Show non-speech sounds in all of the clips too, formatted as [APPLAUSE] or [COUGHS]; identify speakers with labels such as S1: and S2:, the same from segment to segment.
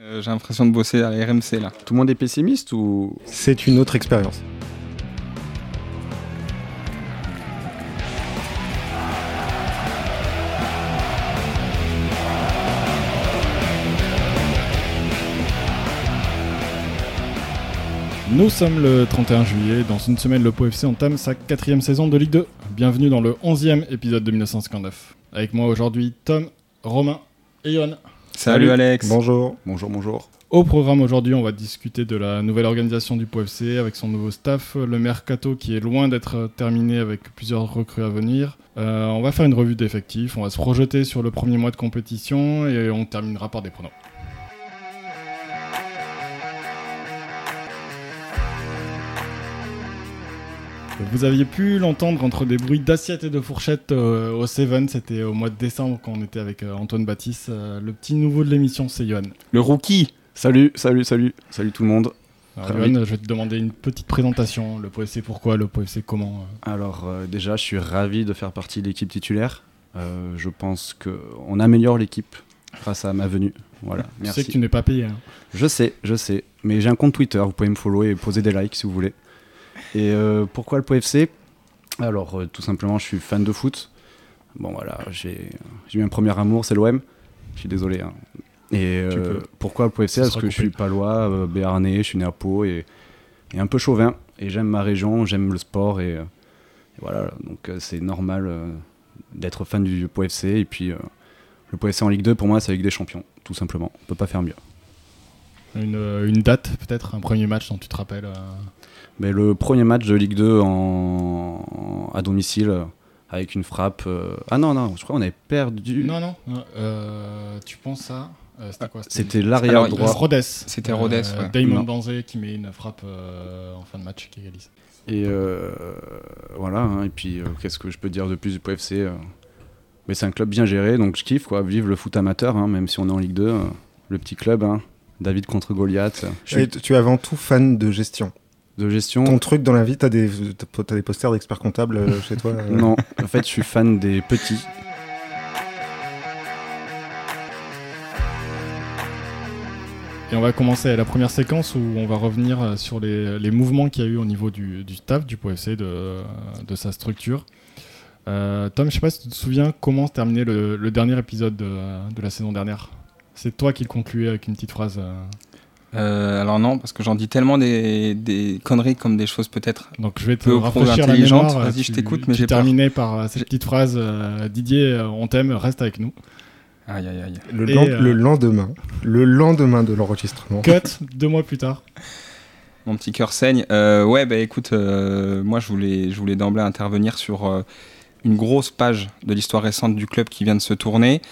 S1: Euh, J'ai l'impression de bosser à la RMC là.
S2: Tout le monde est pessimiste ou
S3: C'est une autre expérience.
S4: Nous sommes le 31 juillet, dans une semaine le POFC entame sa quatrième saison de Ligue 2. Bienvenue dans le 11e épisode de 1959. Avec moi aujourd'hui Tom, Romain et Yon.
S1: Salut,
S4: Salut.
S1: Alex.
S3: Bonjour.
S2: bonjour bonjour.
S4: Au programme aujourd'hui, on va discuter de la nouvelle organisation du POFC avec son nouveau staff, le mercato qui est loin d'être euh, terminé avec plusieurs recrues à venir. Euh, on va faire une revue d'effectifs, on va se projeter sur le premier mois de compétition et on terminera par des pronos. Vous aviez pu l'entendre entre des bruits d'assiettes et de fourchettes euh, au Seven, c'était au mois de décembre quand on était avec euh, Antoine Baptiste. Euh, le petit nouveau de l'émission, c'est Johan.
S1: Le rookie.
S2: Salut salut salut salut tout le monde.
S4: Alors,
S2: Très
S4: Johan, je vais te demander une petite présentation. Le PFC pourquoi, le PFC comment. euh.
S2: Alors euh, déjà, je suis ravi de faire partie de l'équipe titulaire. Euh, je pense que on améliore l'équipe grâce à ma venue. Voilà.
S4: Tu sais que
S2: Merci.
S4: tu n'es pas payé. hein.
S2: Je sais, je sais. Mais j'ai un compte Twitter, vous pouvez me follow et poser des likes si vous voulez. Et euh, pourquoi le PFC Alors, euh, tout simplement, je suis fan de foot. Bon, voilà, j'ai j'ai eu un premier amour, c'est l'OM. Je suis désolé. hein. Et
S4: Tu
S2: euh,
S4: peux.
S2: pourquoi le PFC
S4: Ça
S2: Parce
S4: sera
S2: que je
S4: coupé.
S2: suis palois, euh, béarnais, je suis né à Pau et, et un peu chauvin. Et j'aime ma région, j'aime le sport. Et, euh, et voilà, donc euh, c'est normal euh, d'être fan du PFC. Et puis, euh, le PFC en Ligue 2, pour moi, c'est la Ligue des Champions, tout simplement. On peut pas faire mieux.
S4: Une, euh, une date peut-être, un premier match dont tu te rappelles. euh.
S2: Mais le premier match de Ligue 2 en... en- à domicile euh, avec une frappe. euh, Ah non, non, je crois qu'on avait perdu.
S4: Non, non. non, euh, tu penses à. euh, c'était quoi
S2: C'était
S1: Alors,
S2: l'arrière
S1: il-
S4: Euh,
S2: droit.
S4: Rodez.
S1: C'était Rodez, ouais.
S4: Damon
S2: Non.
S4: Banzé qui met une frappe euh, en fin de match qui égalise.
S2: Et euh, voilà, hein, et puis euh, qu'est-ce que je peux dire de plus du PFC euh, Mais c'est un club bien géré, donc je kiffe, quoi. Vive le foot amateur, hein, même si on est en Ligue 2. euh, le petit club, hein, David contre Goliath, euh,
S3: Et t- tu es avant tout fan de gestion.
S2: de gestion.
S3: Ton truc dans la vie, t'as des, t'as des posters d'experts comptables euh, chez toi. euh.
S2: Non, en fait, je suis fan des petits.
S4: Et on va commencer à la première séquence où on va revenir euh, sur les, les mouvements qu'il y a eu au niveau du, du staff, du POFC, de, de sa structure. Euh, Tom, je sais pas si tu te souviens comment se terminait le, le dernier épisode de, de la saison dernière. C'est toi qui le concluais avec une petite phrase. euh.
S1: Euh, alors non, parce que j'en dis tellement des, des conneries comme des choses peut-être.
S4: Donc je vais te
S1: Peu au probe
S4: rafraîchir la
S1: intelligente,
S4: mémoire.
S1: vas-y, je
S4: Tu-
S1: t'écoute, mais
S4: tu
S1: j'ai peur.
S4: terminais par euh, cette
S1: J'ai-
S4: petite phrase euh, Didier, euh, on t'aime, reste
S1: [LAUGHS]
S4: avec nous.
S1: Aïe aïe aïe.
S3: Le,
S4: Et,
S3: lend-
S4: euh,
S3: le lendemain, le lendemain de l'enregistrement.
S4: Cut deux mois plus tard.
S1: Mon petit cœur saigne. Euh, ouais, bah écoute, euh, moi je voulais, je voulais d'emblée intervenir sur euh, une grosse page de l'histoire récente du club qui vient de se tourner.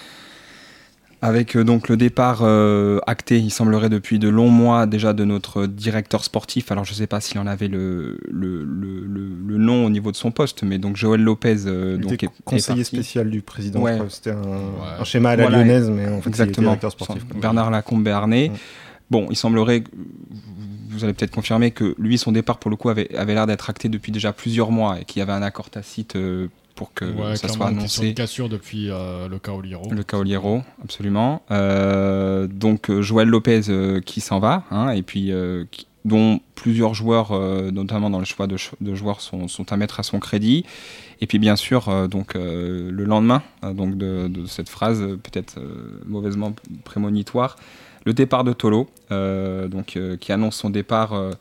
S1: Avec euh, donc le départ euh, acté, il semblerait depuis de longs mois déjà de notre directeur sportif. Alors je ne sais pas s'il en avait le, le, le- le- le nom au niveau de son poste, mais donc Joël Lopez, euh,
S3: Il
S1: donc
S3: était
S1: est- est
S3: conseiller
S1: parti.
S3: spécial du président.
S1: Ouais.
S3: je crois. C'était un, un
S4: Ouais.
S3: schéma à la
S1: Voilà,
S3: lyonnaise, mais en fait, il était
S1: Exactement.
S3: directeur sportif. quoi.
S1: Bernard Lacombe Béarnais.
S3: Mm.
S1: Bon, il semblerait, que- vous allez peut-être confirmer que lui, son départ pour le coup avait, avait l'air d'être acté depuis déjà plusieurs mois et qu'il y avait un accord tacite euh, pour que
S4: Ouais,
S1: ça soit
S4: clairement, on était sur une
S1: annoncé.
S4: cassure depuis euh, le Caoliero.
S1: Le Caoliero, absolument. Euh, donc euh, Joël Lopez euh, qui s'en va, hein, et puis euh, qui- dont plusieurs joueurs, euh, notamment dans le choix de, ch- de joueurs, sont, sont à mettre à son crédit. Et puis bien sûr, euh, donc euh, le lendemain, euh, donc de, de cette phrase euh, peut-être euh, mauvaisement prémonitoire, le départ de Tolo, euh, donc euh, qui annonce son départ. euh,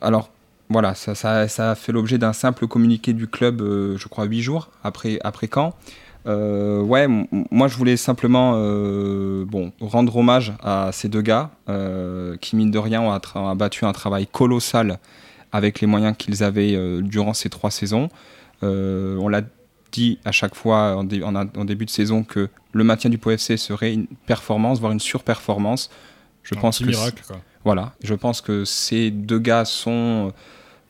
S1: alors voilà, ça, ça- ça a fait l'objet d'un simple communiqué du club, euh, je crois, huit jours après après Caen. Euh, ouais, m- m- moi je voulais simplement euh, bon, rendre hommage à ces deux gars euh, qui, mine de rien, ont attra- ont abattu un travail colossal avec les moyens qu'ils avaient euh, durant ces trois saisons. Euh, on l'a dit à chaque fois en, dé- en a- en début de saison que le maintien du POFC serait une performance, voire une surperformance. Je
S4: Un
S1: pense
S4: petit
S1: que c-
S4: miracle, quoi.
S1: voilà, je pense que ces deux gars sont euh,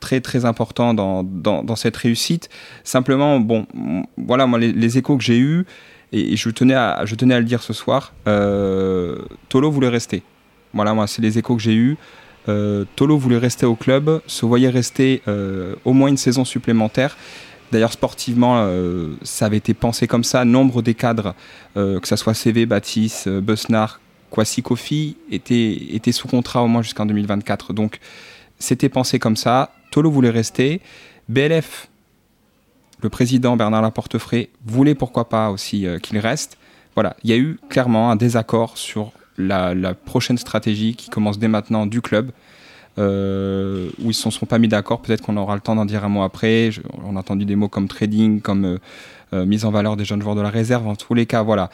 S1: très très importants dans, dans, dans cette réussite. Simplement, bon, m- voilà, moi les, les échos que j'ai eus, et, et je, tenais à, je tenais à le dire ce soir, euh, Tolo voulait rester. Voilà, moi c'est les échos que j'ai eus. Euh, Tolo voulait rester au club, se voyait rester euh, au moins une saison supplémentaire. D'ailleurs, sportivement, euh, ça avait été pensé comme ça. Nombre des cadres, euh, que ce soit CV, Baptiste, euh, Besnard, Kwasi Kofi était, était sous contrat au moins jusqu'en 2024. Donc c'était pensé comme ça. Tolo voulait rester. BLF, le président Bernard Laportefray, voulait pourquoi pas aussi euh, qu'il reste. Voilà, il y a eu clairement un désaccord sur la, la prochaine stratégie qui commence dès maintenant du club. euh, où ils ne se sont pas mis d'accord, peut-être qu'on aura le temps d'en dire un mot après. Je- on a entendu des mots comme trading, comme euh, euh, mise en valeur des jeunes joueurs de la réserve. En tous les cas, voilà.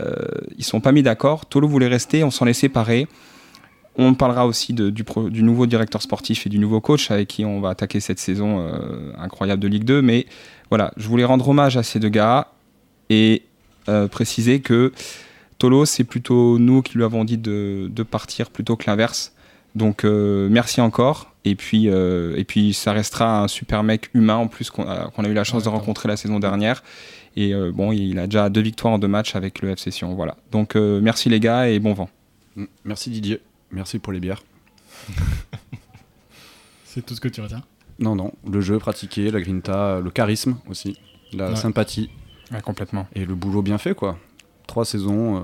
S1: Euh, ils ne sont pas mis d'accord. Tolo voulait rester, on s'en est séparés. On parlera aussi de- du, pro- du nouveau directeur sportif et du nouveau coach avec qui on va attaquer cette saison euh, incroyable de Ligue 2. Mais voilà, je voulais rendre hommage à ces deux gars et euh, préciser que Tolo, c'est plutôt nous qui lui avons dit de, de partir plutôt que l'inverse. Donc euh, merci encore. Et puis, euh, et puis ça restera un super mec humain en plus qu'on a, qu'on a eu la chance de
S4: Ouais,
S1: rencontrer la saison dernière. Et euh, bon, il a déjà deux victoires en deux matchs avec le FC Sion. Voilà. Donc euh, merci les gars et bon vent.
S2: Mm. Merci Didier. Merci pour les bières.
S4: C'est tout ce que tu retiens.
S2: Non, non, le jeu pratiqué, la grinta, le charisme aussi, la
S4: Ouais.
S2: sympathie
S1: complètement.
S2: et le boulot bien fait, quoi. Trois saisons euh,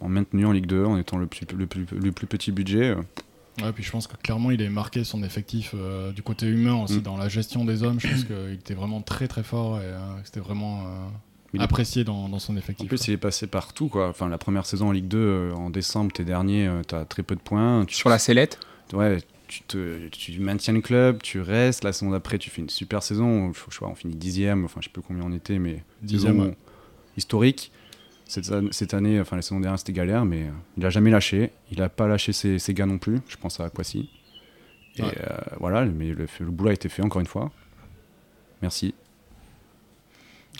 S2: en maintenu en Ligue 2, en étant le plus, le plus, le plus petit budget. euh.
S4: Ouais, puis je pense que clairement, il est marqué son effectif euh, du côté humain aussi
S2: Mm.
S4: dans la gestion des hommes. Je pense qu'il était vraiment très très fort et euh, que c'était vraiment euh,
S2: Il est-
S4: apprécié dans, dans son effectif.
S2: En plus, il est passé partout, quoi. Enfin, la première saison en Ligue 2, euh, en décembre, t'es dernier, euh, t'as très peu de points. Tu,
S1: Sur la sellette,
S2: ouais, tu, te, tu maintiens le club, tu restes. La saison d'après, tu fais une super saison. Je, je sais pas, on finit dixième, enfin, je sais plus combien on était, mais
S4: Dixième,
S2: saison
S4: ouais.
S2: euh, historique. Cette, an- cette année, enfin la saison dernière, c'était galère, mais euh, il a jamais lâché. Il a pas lâché ses, ses gars non plus. Je pense à Kwasi. Et
S4: Ouais.
S2: euh, voilà, mais le, le boulot a été fait encore une fois. Merci.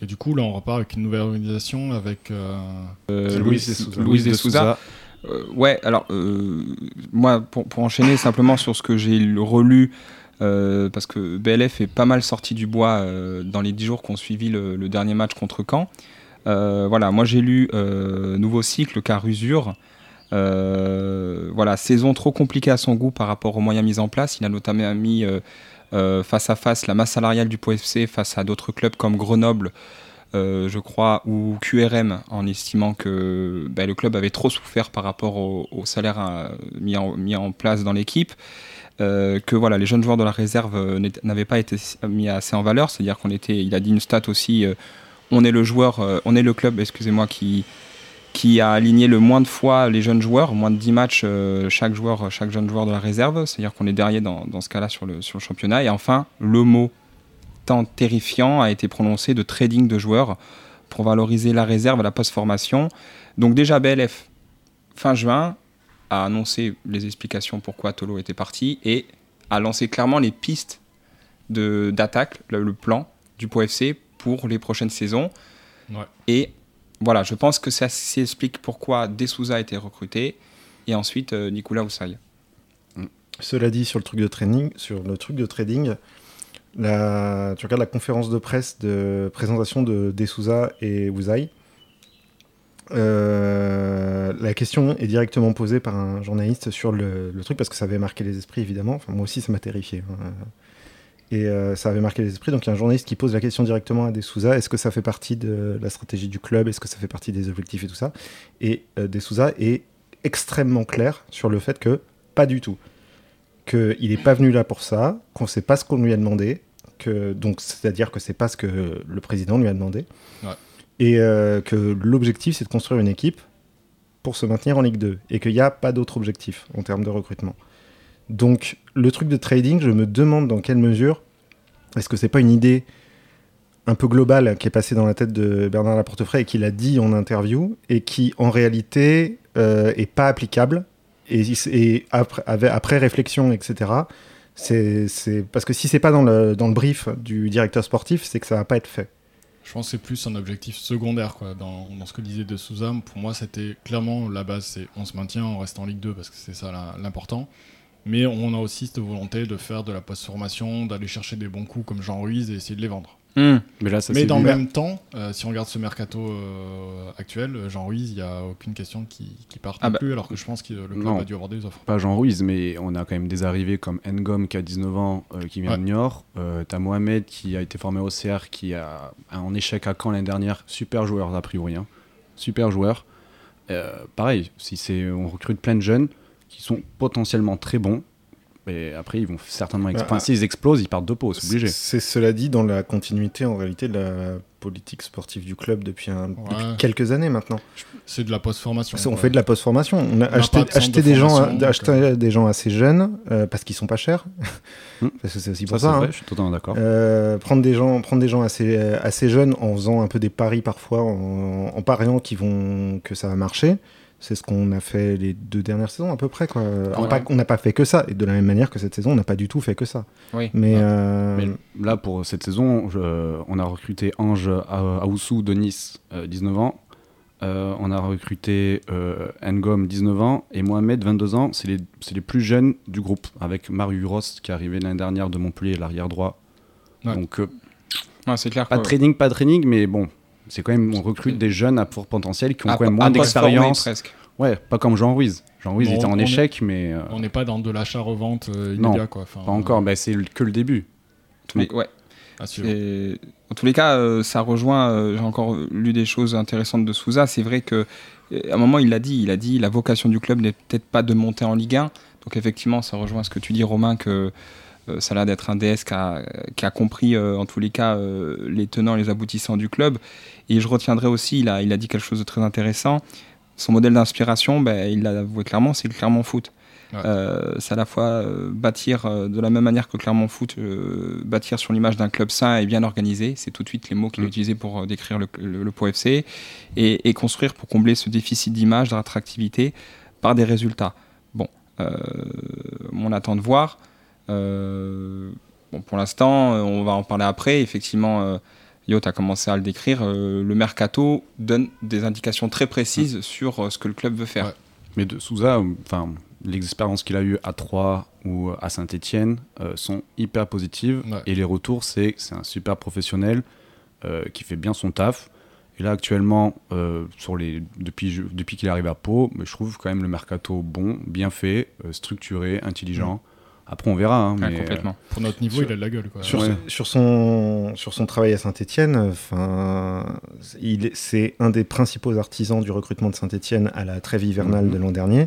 S4: Et du coup, là, on repart avec une nouvelle organisation avec. euh,
S1: euh,
S4: Luis
S1: Luis, Luis de Souza. Euh, ouais, alors, euh, moi, pour, pour enchaîner simplement sur ce que j'ai l- relu, euh, parce que BLF est pas mal sorti du bois euh, dans les 10 jours qu'on suivi le, le dernier match contre Caen. Euh, voilà, moi j'ai lu euh, Nouveau cycle, car usure. Euh, voilà, saison trop compliquée à son goût par rapport aux moyens mis en place. Il a notamment mis euh, euh, face à face la masse salariale du Pau FC face à d'autres clubs comme Grenoble, euh, je crois, ou QRM, en estimant que bah, le club avait trop souffert par rapport au, au salaire euh, mis, en, mis en place dans l'équipe, euh, que voilà, les jeunes joueurs de la réserve euh, n'étaient- n'avaient pas été mis assez en valeur, c'est-à-dire qu'on était, il a dit une stat aussi, euh, on est le joueur, euh, on est le club, excusez-moi, qui qui a aligné le moins de fois les jeunes joueurs, moins de 10 matchs euh, chaque joueur, chaque jeune joueur de la réserve, c'est-à-dire qu'on est derrière dans, dans ce cas-là sur le, sur le championnat. Et enfin, le mot tant terrifiant a été prononcé de trading de joueurs pour valoriser la réserve à la post-formation. Donc déjà BLF, fin juin, a annoncé les explications pourquoi Tolo était parti et a lancé clairement les pistes de- d'attaque, le, le plan du Pau FC pour les prochaines saisons.
S4: Ouais.
S1: Et voilà, je pense que ça s'explique pourquoi Dessouza a été recruté et ensuite euh, Nicolas Oussaï.
S3: Cela dit, sur le truc de training, sur le truc de trading, la- tu regardes la conférence de presse de présentation de De Souza et Ouzai. Euh, la question est directement posée par un journaliste sur le, le truc parce que ça avait marqué les esprits évidemment. Enfin, moi aussi, ça m'a terrifié. hein. Et euh, ça avait marqué les esprits. Donc il y a un journaliste qui pose la question directement à De Souza. Est-ce que ça fait partie de la stratégie du club Est-ce que ça fait partie des objectifs et tout ça Et euh, De Souza est extrêmement clair sur le fait que pas du tout qu'il n'est pas venu là pour ça, qu'on ne sait pas ce qu'on lui a demandé, que donc c'est-à-dire que c'est pas ce que le président lui a demandé,
S4: Ouais.
S3: et euh, que l'objectif c'est de construire une équipe pour se maintenir en Ligue 2, et qu'il n'y a pas d'autre objectif en termes de recrutement. Donc le truc de trading, je me demande dans quelle mesure est-ce que c'est pas une idée un peu globale qui est passée dans la tête de Bernard Laportefray et qu'il a dit en interview et qui en réalité euh, est pas applicable et, et après, avec- après réflexion, etc. C'est c'est- parce que si c'est pas dans le, dans le brief du directeur sportif, c'est que ça va pas être fait.
S4: Je pense que c'est plus un objectif secondaire quoi, dans, dans ce que disait De Souza. Pour moi, c'était clairement la base c'est on se maintient, on reste en Ligue 2 parce que c'est ça la- l'important. Mais on a aussi cette volonté de faire de la post-formation, d'aller chercher des bons coups comme Jean Ruiz et essayer de les vendre.
S2: Mais là, ça
S4: Mais
S2: c'est
S4: dans le
S2: vu.
S4: même temps, euh, si on regarde ce mercato euh, actuel, euh, Jean Ruiz, il n'y a aucune question qui, qui part
S1: Ah
S4: non
S1: bah.
S4: plus, alors que je pense que le club
S2: Non.
S4: a dû avoir des offres.
S2: pas Jean Ruiz, mais on a quand même des arrivées comme Ngom qui a 19 ans, euh, qui vient
S4: Ouais.
S2: de Niort. Euh, T'as Mohamed qui a été formé au CR, qui a un échec à Caen l'année dernière. Super joueur, a priori. hein. Super joueur. Euh, pareil, si c'est, on recrute plein de jeunes qui sont potentiellement très bons, et après ils vont certainement exploser.
S3: Bah,
S2: enfin, s'ils explosent, ils partent de pot, c'est
S3: C'est-
S2: obligé.
S3: C'est cela dit dans la continuité en réalité de la politique sportive du club depuis, un- depuis
S4: Ouais.
S3: quelques années maintenant.
S4: C'est de la post-formation.
S3: on
S4: quoi.
S3: fait de la post-formation. On a
S4: n'a
S3: acheté,
S4: pas de centre
S3: acheté
S4: de
S3: des gens,
S4: formation, donc, euh.
S3: acheter des gens assez jeunes euh, parce qu'ils sont pas chers.
S2: Hmm.
S3: [LAUGHS] Parce que c'est aussi
S2: Ça,
S3: pour
S2: c'est
S3: ça.
S2: vrai,
S3: hein.
S2: je suis totalement d'accord.
S3: Euh, prendre des gens, prendre des gens assez, euh, assez jeunes en faisant un peu des paris parfois, en, en pariant qu'ils vont que ça va marcher. C'est ce qu'on a fait les deux dernières saisons à peu près. Quoi. Alors,
S4: Ouais.
S3: pas- on n'a pas fait que ça. Et de la même manière que cette saison, on n'a pas du tout fait que ça.
S1: Oui.
S3: Mais, euh,
S2: Mais là, pour cette saison, je- on a recruté Ange A- Aoussou de Nice, euh, 19 ans. Euh, on a recruté euh, Ngom, 19 ans. Et Mohamed, 22 ans. C'est les, c'est les plus jeunes du groupe, avec Mario Ross qui est arrivé l'année dernière de Montpellier, l'arrière droit.
S4: Ouais.
S2: Donc, euh,
S1: Ah Ouais, c'est clair.
S2: pas de
S1: quoi.
S2: training, pas de training, mais bon. C'est quand même, on recrute des jeunes à fort potentiel qui ont
S1: À-
S2: quand même
S1: à
S2: moins
S1: pas se
S2: d'expérience.
S1: former, presque.
S2: Ouais, pas comme Jean Ruiz. Jean Ruiz
S4: Bon,
S2: était en
S4: on est-
S2: échec, mais euh,
S4: On n'est pas dans de l'achat-revente euh,
S2: Non,
S4: immédiat, quoi. Enfin, euh,
S2: pas encore. Bah, c'est le- que le début.
S1: Tous les- ouais.
S4: à suivre.
S1: Et en tous les cas, euh, ça rejoint. euh, J'ai encore lu des choses intéressantes de Souza. C'est vrai que euh, à un moment, il l'a dit. Il a dit la vocation du club n'est peut-être pas de monter en Ligue 1. Donc effectivement, ça rejoint ce que tu dis, Romain, que euh, ça a l'air d'être un DS qui a, qui a compris euh, en tous les cas euh, les tenants, et les aboutissants du club. Et je retiendrai aussi, il a, il a dit quelque chose de très intéressant. Son modèle d'inspiration, ben, il l'a avoué clairement, c'est le Clermont Foot.
S4: Ouais.
S1: Euh, c'est à la fois euh, bâtir euh, de la même manière que Clermont Foot, euh, bâtir sur l'image d'un club sain et bien organisé, c'est tout de suite les mots qu'il
S2: Mm.
S1: a utilisés pour euh, décrire le, le, le Pau FC, et, et construire pour combler ce déficit d'image, d'attractivité par des résultats. Bon, euh, on attend de voir. Euh, bon, pour l'instant, euh, on va en parler après. Effectivement, euh, Yo, tu as commencé à le décrire. euh, le mercato donne des indications très précises sur euh, ce que le club veut faire.
S4: Ouais.
S2: Mais de Souza, enfin, l'expérience qu'il a eue à Troyes ou à Saint-Etienne sont hyper positives.
S4: Ouais.
S2: Et les retours, c'est c'est un super professionnel euh, qui fait bien son taf. Et là, actuellement, euh, sur les, depuis, je- depuis qu'il arrive à Pau, mais je trouve quand même le mercato bon, bien fait, euh, structuré, intelligent. Après, on verra. hein,
S1: Mm. Ouais,
S2: mais,
S1: complètement.
S4: Pour notre niveau,
S3: sur-
S4: il a de la gueule, quoi.
S3: Sur,
S2: Ouais.
S3: ce- sur son, sur son travail à Saint-Etienne, enfin, il est- c'est un des principaux artisans du recrutement de Saint-Etienne à la trêve hivernale
S2: Mhm.
S3: de l'an dernier.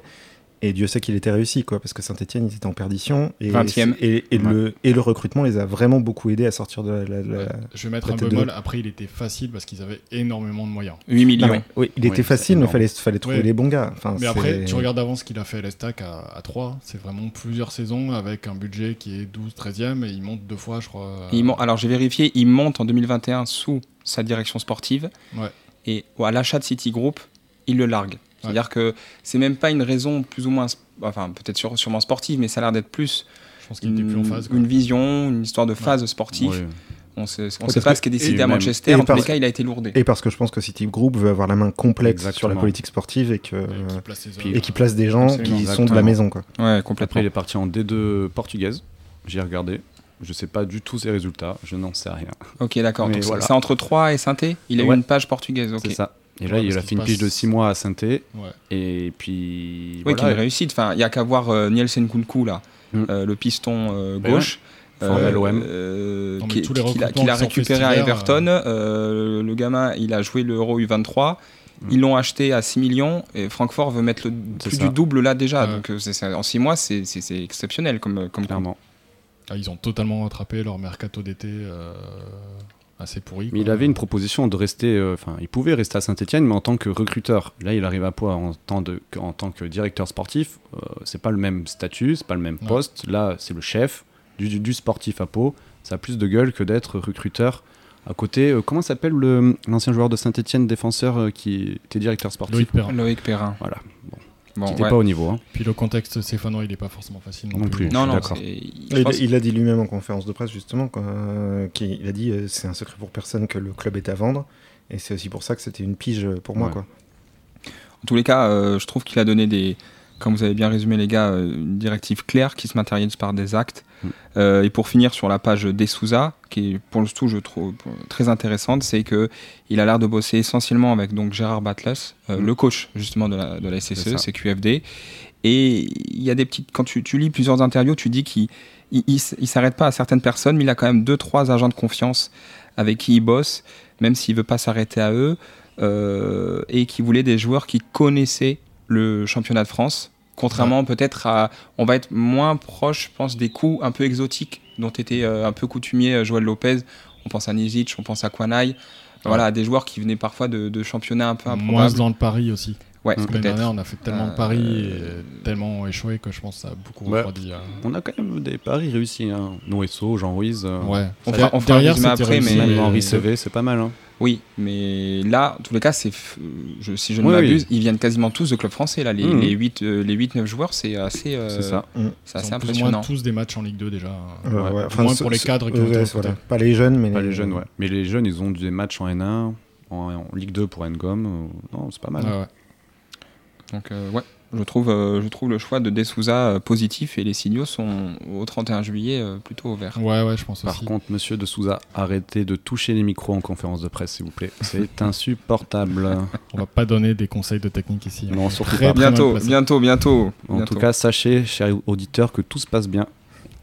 S3: Et Dieu sait qu'il était réussi, quoi, parce que Saint-Etienne, ils étaient en perdition. Et,
S1: 20e.
S3: Et, et le, et le recrutement les a vraiment beaucoup aidés à sortir de la. la- la-
S4: Ouais. Je vais mettre
S3: la
S4: un
S3: tête de
S4: bémol.
S3: l'eau.
S4: Après, il était facile parce qu'ils avaient énormément de moyens.
S1: 8 millions.
S3: Non, mais- oui, il
S2: Oui,
S3: était
S2: c'est
S3: facile, mais
S2: énorme.
S3: fallait, fallait trouver
S4: Ouais.
S3: les bons gars. Enfin,
S4: Mais après,
S3: c'est-
S4: tu regardes avant ce qu'il a fait à l'Estac à, à 3. C'est vraiment plusieurs saisons avec un budget qui est 12, 13e et il monte deux fois, je crois.
S1: Euh. Il mon- Alors j'ai vérifié, il monte en 2021 sous sa direction sportive.
S4: Ouais.
S1: Et à l'achat de Citigroup, il le largue. C'est-à-dire que c'est même pas une raison plus ou moins, sp- enfin peut-être sûr- sûrement sportive, mais ça a l'air d'être plus
S4: Je pense qu'il
S1: une,
S4: était plus en phase. quoi.
S1: une vision, une histoire de phase sportive.
S2: Ouais.
S1: On sait, on
S3: Ouais,
S1: sait
S3: parce
S1: pas
S3: que-
S1: ce qui est
S2: et
S1: décidé à
S2: même-
S1: Manchester.
S3: et
S1: En tous
S3: parce-
S1: les cas, il a été lourdé.
S3: Et parce que je pense que City Group veut avoir la main complète sur la
S2: Exactement.
S3: politique sportive et que.
S4: Et qui place ses
S2: puis-
S4: hommes,
S3: Et qui place des gens
S1: Absolument.
S3: qui sont de la
S1: Exactement.
S3: maison. Quoi.
S1: Ouais,
S2: Après,
S1: complètement.
S2: il est parti en D2 portugaise. J'ai regardé. Je sais pas du tout ses résultats. Je n'en sais rien.
S1: Ok, d'accord.
S2: Mais
S1: Donc,
S2: voilà.
S1: C'est entre 3 et Saint-Étienne. Il a eu
S2: Ouais.
S1: une page portugaise. Ok.
S2: C'est ça. Et
S4: Ouais,
S2: là,
S4: parce
S2: il a
S4: qu'il
S2: fait une
S4: passe-
S2: pige de 6 mois à Saint-Étienne.
S4: euh, Ouais.
S2: Et puis.
S1: Oui, qui est
S2: voilà,
S1: une réussite. Enfin, il n'y a qu'à voir euh, Nielsen Kunku, là,
S2: Mm.
S1: euh, le piston euh,
S2: Ben
S1: gauche.
S2: Formé à l'OM.
S1: euh,
S4: Non, mais
S1: qui-
S4: tous les
S1: qu'il a,
S4: recrutements
S1: qu'il a
S4: qui sont
S1: récupéré à
S4: faits cet hiver,
S1: Everton. Euh, le gamin, il a joué l'Euro U23.
S2: Mm.
S1: Ils l'ont acheté à 6 millions et Francfort veut mettre le,
S2: C'est
S1: plus
S2: ça.
S1: du double là déjà.
S4: Ouais.
S1: Donc, euh, c'est- c'est- en 6 mois, c'est c'est- c'est exceptionnel comme, comme
S2: clairement.
S4: Ah, ils ont totalement rattrapé leur mercato d'été euh, assez pourri.
S2: Mais
S4: quoi.
S2: il avait une proposition de rester, euh, enfin, il pouvait rester à Saint-Etienne, mais en tant que recruteur. Là, il arrive à Pau en tant, de, en tant que directeur sportif. euh, c'est pas le même statut, c'est pas le même
S4: Ouais.
S2: poste. Là, c'est le chef du, du- du sportif à Pau. Ça a plus de gueule que d'être recruteur à côté. euh, comment s'appelle le- l'ancien joueur de Saint-Etienne, défenseur, euh, qui était directeur sportif
S4: Loïc Perrin.
S1: Loïc Perrin.
S2: Voilà.
S1: Bon,
S2: Qui n'était
S1: ouais.
S2: pas au niveau. hein.
S4: Puis le contexte stéphanois, il n'est pas forcément facile non,
S2: Non plus.
S1: Non,
S2: Je suis
S1: non,
S2: d'accord.
S1: c'est-
S3: Il,
S1: je pense-
S3: il a dit lui-même en conférence de presse justement quoi, euh, qu'il il a dit euh, c'est un secret pour personne que le club est à vendre et c'est aussi pour ça que c'était une pige euh, pour moi
S2: Ouais.
S3: quoi.
S1: En tous les cas, euh, je trouve qu'il a donné des, comme vous avez bien résumé les gars, euh, une directive claire qui se matérialise par des actes.
S2: Mm.
S1: Euh, et pour finir sur la page d'Essouza, qui est pour le tout je trouve euh, très intéressante, c'est que il a l'air de bosser essentiellement avec donc Gérard Batlas, euh,
S2: Mm.
S1: le coach justement de la, E, de la
S2: C'est
S1: SSE,
S2: ça.
S1: CQFD. Et il y a des petites, quand tu, tu lis plusieurs interviews, tu dis qu'il il, il s- il s'arrête pas à certaines personnes, mais il a quand même deux trois agents de confiance avec qui il bosse, même s'il veut pas s'arrêter à eux. euh, et qui voulait des joueurs qui connaissaient le championnat de France. Contrairement peut-être à. On va être moins proche, je pense, des coups un peu exotiques dont était euh, un peu coutumier euh, Joël Lopez. On pense à Nizic, on pense à Kwanai. Voilà, des joueurs qui venaient parfois de, de championnats un peu
S4: Moins
S1: improbables.
S4: dans le pari aussi.
S1: Ouais,
S4: Parce que l'année
S1: peut-être. Euh,
S4: dernière, on a fait tellement de paris et tellement échoué que je pense que ça a beaucoup
S2: Ouais.
S4: refroidi. euh,
S2: On a quand même des paris réussis. Hein. Noesso, Jean Ruiz, euh,
S4: Ouais.
S1: On fera- on fera un
S4: Derrière,
S1: résumé
S4: c'était
S1: après, mais-
S4: réussi,
S2: même
S4: et-
S2: Henri Sevé, c'est pas mal. Hein.
S1: Oui, mais là, en tous les cas, c'est f- je- si je ne
S2: Oui,
S1: m'abuse, ils viennent quasiment tous de clubs français. Là, les,
S4: Mmh.
S2: Mhm.
S1: les 8, euh, les 8-9 joueurs, c'est assez, euh,
S2: C'est ça.
S1: c'est
S4: Ils
S1: assez
S4: ont plus ou
S1: impressionnant.
S4: moins tous des matchs en Ligue 2 déjà. hein.
S3: Euh,
S2: Ouais.
S3: ouais,
S2: Du
S4: moins pour les cadres qui ont été
S3: ouais,
S4: recrutés.
S3: voilà. Pas les jeunes, mais
S2: Pas les jeunes, ouais. Mais les jeunes, ils ont des matchs en N1, en, en Ligue 2 pour Ngom. euh, Non, c'est pas mal.
S4: Ouais, ouais.
S1: Donc, euh, ouais, je trouve, euh, je trouve le choix de De Souza euh, positif et les signaux sont au 31 juillet euh, plutôt au vert.
S4: Ouais, ouais, je pense
S2: Par
S4: aussi.
S2: contre, monsieur de Souza, arrêtez de toucher les micros en conférence de presse, s'il vous plaît. C'est insupportable.
S4: On va pas donner des conseils de technique ici. hein.
S2: non, surtout
S4: Très
S2: pas.
S4: bien
S1: Bientôt,
S4: placé.
S1: bientôt, bientôt.
S2: En
S1: bientôt.
S2: tout cas, sachez, chers auditeurs, que tout se passe bien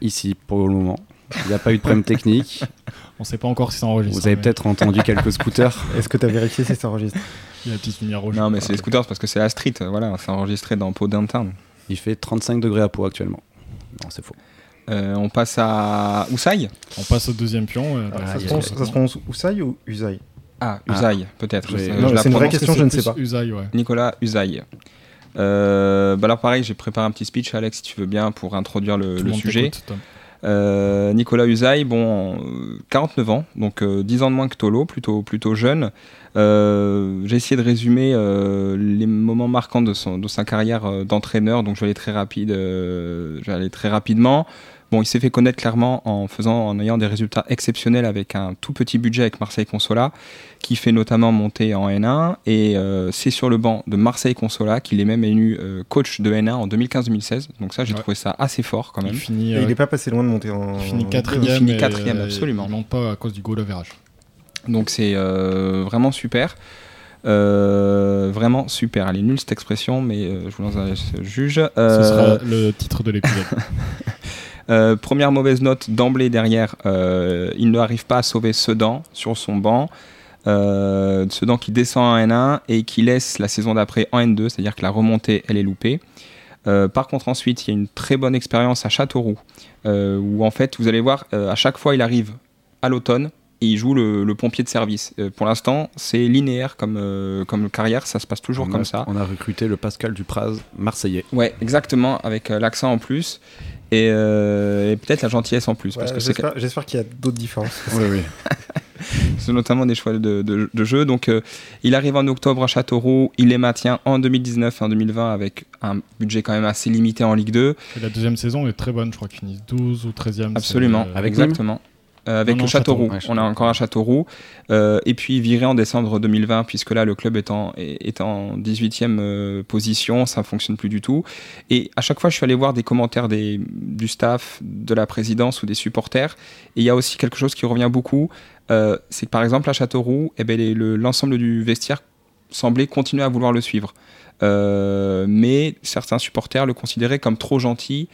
S2: ici pour le moment. Il n'y a pas eu de problème technique.
S4: On sait pas encore si ça enregistre. hein,
S2: Vous avez
S4: mais
S2: peut-être entendu quelques scooters.
S3: Est-ce que tu as vérifié si ça
S4: [LAUGHS]
S3: enregistre
S4: Il y a la petite lumière rouge.
S1: non, mais c'est les scooters parce que c'est la street. euh, Voilà, c'est enregistré dans Pau d'interne.
S2: Il fait 35 degrés à peau actuellement. Non, c'est faux.
S1: Euh, on passe à Ousai
S4: On passe au deuxième pion.
S3: Ça
S4: euh, dans
S3: se
S4: le-
S3: prononce- ça se prononce Usai ou Usai
S1: Ah,
S2: Ah.
S1: Ousai, peut-être.
S2: Oui.
S1: Je-
S2: Non,
S1: je
S3: mais
S1: la
S3: c'est une vraie
S1: prononce.
S3: question, je ne sais
S4: plus
S3: pas.
S4: Usaï, ouais.
S1: Nicolas Usaï. Euh, bah alors pareil, j'ai préparé un petit speech, Alex, si tu veux bien, pour introduire le,
S4: Tout
S1: le
S4: monde
S1: sujet.
S4: t'écoute, Tom.
S1: Euh, Nicolas Usaï, bon, euh, 49 ans, donc euh, 10 ans de moins que Tolo, plutôt, plutôt jeune. Euh, j'ai essayé de résumer euh, les moments marquants de, son- de sa carrière euh, d'entraîneur, donc je vais aller très rapide, euh, je vais aller très rapidement. Bon, il s'est fait connaître clairement en faisant, en ayant des résultats exceptionnels avec un tout petit budget avec Marseille Consola, qui fait notamment monter en N1. Et euh, c'est sur le banc de Marseille Consola qu'il est même élu euh, coach de N1 en 2015-2016. Donc ça, j'ai
S4: Ouais.
S1: trouvé ça assez fort quand même.
S4: Il finit, euh,
S3: Il n'est pas passé loin de monter en.
S4: il finit
S3: en-
S4: quatrième.
S1: finit
S4: et,
S1: quatrième,
S4: euh,
S1: absolument.
S4: Il monte pas à cause du goal average.
S1: Donc c'est euh, vraiment super. Euh, vraiment super. Elle est nulle cette expression, mais euh, je vous lance à ce juge.
S4: Ce
S1: Euh,
S4: sera le titre de
S2: [LAUGHS]
S4: l'épisode.
S1: euh, première mauvaise note d'emblée derrière. euh, il n'arrive pas à sauver Sedan sur son banc. Euh, Sedan qui descend en N1 et qui laisse la saison d'après en N2, c'est-à-dire que la remontée, elle est loupée. Euh, par contre, ensuite, il y a une très bonne expérience à Châteauroux, euh, où en fait, vous allez voir, euh, à chaque fois, il arrive à l'automne et il joue le, le pompier de service. Euh, pour l'instant, c'est linéaire comme, euh, comme carrière, ça se passe toujours
S2: on
S1: comme
S2: a,
S1: ça.
S2: On a recruté le Pascal Dupraz, marseillais.
S1: Ouais, exactement, avec euh, l'accent en plus et, euh, et peut-être la gentillesse en plus,
S3: Ouais,
S1: parce que c'est
S3: J'espère j'espère qu'il y a d'autres différences.
S2: Oui, oui.
S1: C'est notamment des choix de, de- de jeu. Donc, euh, il arrive en octobre à Châteauroux. Il les maintient en 2019 et en 2020 avec un budget quand même assez limité en Ligue 2.
S4: Et la deuxième saison est très bonne, je crois qu'ils finissent 12 ou 13e. c'est,
S1: Absolument.
S4: euh,
S2: Avec
S1: Exactement. Euh, avec
S4: Non, non,
S1: Châteauroux.
S2: Châteauroux. Ouais,
S1: On a
S2: Châteauroux.
S1: encore un Châteauroux. Euh, et puis, viré en décembre 2020, puisque là, le club est en, est est en 18e euh, position. Ça fonctionne plus du tout. Et à chaque fois, je suis allé voir des commentaires des, du staff, de la présidence ou des supporters. Et il y a aussi quelque chose qui revient beaucoup. euh, c'est que par exemple, à Châteauroux, eh ben, les- le- l'ensemble du vestiaire semblait continuer à vouloir le suivre. Euh, mais certains supporters le considéraient comme trop gentil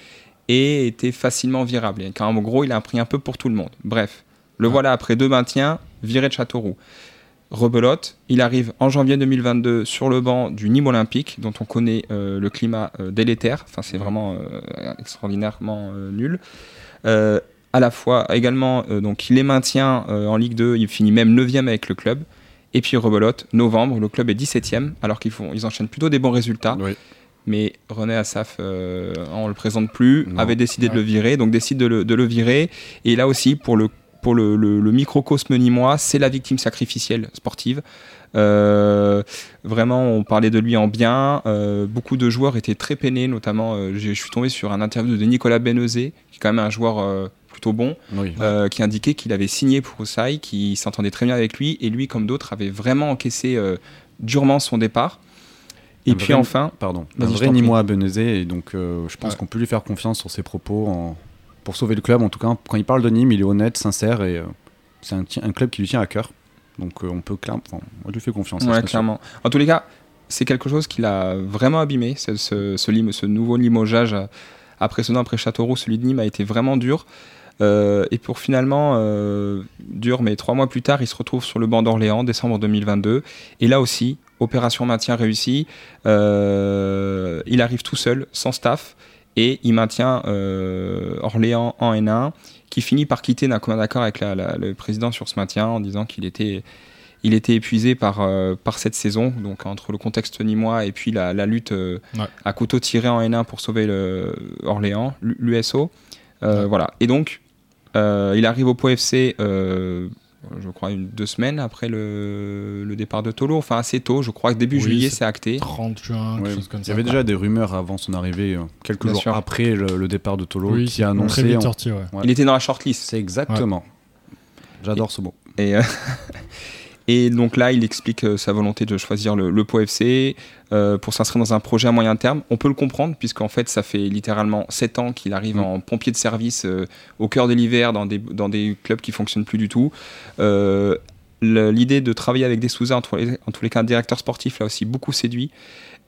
S1: et était facilement virable. Et en gros, il a pris un peu pour tout le monde. Bref, le
S4: Ouais.
S1: voilà après deux maintiens, viré de Châteauroux. Rebelote, il arrive en janvier 2022 sur le banc du Nîmes Olympique, dont on connaît euh, le climat euh, délétère. Enfin, c'est vraiment euh, extraordinairement euh, nul. Euh, à la fois, également, euh, donc il les maintient euh, en Ligue 2. Il finit même 9e avec le club. Et puis rebelote, novembre, le club est 17e, alors qu'ils font, ils enchaînent plutôt des bons résultats.
S2: Oui.
S1: Mais René Assaf, euh, on le présente plus,
S2: Non.
S1: avait décidé de
S4: Ouais.
S1: le virer, donc décide de le, de le virer. Et là aussi, pour le, pour le, le- le microcosme nîmois, c'est la victime sacrificielle sportive. Euh, vraiment, on parlait de lui en bien. Euh, beaucoup de joueurs étaient très peinés, notamment, euh, j'ai- je suis tombé sur un interview de Nicolas Benezé, qui est quand même un joueur euh, plutôt bon,
S2: Oui.
S1: euh, qui indiquait qu'il avait signé pour Osai, qu'il s'entendait très bien avec lui, et lui, comme d'autres, avait vraiment encaissé euh, durement son départ. Et
S2: Un
S1: puis
S2: vrai-
S1: enfin,
S2: Pardon. Un
S1: Vas-y, je
S2: vrai
S1: t'en prie.
S2: Nîmois à Benezé, et donc euh, je pense
S4: Ouais.
S2: qu'on peut lui faire confiance sur ses propos en- pour sauver le club. En tout cas, quand il parle de Nîmes, il est honnête, sincère, et euh, c'est un, ti- un club qui lui tient à cœur. Donc euh, on peut clairement. enfin, on lui fait confiance.
S1: Ouais,
S2: ça, c'est sûr.
S1: clairement. En tous les cas, c'est quelque chose qui l'a vraiment abîmé, ce, ce, ce lim- ce nouveau limogeage euh, après Sedan, après Châteauroux, celui de Nîmes a été vraiment dur. Euh, et pour finalement, euh, dur, mais trois mois plus tard, il se retrouve sur le banc d'Orléans, décembre 2022. Et là aussi, opération maintien réussie. Euh, il arrive tout seul, sans staff, et il maintient euh, Orléans en N1, qui finit par quitter d'un commun d'accord avec la- la- le président sur ce maintien en disant qu'il était il était épuisé par, euh, par cette saison, donc entre le contexte nîmois et puis la, la lutte euh,
S4: Ouais.
S1: à couteau tiré en N1 pour sauver le Orléans, l- l'USO. Euh, Voilà. Et donc, euh, il arrive au Pau FC, euh, je crois, une, deux semaines après le, le départ de Tolo, enfin assez tôt, je crois que début
S4: Oui,
S1: juillet,
S4: c'est-
S1: c'est acté.
S4: 30 juin, quelque
S2: Ouais,
S4: chose comme
S2: Il y
S4: ça.
S2: avait déjà des rumeurs avant son arrivée, euh, quelques
S1: Bien
S2: jours
S1: sûr.
S2: après le, le départ de Tolo,
S4: oui,
S2: qui a
S4: Très
S2: annoncé.
S4: vite
S2: en-
S4: sorti, ouais.
S2: Ouais.
S1: Il était dans la shortlist.
S2: C'est exactement. J'adore ce mot.
S1: Et, euh, et donc là, il explique euh, sa volonté de choisir le, le Pau FC euh, pour s'inscrire dans un projet à moyen terme. On peut le comprendre, puisqu'en fait, ça fait littéralement 7 ans qu'il arrive
S2: Mm.
S1: en pompier de service euh, au cœur de l'hiver, dans des, dans des clubs qui fonctionnent plus du tout. Euh, le- L'idée de travailler avec des sous en, tous les- en tous les cas, un directeur sportif l'a aussi beaucoup séduit.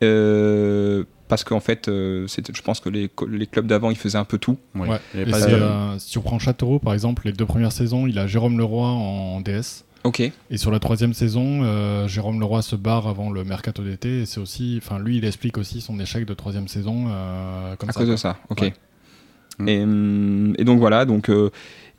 S1: Euh, parce qu'en fait, euh, c'était- je pense que les, co- les clubs d'avant, ils faisaient un peu tout.
S2: Oui.
S4: Ouais.
S2: Il y avait
S4: Et
S2: pas
S4: c'est,
S2: de-
S4: euh, si tu prends Châteauroux, par exemple, les deux premières saisons, il a Jérôme Leroy en DS.
S1: Ok.
S4: Et sur la troisième saison, euh, Jérôme Leroy se barre avant le mercato d'été. Et c'est aussi, enfin, lui, il explique aussi son échec de troisième saison. euh, comme
S1: à
S4: ça,
S1: cause de
S4: quoi.
S1: ça, ok.
S4: Ouais.
S2: Mm.
S1: Et, hum, et donc voilà, donc euh,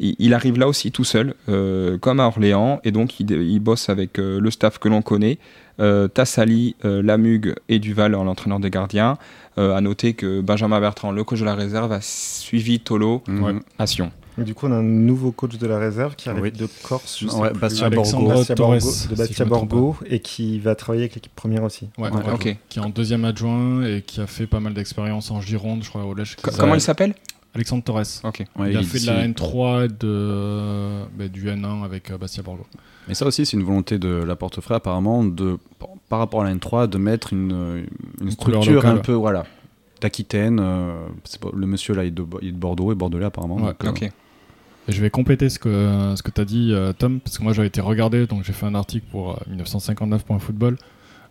S1: il, il arrive là aussi tout seul, euh, comme à Orléans, et donc il, il bosse avec euh, le staff que l'on connaît, euh, Tassali, euh, Lamugue et Duval en l'entraîneur des gardiens. Euh, à noter que Benjamin Bertrand, le coach de la réserve, a suivi Tolo Mm.
S2: Mhm.
S4: Ouais.
S1: à Sion.
S3: Donc, du coup, on a un nouveau coach de la réserve qui arrive
S2: Oui.
S3: de Corse, je sais
S2: Ouais,
S3: plus.
S2: Bastia
S4: Alexandre
S2: Borgo.
S3: Bastia Borgo,
S4: Torres, si je
S3: de
S4: me
S3: Bastia
S4: trompe
S3: Borgo et qui va travailler avec l'équipe première aussi.
S4: Ouais,
S2: Ouais,
S4: ouais,
S1: ok.
S4: ouais. Qui est en deuxième adjoint et qui a fait pas mal d'expérience en Gironde, je crois, au Lèche.
S1: Co- Comment il s'appelle
S4: Alexandre Torres.
S1: Ok.
S2: Ouais,
S4: il a
S2: il-
S4: fait de
S2: si-
S4: la N3 et de, bah, du N1 avec euh, Bastia Borgo.
S2: Mais ça aussi, c'est une volonté de la portefeuille, apparemment, de, par rapport à la N3, de mettre une, euh, une
S4: Une couleur
S2: structure un
S4: locale.
S2: peu, voilà, d'Aquitaine. euh, c'est pas- le monsieur, là, il est, de, il est de Bordeaux et bordelais, apparemment.
S4: Ouais,
S2: donc, euh,
S1: Ok.
S4: Et je vais compléter ce que, ce que tu as dit, euh, Tom, parce que moi j'avais été regardé, donc j'ai fait un article pour euh, 1959.football,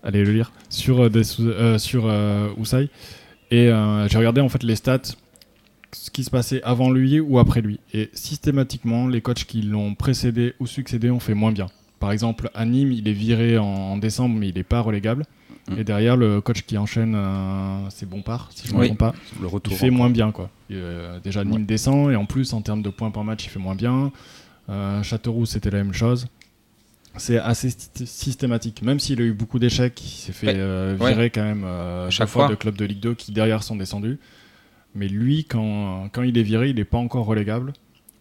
S4: allez le lire, sur, euh, des sous- euh, sur euh, Ousai. Et euh, j'ai regardé en fait les stats, ce qui se passait avant lui ou après lui. Et systématiquement, les coachs qui l'ont précédé ou succédé ont fait moins bien. Par exemple, à Nîmes, il est viré en, en décembre, mais il n'est pas relégable.
S2: Mm.
S4: Et derrière, le coach qui enchaîne, euh, c'est Bompard, si je ne me
S1: Oui.
S4: trompe pas
S2: le retour. hein.
S4: il fait
S2: en-
S4: moins bien quoi. Et, euh, déjà Nîmes descend et en plus en termes de points par match il fait moins bien. Euh, Châteauroux c'était la même chose. C'est assez sti- systématique. Même s'il a eu beaucoup d'échecs, il s'est fait
S1: Ouais.
S4: euh,
S1: Ouais.
S4: virer quand même euh,
S1: chaque
S4: chaque fois,
S1: fois.
S4: de clubs de Ligue 2 qui derrière sont descendus. Mais lui quand, quand il est viré il n'est pas encore relégable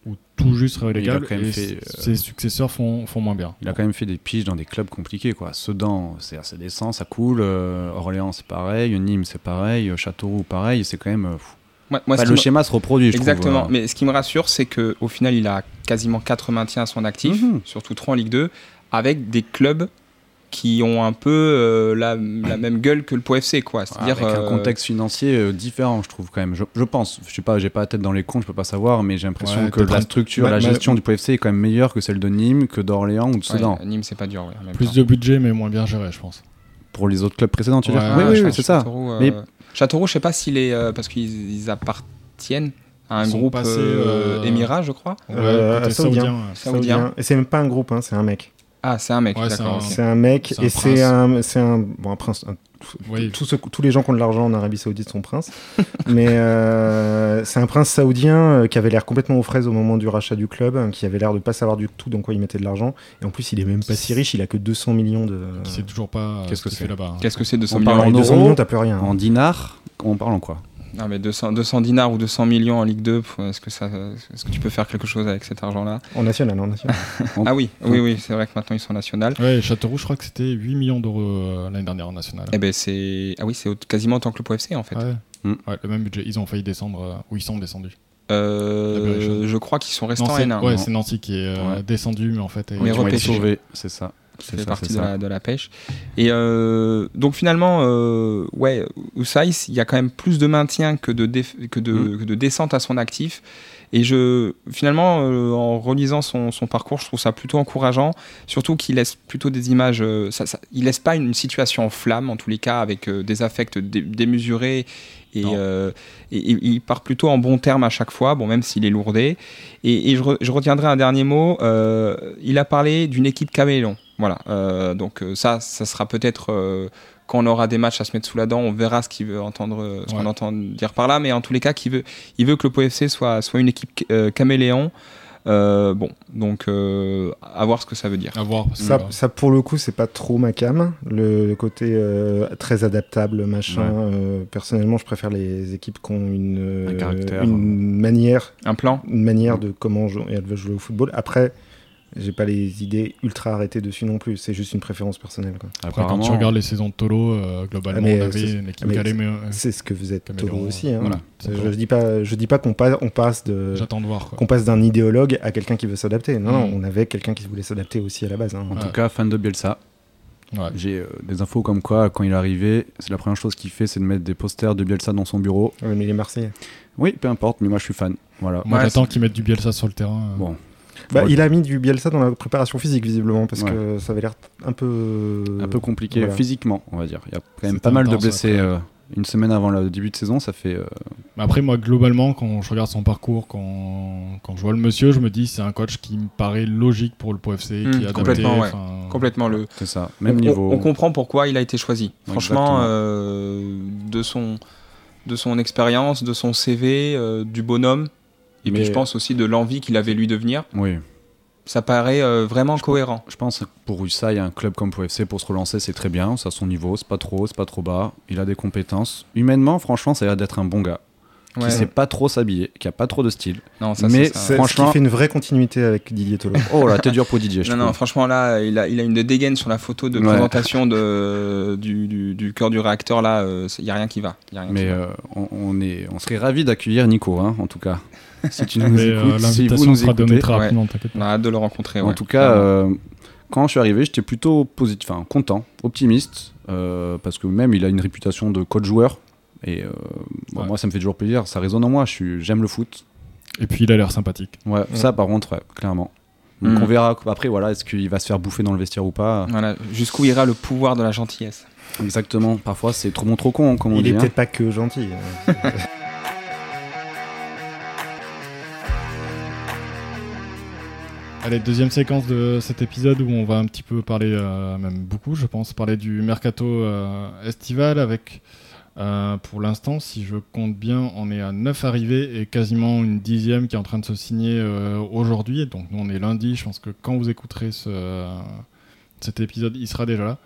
S4: ou tout juste relégable.
S2: quand même
S4: et
S2: fait,
S4: s-
S2: euh,
S4: Ses successeurs font, font moins bien.
S2: Il a quand même fait des piges dans des clubs compliqués, quoi. Sedan, c'est assez décent, ça coule. euh, Orléans, c'est pareil. Nîmes, c'est pareil. euh, Châteauroux, pareil. C'est quand même. euh, pff,
S1: Moi- moi,
S2: bah,
S1: ce
S2: le
S1: qui
S2: schéma se reproduit, je trouve,
S1: Exactement.
S2: euh.
S1: Mais ce qui me rassure, c'est que au final, il a quasiment 4 maintiens à son actif,
S2: Mhm.
S1: surtout 3 en Ligue 2, avec des clubs qui ont un peu euh, la, la même gueule que le Pau FC, quoi. C'est-à-dire
S2: Avec un
S1: euh,
S2: contexte financier euh, différent, je trouve quand même. Je, je pense. Je sais pas, j'ai pas la tête dans les comptes, je peux pas savoir, mais j'ai l'impression
S4: Ouais,
S2: que la
S4: peut-être.
S2: structure, la
S3: Ma- ma-
S2: gestion du PFC est quand même meilleure que celle de Nîmes, que d'Orléans ou de
S1: ouais,
S2: Sedan.
S1: Nîmes, c'est pas dur. ouais, en même
S4: Plus
S1: temps.
S4: de budget mais moins bien géré je pense.
S2: Pour les autres clubs précédents, tu veux
S4: Ouais,
S2: dire
S1: Ah,
S2: Oui, oui,
S1: Châ-
S2: oui, c'est ça.
S1: Châteauroux, euh,
S2: Mais-
S1: Châteauroux, je sais pas s'il est euh, parce qu'ils ils appartiennent à un
S4: Ils sont
S1: groupe
S4: passés,
S1: euh,
S4: euh,
S1: Émirats, je crois.
S4: Ouais,
S3: Euh,
S4: côté
S3: saoudien.
S4: ouais.
S1: Saoudien.
S3: Saoudien. Et c'est même pas un groupe, hein, c'est un mec.
S1: Ah, c'est un mec.
S4: Ouais, c'est
S1: d'accord.
S4: un-
S1: ok.
S3: C'est un mec
S4: C'est un
S3: et c'est un, c'est un, bon, un prince. un-
S4: Oui,
S3: tous ceux- tous les gens qui ont de l'argent en Arabie Saoudite sont princes. [LAUGHS] mais euh, c'est un prince saoudien euh, qui avait l'air complètement aux fraises au moment du rachat du club, hein, qui avait l'air de pas savoir du tout dans quoi il mettait de l'argent. Et en plus, il est même pas si riche, il a que 200 millions de.
S4: qui sait toujours pas euh,
S2: Qu'est-ce
S4: ce
S2: que
S4: qu'il fait
S2: c'est
S4: là-bas.
S1: Qu'est-ce que c'est 200
S2: On
S1: millions
S2: parle
S1: en
S2: en
S1: Ligue
S2: euros.
S3: 200 millions, t'as plus rien. hein.
S2: En dinars, on parle en quoi
S1: Non, mais 200, 200 dinars ou 200 millions en Ligue 2, pff, est-ce que, ça, est-ce que tu peux faire quelque chose avec cet argent-là
S3: En national, en
S4: [LAUGHS]
S3: national.
S2: On-
S1: Ah oui, oui, oui, c'est vrai que maintenant ils sont nationales.
S4: Ouais, Châteauroux, je crois que c'était 8 millions d'euros euh, l'année dernière en national.
S1: Eh ben c'est ah oui c'est au- quasiment autant que le Pau FC en fait.
S4: Ouais.
S2: Hmm.
S4: Ouais, le même budget. Ils ont failli descendre, euh, ou ils sont descendus.
S1: Euh,
S4: La belle chose.
S1: je crois qu'ils sont restés
S4: Non,
S1: en hein.
S4: c'est
S1: N1
S4: ouais,
S1: non
S4: c'est Nancy qui est euh,
S2: Ouais.
S4: descendu, mais en fait.
S1: Mais
S4: ils ont été
S1: repêché.
S4: sauvés.
S2: sauvé, c'est ça.
S1: ça fait
S2: ça,
S1: partie
S2: c'est
S1: de
S2: ça.
S1: la, de la pêche. Et euh, donc finalement, euh, ouais, Ousais, il y a quand même plus de maintien que de, déf- que de,
S4: Mm.
S1: que de descente à son actif. Et je, finalement, euh, en relisant son, son parcours, je trouve ça plutôt encourageant. Surtout qu'il laisse plutôt des images. euh, ça, ça- il laisse pas une situation en flamme, en tous les cas, avec euh, des affects dé- démesurés. Et,
S2: Non.
S1: euh, et- et il part plutôt en bon terme à chaque fois, bon, même s'il est lourdé. Et, et je, re- je retiendrai un dernier mot. euh, il a parlé d'une équipe caméléon. Voilà. euh, donc euh, ça, ça sera peut-être euh, quand on aura des matchs à se mettre sous la dent, on verra ce qu'il veut entendre, euh, ce qu'on
S4: Ouais.
S1: entend dire par là. Mais en tous les cas, qu'il veut, il veut que le PFC soit soit une équipe euh, caméléon. Euh, bon, donc euh, à voir ce que ça veut dire.
S4: À voir. parce que,
S3: Ça,
S4: euh,
S3: ça, pour le coup, c'est pas trop ma cam. Le, le côté euh, très adaptable, machin. euh, personnellement, je préfère les équipes qui ont une,
S2: Un
S3: euh,
S2: caractère.
S3: une manière,
S1: Un plan
S3: une manière
S2: Mm.
S3: de comment jo- elles veulent jouer au football. Après, j'ai pas les idées ultra arrêtées dessus non plus. C'est juste une préférence personnelle. quoi.
S4: Après, quand tu regardes les saisons de Tolo, euh, globalement,
S3: Ah, mais,
S4: on
S3: euh,
S4: avait
S3: c'est-
S4: une
S3: ah,
S4: équipe
S3: mais
S4: calée, mais, euh,
S3: C'est ce que vous êtes
S4: Caméléon,
S3: Toro aussi. hein.
S2: voilà.
S4: c'est
S3: Je,
S4: pas-
S3: je dis pas, je dis pas qu'on passe, on passe de,
S4: J'attends de voir. quoi.
S3: qu'on passe d'un idéologue à quelqu'un qui veut s'adapter. Non, non,
S4: Mm.
S3: on avait quelqu'un qui voulait s'adapter aussi à la base. hein.
S2: En
S4: Ouais.
S2: tout cas, fan de Bielsa.
S4: Ouais.
S2: J'ai euh, des infos comme quoi, quand il est arrivé, c'est la première chose qu'il fait, c'est de mettre des posters de Bielsa dans son bureau.
S3: Ouais, mais les Marseillais.
S2: Oui, peu importe, mais moi je suis fan. Voilà.
S4: Moi,
S1: Ouais,
S4: j'attends qu'ils mettent du Bielsa sur le terrain. euh.
S2: Bon.
S3: Bah,
S2: Ouais.
S3: il a mis du Bielsa dans la préparation physique, visiblement, parce
S2: Ouais.
S3: que ça avait l'air un peu.
S2: un peu compliqué
S3: voilà.
S2: Euh, physiquement, on va dire. Il y a quand même
S4: C'est
S2: pas mal de
S4: intense,
S2: blessés.
S4: ouais.
S2: euh, une semaine avant le début de saison, ça fait. euh,
S4: Mais Après, moi, globalement, quand je regarde son parcours, quand, quand je vois le monsieur, je me dis c'est un coach qui me paraît logique pour le
S1: Mm,
S4: POFC, qui est adapté.
S1: complètement, ouais.
S4: enfin,
S1: Complètement le.
S2: c'est ça, même
S1: on,
S2: niveau.
S1: on- on comprend pourquoi il a été choisi.
S2: Ouais,
S1: Franchement,
S2: exactement.
S1: euh, de son de son expérience, de son CV, euh, du bonhomme, et
S2: Mais-
S1: puis je pense aussi de l'envie qu'il avait lui de venir.
S2: Oui,
S1: Ça paraît euh, vraiment cohérent.
S2: je pense que pour Ussa, il y a un club comme pour FC pour se relancer, c'est très bien. C'est à son niveau, c'est pas trop, c'est pas trop bas. Il a des compétences. Humainement, franchement, ça a l'air d'être un bon gars
S1: Ouais.
S2: qui sait pas trop s'habiller, qui a pas trop de style.
S1: Non, ça,
S2: mais
S1: c'est ça.
S3: C'est ce
S2: Franchement-
S3: qui fait une vraie continuité avec Didier Tolo.
S2: Oh là, t'es dur pour Didier. je
S1: Non,
S2: trouve.
S1: non, franchement, là, il a, il a une dégaine sur la photo de
S2: Ouais.
S1: présentation de, du, du, du cœur du réacteur. Là, il n'y a rien qui va. Y a rien qui
S2: Mais
S1: va.
S2: euh, on, on est, on serait ravis d'accueillir Nico, hein, en tout cas. Si
S4: [LAUGHS]
S2: tu nous
S4: Mais
S2: écoutes,
S4: euh,
S2: si
S4: l'invitation
S2: vous nous
S4: sera donnée
S2: écoutez.
S4: très
S1: Ouais.
S4: rapidement, t'inquiète
S1: On
S4: pas.
S1: a hâte de le rencontrer.
S2: euh, En
S1: ouais.
S2: tout cas, euh, quand je suis arrivé, j'étais plutôt positif, enfin content, optimiste, euh, parce que même il a une réputation de coach joueur. Et euh, bon,
S4: Ouais.
S2: moi, ça me fait toujours plaisir. Ça résonne en moi. Je suis, j'aime le foot.
S4: Et puis, il a l'air sympathique.
S2: Ouais, ça par contre, ouais, clairement. Donc
S1: Mm.
S2: on verra après, voilà, est-ce qu'il va se faire bouffer dans le vestiaire ou pas
S1: Voilà, jusqu'où ira le pouvoir de la gentillesse
S2: Exactement. Parfois, c'est trop bon, trop con, comme on
S3: il
S2: dit.
S3: est
S2: hein.
S3: peut-être pas que gentil. euh.
S4: Allez, deuxième séquence de cet épisode où on va un petit peu parler, euh, même beaucoup, je pense, parler du mercato euh, estival avec, euh, pour l'instant, si je compte bien, on est à 9 arrivées et quasiment une dixième qui est en train de se signer euh, aujourd'hui. Donc nous, on est lundi. Je pense que quand vous écouterez ce, cet épisode, il sera déjà là.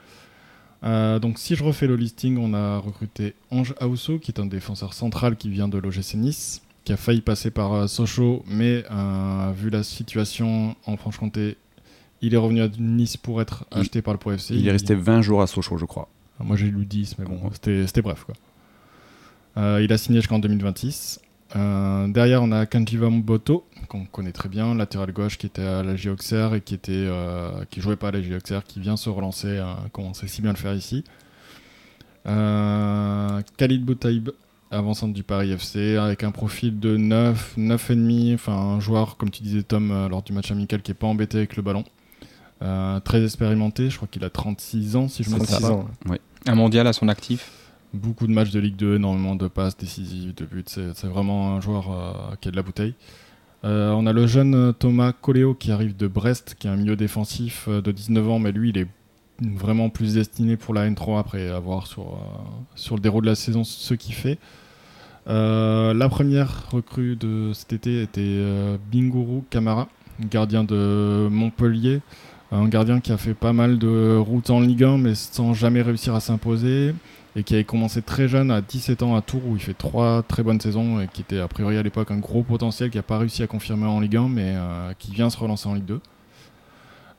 S4: Euh, donc si je refais le listing, on a recruté Ange Aousso, qui est un défenseur central qui vient de l'OGC Nice, qui a failli passer par euh, Sochaux, mais euh, vu la situation en Franche-Comté, il est revenu à Nice pour être
S2: Il-
S4: acheté par le Pro FC.
S2: Il est resté 20 jours à Sochaux, je crois.
S4: Moi j'ai lu 10, mais bon,
S2: Ouais.
S4: c'était c'était bref. Quoi. Euh, il a signé jusqu'en 2026. Euh, derrière, on a Kanji Vamboto, qu'on connaît très bien, latéral gauche qui était à la J Auxerre et qui, était, euh, qui jouait pas à la J Auxerre, qui vient se relancer, euh, comme on sait si bien le faire ici. Euh, Khalid Boutaïb, avançante du Paris FC, avec un profil de 9, 9,5, enfin un joueur, comme tu disais Tom, euh, lors du match amical, qui est pas embêté avec le ballon. Euh, très expérimenté, je crois qu'il a 36 ans si je me trompe
S3: 36
S4: pas
S3: ans. hein.
S1: Un mondial à son actif.
S4: beaucoup de matchs de Ligue 2, énormément de passes décisives, de buts. C'est c'est vraiment un joueur euh, qui a de la bouteille. Euh, on a le jeune euh, Thomas Coléo qui arrive de Brest, qui est un milieu défensif euh, de 19 ans, mais lui, il est vraiment plus destiné pour la N3 après avoir sur, euh, sur le déroulé de la saison ce qu'il fait. Euh, la première recrue de cet été était euh, Binguru Camara, gardien de Montpellier. Un gardien qui a fait pas mal de routes en Ligue 1, mais sans jamais réussir à s'imposer et qui avait commencé très jeune à 17 ans à Tours où il fait trois très bonnes saisons et qui était a priori à l'époque un gros potentiel qui n'a pas réussi à confirmer en Ligue 1 mais euh, qui vient se relancer en Ligue 2.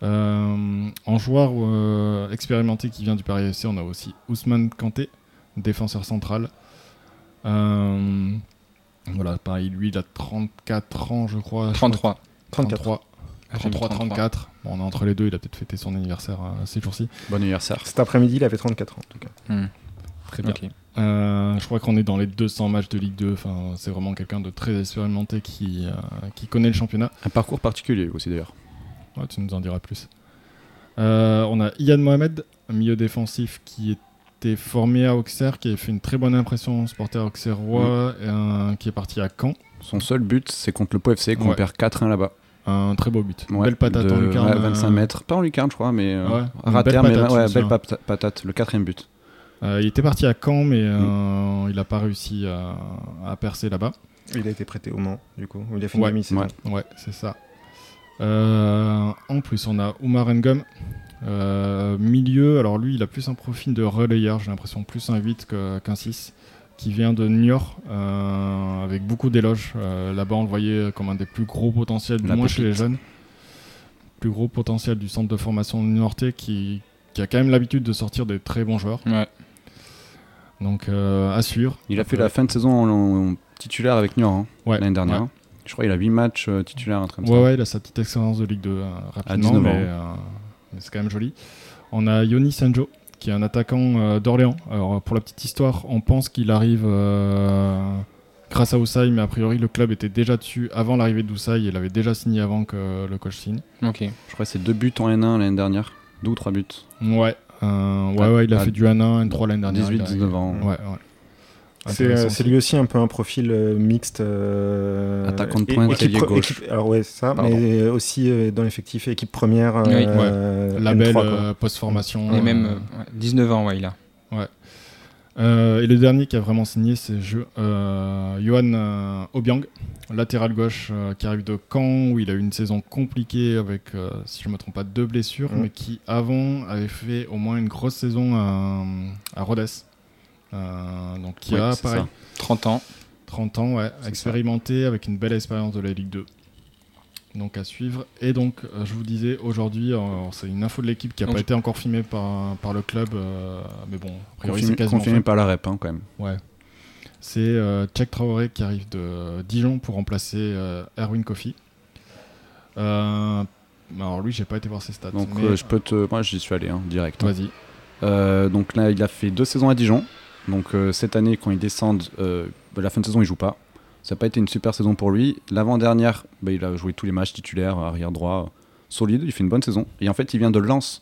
S4: Euh, en joueur euh, expérimenté qui vient du Paris FC, on a aussi Ousmane Kanté, défenseur central. Euh, voilà, pareil, lui il a 34 ans je crois. Je crois
S1: 33.
S3: 34.
S4: 33.
S1: Ah, j'ai mis
S4: 33, 34. Bon, on est entre les deux, il a peut-être fêté son anniversaire euh, ces jours-ci.
S2: Bon anniversaire.
S3: Cet après-midi, il avait 34 ans. En tout cas.
S4: Très
S1: Ok.
S4: Euh, je crois qu'on est dans les 200 matchs de Ligue 2. Enfin, c'est vraiment quelqu'un de très expérimenté qui, euh, qui connaît le championnat.
S2: Un parcours particulier aussi d'ailleurs.
S4: Ouais, tu nous en diras plus. Euh, on a Ian Mohamed, un milieu défensif qui était formé à Auxerre, qui a fait une très bonne impression en supporter auxerrois, et un- qui est parti à Caen.
S2: Son seul but, c'est contre le PFC qu'on
S4: Ouais.
S2: perd 4-1 là-bas.
S4: Un très beau but.
S2: Ouais,
S4: Belle patate
S2: de-
S4: en lucarne.
S2: ouais, 25
S4: euh,
S2: mètres. Pas en lucarne, je crois, mais euh,
S4: Ouais, une
S2: raté,
S4: belle
S2: mais
S4: patate, je me
S2: ouais,
S4: souviens.
S2: belle pata- patate, le quatrième but.
S4: Euh, il était parti à Caen, mais euh, il n'a pas réussi à, à percer là-bas.
S3: Il a été prêté au Mans, du coup. où Il a fait
S4: Ouais,
S3: une demi-saison.
S2: ouais.
S4: Ouais, c'est ça. Euh, en plus, on a Oumar Ngom, euh, milieu. Alors lui, il a plus un profil de relayeur, j'ai l'impression, plus un 8 que- qu'un 6, qui vient de Niort, euh, avec beaucoup d'éloges. Euh, Là-bas, on le voyait comme un des plus gros potentiels, du
S2: La
S4: moins chez les
S2: pépite.
S4: jeunes. Plus gros potentiel du centre de formation niortais qui, qui a quand même l'habitude de sortir des très bons joueurs.
S1: Ouais.
S4: Donc, euh, à suivre.
S2: Il a fait la fin de saison en, en titulaire avec Niort hein,
S4: Ouais,
S2: l'année dernière. Je crois qu'il a 8 matchs euh, titulaires, un truc comme
S4: Ouais,
S2: ça.
S4: ouais, il a sa petite expérience de Ligue 2 euh, rapidement,
S2: 19 ans.
S4: mais, euh, mais c'est quand même joli. On a Yoni Sanjo, qui est un attaquant euh, d'Orléans. Alors, pour la petite histoire, on pense qu'il arrive euh, grâce à Ousai, mais a priori, le club était déjà dessus avant l'arrivée d'Ousai. Il avait déjà signé avant que le coach signe.
S1: Ok.
S2: Je crois que c'est 2 buts en N1 l'année dernière. 2 ou 3 buts.
S4: Ouais, euh, ouais,
S2: Ah,
S4: ouais, il a
S2: ah,
S4: fait du 1-1, N3 l'année dernière. il a-
S2: 18-19 ans.
S4: Ouais, ouais.
S3: C'est
S4: Intéressant
S3: euh,
S4: aussi.
S3: c'est lui aussi un peu un profil euh, mixte. euh,
S2: Attaquant de
S3: é-
S2: pointe,
S3: équipe
S2: ailier
S3: pre-
S2: gauche.
S3: équipe- alors ouais, c'est ça,
S2: Pardon.
S3: mais euh, aussi euh, dans l'effectif équipe première.
S1: Oui, ouais.
S3: euh,
S4: Label
S3: N3, quoi.
S4: euh, post-formation.
S1: Et
S4: euh,
S1: même euh, ouais, 19 ans, ouais, il a.
S4: Euh, et le dernier qui a vraiment signé, c'est je- euh, Johan euh, Obiang, latéral gauche euh, qui arrive de Caen, où il a eu une saison compliquée avec, euh, si je ne me trompe pas, deux blessures,
S3: Mm.
S4: mais qui avant avait fait au moins une grosse saison à, à Rhodes. Euh, donc qui
S2: Ouais,
S4: a,
S2: c'est
S4: pareil,
S2: ça.
S1: 30 ans.
S4: 30 ans, ouais,
S2: C'est
S4: expérimenté avec une belle expérience de la Ligue 2. Donc à suivre. Et donc, euh, je vous disais, aujourd'hui, euh, c'est une info de l'équipe qui n'a
S1: Donc-
S4: pas été encore filmée par, par le club, euh, mais bon, a priori, c'est
S2: Confirmé,
S4: quasiment
S2: confirmé
S4: fait.
S2: par la rep, hein, quand même.
S4: C'est euh, Jack Traoré qui arrive de euh, Dijon pour remplacer euh, Erwin Kofi. Euh, alors lui, j'ai pas été voir ses stats.
S2: Donc
S4: mais-
S2: euh, je peux te. Moi j'y suis allé hein, direct. hein.
S4: Vas-y.
S2: Euh, donc là il a fait deux saisons à Dijon. Donc euh, cette année quand ils descendent, euh, bah, la fin de saison il joue pas. Ça n'a pas été une super saison pour lui. L'avant-dernière, bah, il a joué tous les matchs titulaires, arrière droit, euh, solide, il fait une bonne saison. Et en fait il vient de Lens.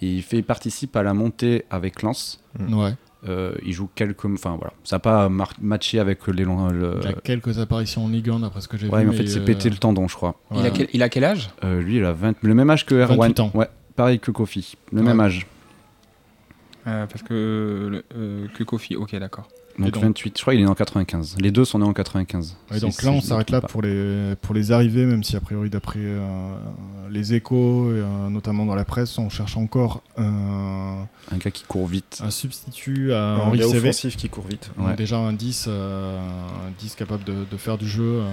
S2: Et il fait, il participe à la montée avec Lens.
S4: Ouais.
S2: Euh, il joue quelques. Enfin voilà, ça n'a pas mar- matché avec l'élan. Le...
S4: Il a quelques apparitions en Ligue 1 d'après ce que j'ai
S2: Euh, Ouais,
S4: vu.
S2: mais en fait il s'est pété
S4: euh,
S2: le tendon, je crois.
S1: Il, a
S4: ouais.
S1: quel, il a quel âge
S2: Euh, lui il a 20... le même âge que Erwan.
S4: 28 ans.
S2: Ouais, pareil que Kofi. Le même
S4: Ouais.
S2: âge.
S1: Euh, Parce que. euh, le- euh, que Kofi, ok, d'accord.
S4: Et
S2: Donc
S4: donc-
S2: 28, je crois qu'il est né en 95. Les deux sont nés en 95.
S4: Ouais,
S2: Si-
S4: donc
S2: si
S4: là,
S2: je
S4: on
S2: me
S4: s'arrête là
S2: trompe pas.
S4: pour les, pour les arrivées, même si a priori, d'après euh, les échos, et, euh, notamment dans la presse, on cherche encore un,
S2: Un gars qui court vite.
S4: un substitut à
S3: Un
S4: Henri
S3: gars
S4: Cévé.
S3: offensif qui court vite.
S4: On a
S2: Ouais.
S4: Déjà un 10, euh, un 10 capable de, de faire du jeu. euh,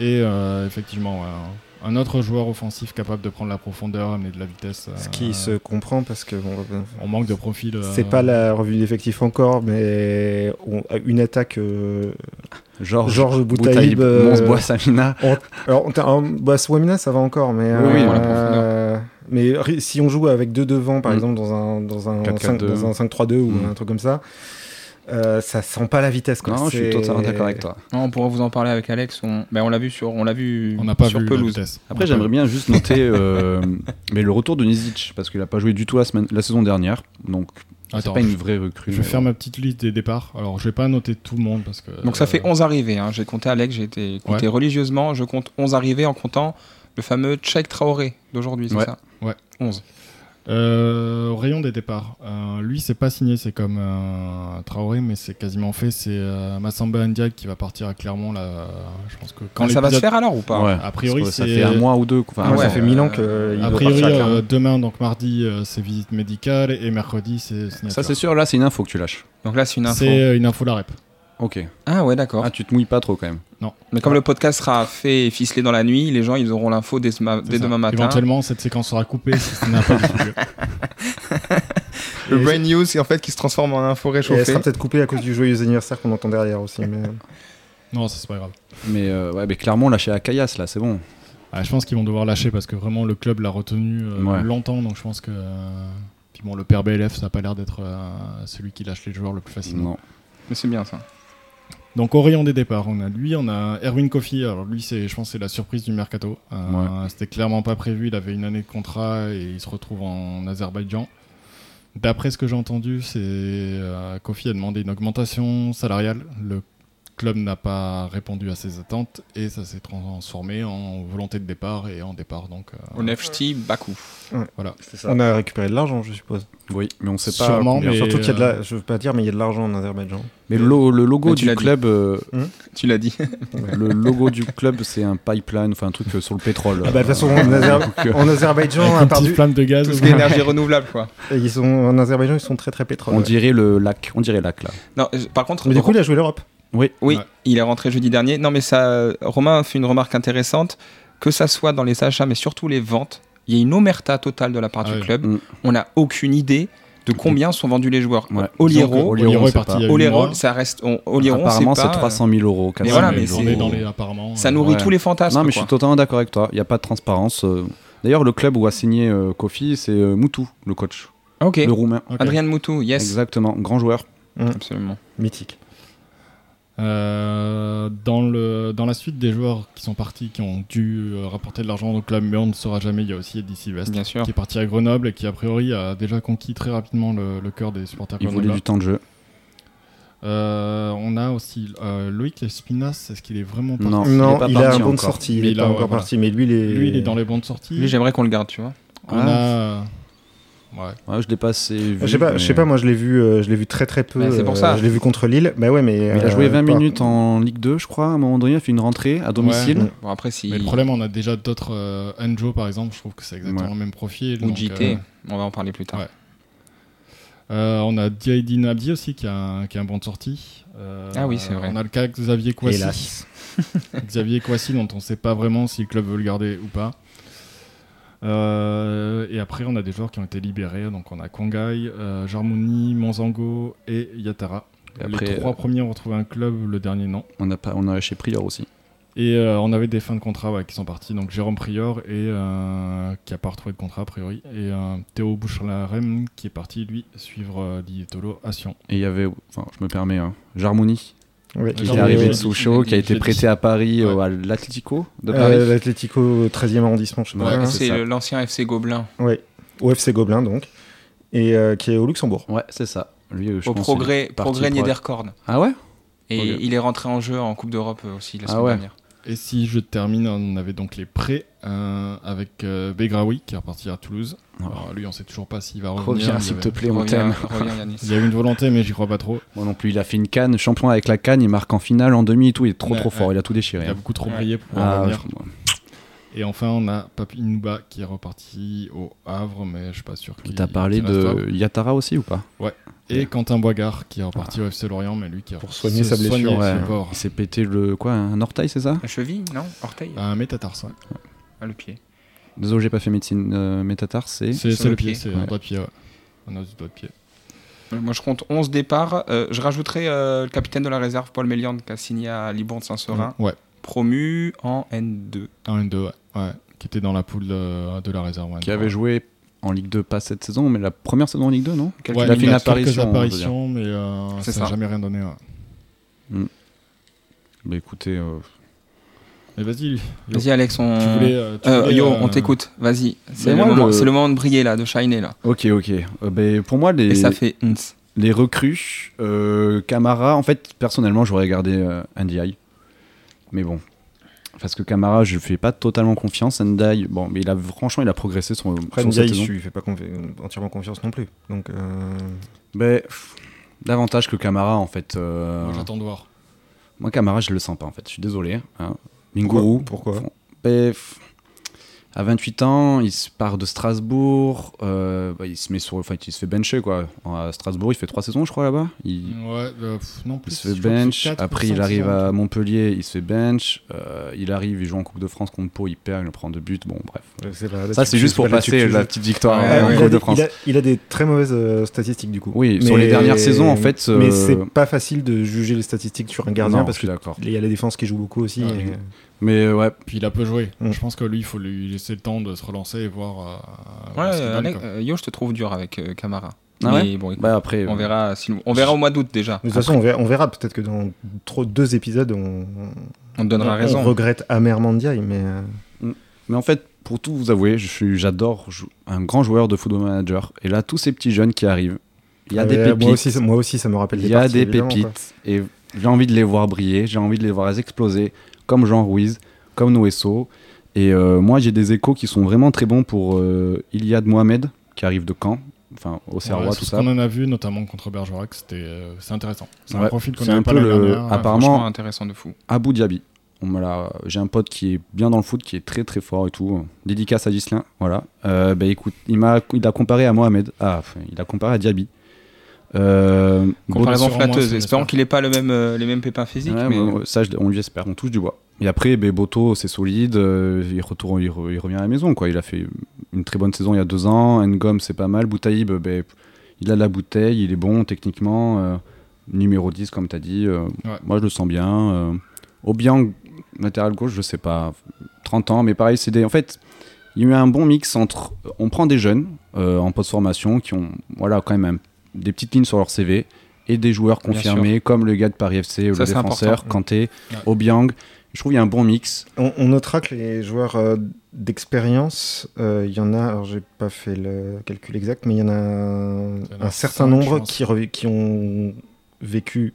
S4: et euh, effectivement, ouais, un- un autre joueur offensif capable de prendre la profondeur, amener de la vitesse.
S3: Ce
S4: euh,
S3: qui se comprend parce que bon, euh,
S4: On manque de profil. euh,
S3: c'est pas la revue d'effectifs encore, mais on- une attaque. euh,
S2: Georges
S3: Georges Boutaïb, euh,
S2: Monsbois, Samina.
S3: Alors, on t'a- un- bah, Swamina, ça va encore, mais.
S2: Oui, oui,
S1: pour la
S3: euh, mais ri- si on joue avec deux devants, par
S2: Mm.
S3: exemple, dans un, dans un
S2: 4-4-2.
S3: 5 dans un 5-3-2 ou
S2: Mm.
S3: un truc comme ça, euh, ça sent pas la vitesse. Quoi.
S2: Non, je suis
S3: C'est-
S2: totalement d'accord avec toi.
S1: Non, on pourra vous en parler avec Alex. On, ben, on l'a vu sur, on l'a vu
S4: On n'a pas
S1: sur
S4: vu la
S1: pelouse.
S4: vitesse.
S2: Après, j'aimerais bien juste noter euh, [LAUGHS] mais le retour de Nizic, parce qu'il a pas joué du tout la, semaine, la saison dernière. Donc, c'est
S4: Attends,
S2: pas une
S4: je-
S2: vraie recrue. euh,
S4: je vais
S2: mais
S4: faire
S2: bon.
S4: ma petite liste des départs. Alors, je vais pas noter tout le monde parce que.
S1: Donc ça
S4: euh,
S1: fait 11 arrivées. hein. J'ai compté Alex, j'ai été compté religieusement. Je compte 11 arrivées en comptant le fameux Tchèque Traoré d'aujourd'hui, c'est
S2: Ouais.
S1: ça
S4: Ouais.
S1: 11.
S4: Euh, au rayon des départs. Euh, lui, c'est pas signé, c'est comme euh, Traoré, mais c'est quasiment fait. C'est euh, Massamba Ndiaye qui va partir à Clermont. Là, euh, je pense que quand
S1: Ah, ça va se
S4: l'épisode-
S1: faire alors ou pas
S2: Ouais,
S4: A priori,
S2: parce que ça
S4: c'est-
S2: fait un mois ou deux. quoi. Enfin,
S3: Ah ouais,
S2: un
S3: ça
S2: mois.
S3: fait mille ans que, euh, il
S4: A
S3: doit
S4: priori,
S3: partir à
S4: euh,
S3: Clermont.
S4: demain, donc mardi, euh, c'est visite médicale et mercredi, c'est signature.
S2: Ça, c'est sûr, là, c'est une info que tu lâches.
S1: Donc là, c'est une info.
S4: C'est euh, une info la rep.
S2: Ok.
S1: Ah ouais, d'accord.
S2: Ah, tu te mouilles pas trop quand même.
S1: Mais comme le podcast sera fait et ficelé dans la nuit, les gens, ils auront l'info dès, ce ma-
S4: C'est
S1: dès
S4: ça.
S1: demain matin.
S4: Éventuellement, cette séquence sera coupée si ce n'est pas diffusé.
S1: Le brain news, en fait, qui se transforme en info
S3: Et elle
S1: réchauffée.
S3: sera peut-être coupée à cause du joyeux anniversaire qu'on entend
S2: [LAUGHS]
S3: derrière aussi. Mais...
S4: [LAUGHS] Non, ça, c'est pas grave.
S2: Mais, euh, ouais, mais clairement, lâcher à Caillasse, là, c'est bon.
S4: Ah, je pense qu'ils vont devoir lâcher parce que vraiment le club l'a retenu euh,
S2: Ouais.
S4: longtemps. Donc je pense que. euh, Puis bon, le père BLF, ça n'a pas l'air d'être euh, celui qui lâche les joueurs le plus facilement.
S2: Non.
S1: Mais c'est bien ça.
S4: Donc au rayon des départs, on a lui, on a Erwin Kofi. Alors lui, c'est, je pense, que c'est la surprise du mercato. Euh, C'était clairement pas prévu. Il avait une année de contrat et il se retrouve en Azerbaïdjan. D'après ce que j'ai entendu, c'est euh, Kofi a demandé une augmentation salariale. Le club n'a pas répondu à ses attentes et ça s'est transformé en volonté de départ et en départ. Donc euh,
S1: On FT Bakou.
S2: C'est
S3: On a récupéré de l'argent, je suppose.
S2: Oui, mais on sait pas.
S4: Sûrement,
S2: combien.
S4: Et,
S3: Surtout qu'il y a de
S4: euh,
S3: la... Je veux pas dire, mais il y a de l'argent en Azerbaïdjan.
S2: Mais le, lo- le logo
S1: Mais tu
S2: du
S1: l'as dit.
S2: club, euh,
S1: Tu l'as dit.
S2: le logo du club, c'est un pipeline, enfin un truc euh, sur le pétrole.
S3: Ah bah, de toute façon, en, Azer-
S2: Donc, euh,
S3: [LAUGHS] en Azerbaïdjan,
S4: avec
S3: à
S4: une
S3: part
S4: petite
S3: du-
S4: flamme de gaz.
S1: Tout
S4: [LAUGHS]
S1: ce qui est énergie renouvelable, quoi.
S3: ils sont... en Azerbaïdjan, ils sont très très pétrole.
S2: on
S3: ouais.
S2: dirait le lac. On dirait lac là.
S1: Non, je- par contre,
S3: Mais du coup, il a joué l'Europe.
S1: Oui,
S4: Ouais.
S1: il est rentré jeudi dernier. Non, mais ça, Romain fait une remarque intéressante. Que ça soit dans les achats, mais surtout les ventes, il y a une omerta totale de la part
S4: Ah
S1: du
S4: oui.
S1: club.
S2: Mm.
S1: On n'a aucune idée de combien sont vendus les joueurs.
S2: Ouais.
S1: Oliero,
S2: Oliero,
S4: Oliero
S2: on
S4: est
S2: sait
S4: parti
S2: pas.
S4: il y a huit mois.
S1: Oliero, ça reste. euh, on- Oliero,
S2: Apparemment,
S1: c'est
S2: c'est
S1: pas, euh,
S2: 300 000 euros.
S1: Mais
S2: 400
S1: voilà,
S2: 000
S1: mais
S4: on
S1: c'est-
S4: est
S2: euros.
S4: dans les apparemment.
S1: Ça
S4: euh,
S1: nourrit
S2: Ouais.
S1: tous les fantasmes.
S2: Non, mais je suis
S1: quoi.
S2: totalement d'accord avec toi. Il n'y a pas de transparence. euh. D'ailleurs, le club où a signé euh, Kofi, c'est euh, Moutou, le coach,
S1: Ok.
S2: le roumain.
S4: ok.
S1: Adrien Moutou, yes.
S2: Exactement, grand joueur.
S1: Absolument.
S3: Mythique.
S4: Euh, dans, le, dans la suite des joueurs qui sont partis, qui ont dû euh, rapporter de l'argent au club, mais on ne saura jamais, il y a aussi Eddie Sylvestre
S1: Bien sûr.
S4: qui est parti à Grenoble et qui a priori a déjà conquis très rapidement le, le cœur des
S1: Ah,
S4: supporters
S2: Il voulait
S4: grenoblois.
S2: du temps de jeu.
S4: Euh, on a aussi euh, Loïc Lespinas, est-ce qu'il est vraiment parti
S2: Non, il est
S3: Non,
S2: pas
S3: il, a
S2: parti
S3: un bon de
S2: encore.
S3: sortie. Il
S4: Mais
S3: est
S4: il
S3: pas
S4: a- ouais,
S3: encore
S4: voilà.
S3: parti, mais lui, il est.
S4: Lui, il est dans les bandes sorties.
S1: Lui, j'aimerais qu'on le garde, tu vois.
S4: on a... Ouais.
S2: Ah, Ouais, je l'ai pas assez vu.
S3: Je sais pas,
S2: mais-
S3: je sais pas, moi je l'ai vu, euh, je l'ai vu très très peu.
S1: Ouais, c'est pour
S3: euh,
S1: ça.
S3: Je l'ai vu contre Lille. Bah ouais, mais.
S2: Mais il a
S3: euh,
S2: joué 20
S3: pas-
S2: minutes en Ligue 2, je crois. À un moment donné, il a fait une rentrée à domicile.
S3: Ouais.
S1: Bon, après, si.
S4: Mais le problème, on a déjà d'autres. euh, Anjo, par exemple, je trouve que c'est exactement
S2: Ouais.
S4: le même profil.
S1: Ou
S4: donc,
S1: JT,
S4: euh,
S1: on va en parler plus tard.
S4: Ouais. Euh, on a Diaidi Nabdi aussi qui a un, qui a un bon de sortie. Euh,
S1: Ah oui, c'est vrai.
S4: On a le cas de Xavier Kouassi.
S3: Hélas.
S4: [LAUGHS] Xavier Kouassi dont on ne sait pas vraiment si le club veut le garder ou pas. Euh, et après, on a des joueurs qui ont été libérés. Donc on a Kongai, euh, Jarmouni, Monzango et Yatara.
S2: Et après,
S4: les trois
S2: euh,
S4: premiers ont retrouvé un club, le dernier non.
S2: On a pas, on a lâché Prior aussi.
S4: Et euh, on avait des fins de contrat ouais, qui sont partis. Donc Jérôme Prior et, euh, qui a pas retrouvé de contrat a priori. Et euh, Théo Bouchalarem qui est parti lui suivre euh, Di Tolo à Sion.
S2: Et il y avait, enfin, je me permets, hein, Jarmouni,
S3: Ouais,
S2: qui
S4: Jarmouni,
S2: est arrivé
S4: ouais.
S2: de Sochaux, qui a
S4: Je
S2: été
S4: l'ai
S2: prêté
S4: dit.
S2: à Paris,
S4: Ouais.
S2: euh, à l'Atlético de Paris.
S3: Euh, L'Atlético 13e arrondissement, je sais pas.
S1: Ouais,
S2: Ouais, c'est
S1: c'est
S2: ça.
S1: le- l'ancien FC Gobelin.
S3: Ouais. Au FC Gobelin, donc. Et euh, qui est au Luxembourg.
S2: Ouais, c'est ça. Lui, euh, je
S1: Au
S2: pense,
S1: progrès,
S2: il est parti
S1: progrès
S2: pour-
S1: Niederkorn.
S2: Ah ouais
S1: Et
S2: Ok.
S1: il est rentré en jeu en Coupe d'Europe euh, aussi la
S2: Ah
S1: semaine
S2: ouais.
S1: dernière.
S4: Et si je termine, on avait donc les prêts euh, avec euh, Begraoui qui est reparti à Toulouse.
S2: Ah.
S4: Alors, lui, on sait toujours pas s'il va revenir.
S2: Reviens,
S4: il, y
S2: s'il
S4: avait-
S2: te plaît, on
S1: Reviens,
S2: t'aime.
S1: reviens, Yanis. [LAUGHS]
S4: il y a eu une volonté, mais j'y crois pas trop.
S2: Moi non plus, il a fait une canne, champion avec la canne, il marque en finale, en demi et tout, il est trop
S4: Ouais,
S2: trop
S4: ouais.
S2: fort, il a tout
S4: Il
S2: déchiré.
S4: a
S2: hein.
S4: beaucoup trop
S1: Ouais.
S4: brillé pour pouvoir
S2: Ah,
S4: revenir.
S2: je-
S4: Et enfin, on a Papi Nuba qui est reparti au Havre, mais je suis pas sûr qu'il
S2: T'as parlé
S4: qu'il reste au Havre.
S2: de Yatara aussi ou pas
S4: Et Quentin Boigard qui est
S2: Ah.
S4: reparti au FC Lorient, mais lui qui est
S3: Pour soigner sa blessure,
S4: soigner,
S2: ouais.
S4: c'est fort.
S2: Il s'est pété le quoi, un orteil, c'est ça
S1: La cheville, non Orteil
S4: Un métatarse, ouais.
S1: Ah, le pied.
S2: Désolé, j'ai pas fait médecine euh, métatarse, c'est
S4: C'est
S1: sur
S4: c'est
S1: le
S4: le pied,
S1: pied.
S4: c'est
S2: Ouais.
S4: un doigt de pied, ouais. Un os du doigt de pied.
S1: Euh, Moi, je compte 11 départs. Euh, je rajouterai euh, le capitaine de la réserve, Paul Méliande, qui a signé à Libourne Saint-Seurin,
S4: Ouais,
S1: promu en N2.
S4: un N2, ouais. ouais. Qui était dans la poule euh, de la réserve. ouais.
S2: qui avait joué en Ligue 2 pas cette saison, mais la première saison en Ligue 2, non
S1: Quelques
S4: Ouais,
S2: il a
S1: minutes.
S2: fait une
S4: a quelques
S2: apparition, on peut
S4: apparitions, mais euh,
S1: C'est
S4: ça n'a
S1: ça.
S4: jamais rien donné. ouais.
S2: Bah écoutez, euh,
S4: Mais vas-y, Yo.
S1: Vas-y, Alex, on.
S4: tu voulais. euh, tu
S1: Euh,
S4: voulais,
S1: yo,
S4: euh,
S1: on t'écoute. Vas-y. C'est le,
S2: moi,
S1: moment-
S2: le-
S1: c'est le moment de briller là, de shiner là.
S2: ok, ok. Euh, bah, pour moi, les,
S1: Et, ça fait. ns.
S2: les recrues, euh, Camara, en fait, personnellement, j'aurais gardé euh, Ndiaye. Mais bon. Parce que Camara, je fais pas totalement confiance. Ndiaye, bon, mais il a, franchement, il a progressé son,
S3: Après,
S2: sur
S3: Ndiaye,
S2: cette
S3: je
S2: saison.
S3: lui fais pas confi- entièrement confiance non plus. Donc, euh,
S2: Ben, pff, davantage que Camara en fait. euh,
S4: moi, J'attends de voir.
S2: moi Camara je le sens pas en fait, je suis désolé. Hein. Minguru,
S3: Pourquoi Pourquoi
S2: ben, pff, à 28 ans, il se part de Strasbourg, euh, ben, il se met sur, enfin il se fait bencher quoi. En- À Strasbourg il fait trois saisons je crois là-bas. Il,
S4: Ouais, euh, pff, non
S2: Mm. il
S4: plus.
S2: se fait
S4: je crois que c'est
S2: bench,
S4: 4%,
S2: après il
S4: c'est
S2: arrive
S4: ça.
S2: à Montpellier, il se fait bench, euh, il arrive, il joue en Coupe de France contre Pau, il perd, il prend deux buts, bon bref.
S3: Je sais pas, là,
S2: Ça
S3: tu-
S2: c'est
S3: tu-
S2: juste
S3: tu-
S2: pour
S3: là, tu-
S2: passer
S3: tu- Ah,
S2: la petite victoire
S1: Ouais,
S2: en
S1: ouais.
S3: il, a
S2: Coupe
S3: des,
S2: de France.
S3: il a- il a des très mauvaises euh, statistiques du coup.
S2: Oui, sur les dernières saisons, en fait, euh,
S3: Mais c'est pas facile de juger les statistiques sur un gardien
S2: Non,
S3: parce
S2: je
S3: que
S2: suis d'accord.
S3: il y a la défense qui joue beaucoup aussi.
S4: Ouais,
S3: et-
S4: je-
S2: Mais euh, ouais,
S4: Puis il a peu joué.
S3: Mm.
S4: Je pense que lui, il faut lui laisser le temps de se relancer et voir. euh,
S1: Ouais,
S4: voir ce qu'il
S1: euh,
S4: donne,
S1: Alex-
S4: quoi.
S1: euh, Yo, je te trouve dur avec euh, Camara.
S2: Ah
S1: mais bon, écoute,
S2: bah après,
S1: on
S2: euh,
S1: verra, si- on verra au mois d'août déjà.
S3: De toute façon, on verra, on verra. peut-être que dans trop, deux épisodes, on,
S1: On te donnera
S3: on
S1: raison.
S3: regrette amèrement Diaye, mais euh,
S2: Mais en fait, pour tout vous avouer, je suis, j'adore jou- un grand joueur de football manager. Et là, tous ces petits jeunes qui arrivent, il y a
S3: ah
S2: des
S3: ouais,
S2: pépites.
S3: Moi aussi, ça- moi aussi, ça me rappelle
S2: il
S3: des
S2: y a
S3: parties,
S2: des
S3: évidemment, quoi.
S2: pépites. Et j'ai envie de les voir briller, j'ai envie de les voir exploser, comme Jean Ruiz, comme Noesso. Et euh, moi, j'ai des échos qui sont vraiment très bons pour euh, Iliad Mohamed, qui arrive de Caen, enfin au
S4: Ouais,
S2: Serrois,
S4: c'est
S2: tout
S4: ce
S2: ça.
S4: qu'on en a vu, notamment contre Bergerac, c'était, euh, c'est intéressant. C'est un
S2: Ouais,
S4: profil qu'on
S2: c'est
S4: n'avait
S2: un
S4: pas
S2: peu
S4: la
S2: le-
S4: dernière. hein, euh,
S2: à part-
S1: Franchement,
S2: apparemment-
S1: intéressant de fou.
S2: Abu Dhabi. On me l'a- J'ai un pote qui est bien dans le foot, qui est très très fort et tout. Dédicace à Gislin, voilà. Euh, bah, écoute, il m'a, il a comparé à Mohamed. Ah, enfin, il a comparé à Diaby. Euh,
S1: Comparaison
S4: sûrement,
S1: flatteuse,
S4: c'est
S1: espérons
S4: j'espère.
S1: qu'il n'ait pas le même, euh, les mêmes pépins physiques.
S2: Ouais,
S1: mais...
S2: ouais, ouais, ça, je- on lui espère, on touche du bois. Et après, ben, Boto, c'est solide, euh, il, retourne, il, re- il revient à la maison. Quoi. Il a fait une très bonne saison il y a deux ans, Ngom, c'est pas mal, Boutaïb, ben, il a la bouteille, il est bon techniquement, euh, numéro 10, comme tu as dit, euh,
S4: Ouais.
S2: moi je le sens bien. euh, Obiang, latéral gauche, je sais pas, 30 ans, mais pareil, c'est des... En fait, il y a eu un bon mix entre... On prend des jeunes euh, en post-formation qui ont voilà, quand même un- des petites lignes sur leur CV et des joueurs
S1: Bien
S2: confirmés comme le gars de Paris FC,
S1: Ça,
S2: le
S1: c'est
S2: défenseur,
S1: important.
S2: Kanté,
S4: Mm. Ouais.
S2: Obiang. Je trouve qu'il y a un bon mix.
S3: On, on notera que les joueurs euh, d'expérience, euh, il y en a, alors j'ai pas fait le calcul exact, mais il y en a un,
S4: Il y en a
S3: un certain
S4: cinq, je
S3: nombre
S4: pense.
S3: qui, revi- qui ont vécu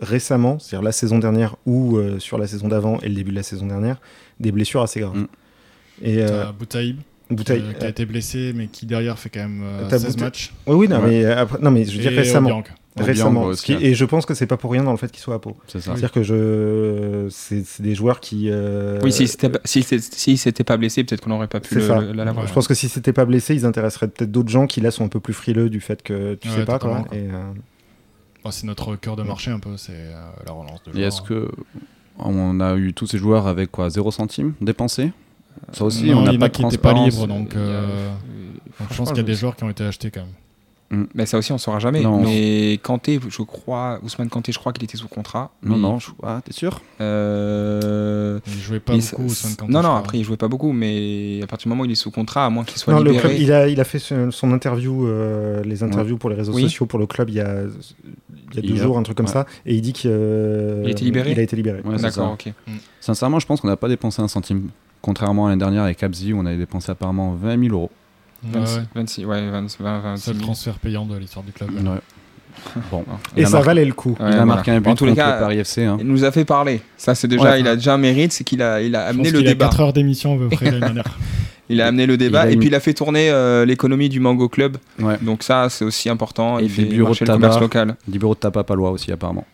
S3: récemment, c'est-à-dire la saison dernière ou euh, sur la saison d'avant et le début de la saison dernière, des blessures assez graves.
S2: Mm. Ah,
S3: Et euh,
S4: T'as Boutaïb,
S3: Bouteille.
S4: euh, qui a été blessé, mais qui derrière fait quand même euh,
S3: t'as
S4: 16
S3: Boutaïb-
S4: matchs.
S3: oui, oui, non,
S2: Ouais.
S3: mais euh, après- non, mais je veux dire
S4: Et
S3: récemment.
S4: Obiang.
S2: Obiang,
S3: récemment.
S2: aussi,
S3: ce qui-
S2: hein.
S3: et je pense que c'est pas pour rien dans le fait qu'ils soient à Pau.
S2: C'est ça.
S3: C'est-à-dire que je, c'est c'est des joueurs qui. euh,
S1: Oui, s'il s'était pas- s'il s'était s'il s'était pas blessé, peut-être qu'on n'aurait pas pu
S3: C'est ça.
S1: le- le- la- l'avoir.
S3: Je pense que si c'était pas blessé, ils intéresseraient peut-être d'autres gens qui là sont un peu plus frileux du fait que tu
S4: Ouais,
S3: sais pas quoi.
S4: totalement, quoi.
S3: Et, euh,
S4: Bon, Oh, c'est notre cœur de marché un peu, c'est euh, la relance de
S2: Et est-ce
S4: joueurs.
S2: que on a eu tous ces joueurs avec quoi 0 centime dépensé Ça aussi,
S4: Euh, Non,
S2: on n'a
S4: il y en
S2: pas
S4: a
S2: de
S4: qui n'étaient pas
S2: transparence.
S4: libres, donc,
S1: Il y a-
S4: euh, donc je pense qu'il y a des joueurs qui ont été achetés quand même.
S1: Mais ça aussi, on saura jamais.
S2: Non.
S1: Mais Kanté, je crois, Ousmane Kanté, je crois qu'il était sous contrat.
S2: Non,
S4: Mm.
S1: Mais,
S2: non, je... ah, t'es sûr
S1: euh,
S4: Ils jouaient pas
S1: il-
S4: beaucoup au 50
S1: Non,
S4: je
S1: non,
S4: crois.
S1: après, il jouait pas beaucoup, mais à partir du moment où il est sous contrat, à moins qu'il soit
S3: non, le
S1: libéré.
S3: club, il a, il a fait ce- son interview, euh, les interviews pour les réseaux
S1: Oui.
S3: sociaux pour le club il y a, il y a deux
S2: Hier.
S3: jours, un truc comme
S2: Ouais.
S3: ça, et il dit qu'il
S1: Il a été libéré
S3: a été libéré.
S2: Ouais, c'est
S1: D'accord,
S2: ça.
S1: ok.
S2: Sincèrement, je pense qu'on n'a pas dépensé un centime. Contrairement à l'année dernière avec Abzi, où on avait dépensé apparemment 20 000 euros.
S4: Ouais,
S1: 26,
S4: ouais.
S1: 26, ouais, 20, 20, 26
S4: C'est le
S1: 000.
S4: transfert payant de l'histoire du club.
S2: Bon.
S1: Ouais.
S2: Il
S3: Et
S2: a
S3: ça
S2: marqué-
S3: valait le coup.
S2: Il
S1: Ouais,
S2: a
S1: voilà.
S2: marqué un but
S1: En tous les
S2: contre
S1: cas,
S2: Paris FC. hein.
S1: Il nous a fait parler. Ça, c'est déjà,
S2: Ouais.
S1: il a déjà un mérite, c'est qu'il a, il a amené le débat.
S4: 4 heures d'émission à
S1: [LAUGHS]
S4: peu près l'année dernière.
S1: Il a amené le
S2: Il
S1: débat
S2: a
S1: et
S2: une-
S1: puis il a fait tourner euh, l'économie du Mango Club.
S2: Ouais.
S1: Donc ça, c'est aussi important.
S2: Et
S1: il
S2: puis
S1: fait
S2: bureau de
S1: marcher le
S2: tabac.
S1: commerce local.
S2: Des bureaux de tapas palois aussi, apparemment.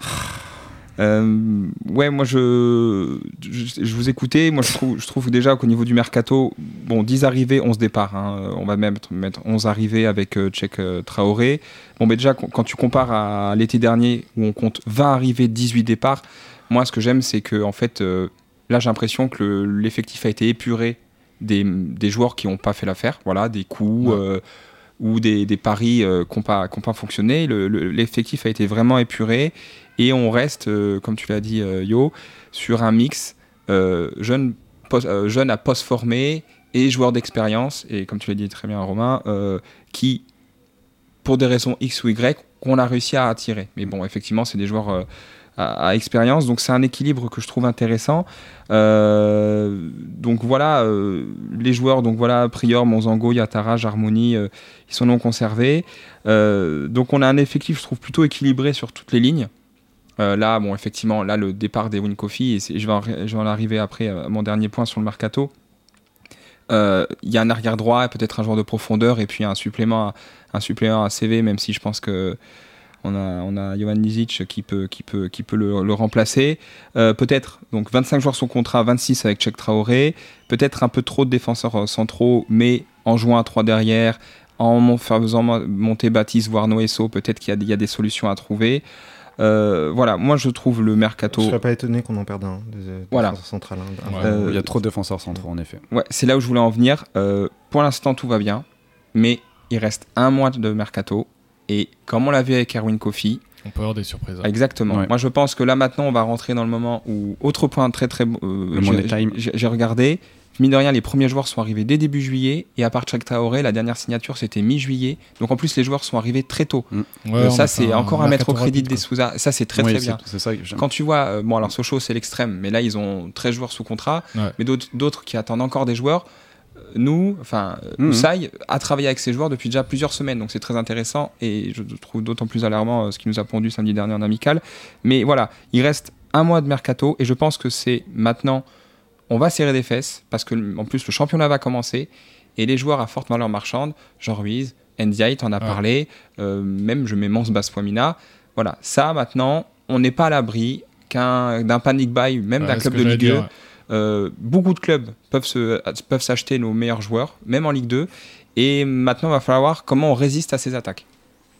S1: Euh, ouais, moi je, je, je vous écoutais. Moi je trouve, je trouve déjà qu'au niveau du mercato, bon, 10 arrivées, 11 départs. hein. Euh, On va même mettre- mettre 11 arrivées avec euh, Tchèque euh, Traoré. Bon, mais déjà, quand quand tu compares à l'été dernier où on compte 20 arrivées, 18 départs, moi ce que j'aime, c'est que en fait, euh, là j'ai l'impression que le- l'effectif a été épuré des, des joueurs qui n'ont pas fait l'affaire. Voilà, des coups.
S2: Ouais.
S1: euh, ou des, des paris euh, qui n'ont pas, qui ont pas fonctionné. Le- le- L'effectif a été vraiment épuré et on reste, euh, comme tu l'as dit, euh, Yo, sur un mix euh, jeune, post- euh, jeune à post-formé et joueur d'expérience, et comme tu l'as dit très bien, Romain, euh, qui, pour des raisons X ou Y, qu'on a réussi à attirer. Mais bon, effectivement, c'est des joueurs euh, à, à expérience, donc c'est un équilibre que je trouve intéressant. Euh, donc voilà, euh, les joueurs, donc voilà, Prior, Monzango, Yatara, Jarmoni, euh, ils sont non conservés. Euh, donc on a un effectif, je trouve, plutôt équilibré sur toutes les lignes. Euh, là, bon, effectivement, là, le départ des Win Coffee, et c'est- je vais, en, ré- je vais en arriver après à mon dernier point sur le mercato. Euh, Il y a un arrière droit, peut-être un joueur de profondeur, et puis un supplément, à, un supplément à CV, même si je pense que on a, on a Johan Lizic qui peut, qui peut, qui peut le, le remplacer. Euh, peut-être, donc 25 joueurs sous contrat, 26 avec Cheikh Traoré. Peut-être un peu trop de défenseurs euh, centraux, mais en jouant à 3 derrière, en mon- faisant mon- monter Baptiste, voire Noesso, peut-être qu'il y a, il y a des solutions à trouver. Euh, voilà, moi je trouve le mercato.
S3: Je serais pas étonné qu'on en perde un des, des
S1: Voilà.
S3: centres centrales, hein.
S4: Ouais.
S1: Euh,
S2: Il y a trop de défenseurs centraux, en effet.
S1: Ouais, c'est là où je voulais en venir. Euh, pour l'instant, tout va bien, mais il reste un mois de mercato. Et comme on l'a vu avec Erwin Kofi,
S4: On peut avoir des surprises. hein.
S1: Exactement.
S2: Ouais.
S1: Moi, je pense que là, maintenant, on va rentrer dans le moment où. Autre point très, très. euh,
S2: Le
S1: j'ai-
S2: money time.
S1: J'ai j'ai regardé. Mine de rien, les premiers joueurs sont arrivés dès début juillet. Et à part Chuck Taoré, la dernière signature, c'était mi-juillet. Donc, en plus, les joueurs sont arrivés très tôt.
S4: Ouais,
S1: Euh,
S4: on a
S1: ça,
S4: fait
S1: c'est
S4: un
S1: encore à mettre au
S4: mercato
S1: crédit
S4: rapide,
S1: des
S4: quoi.
S1: sous-arts. Ça, c'est très,
S2: Oui,
S1: très
S2: c'est-
S1: bien.
S2: C'est ça que j'aime.
S1: Quand tu vois, euh, bon alors Sochaux c'est l'extrême, mais là ils ont 13 joueurs sous contrat,
S4: Ouais.
S1: mais d'autres- d'autres qui attendent encore des joueurs. Euh, Nous, enfin, euh,
S2: Mhm.
S1: Ousai a travaillé avec ces joueurs depuis déjà plusieurs semaines, donc c'est très intéressant et je trouve d'autant plus alarmant euh, ce qui nous a pondu samedi dernier en amical. Mais voilà, il reste un mois de mercato et je pense que c'est maintenant, on va serrer des fesses parce que en plus le championnat va commencer et les joueurs à forte valeur marchande, genre Ruiz, Ndiaye, t'en as
S4: Ouais.
S1: parlé, euh, même je mets Mans Baspoamina. Voilà, ça maintenant, on n'est pas à l'abri qu'un d'un panic buy, même
S4: Ouais,
S1: d'un
S4: ce
S1: club
S4: que
S1: de
S4: j'allais
S1: Ligue 1.
S4: dire, ouais.
S1: Euh, beaucoup de clubs peuvent se peuvent s'acheter nos meilleurs joueurs, même en Ligue 2. Et maintenant, il va falloir voir comment on résiste à ces attaques.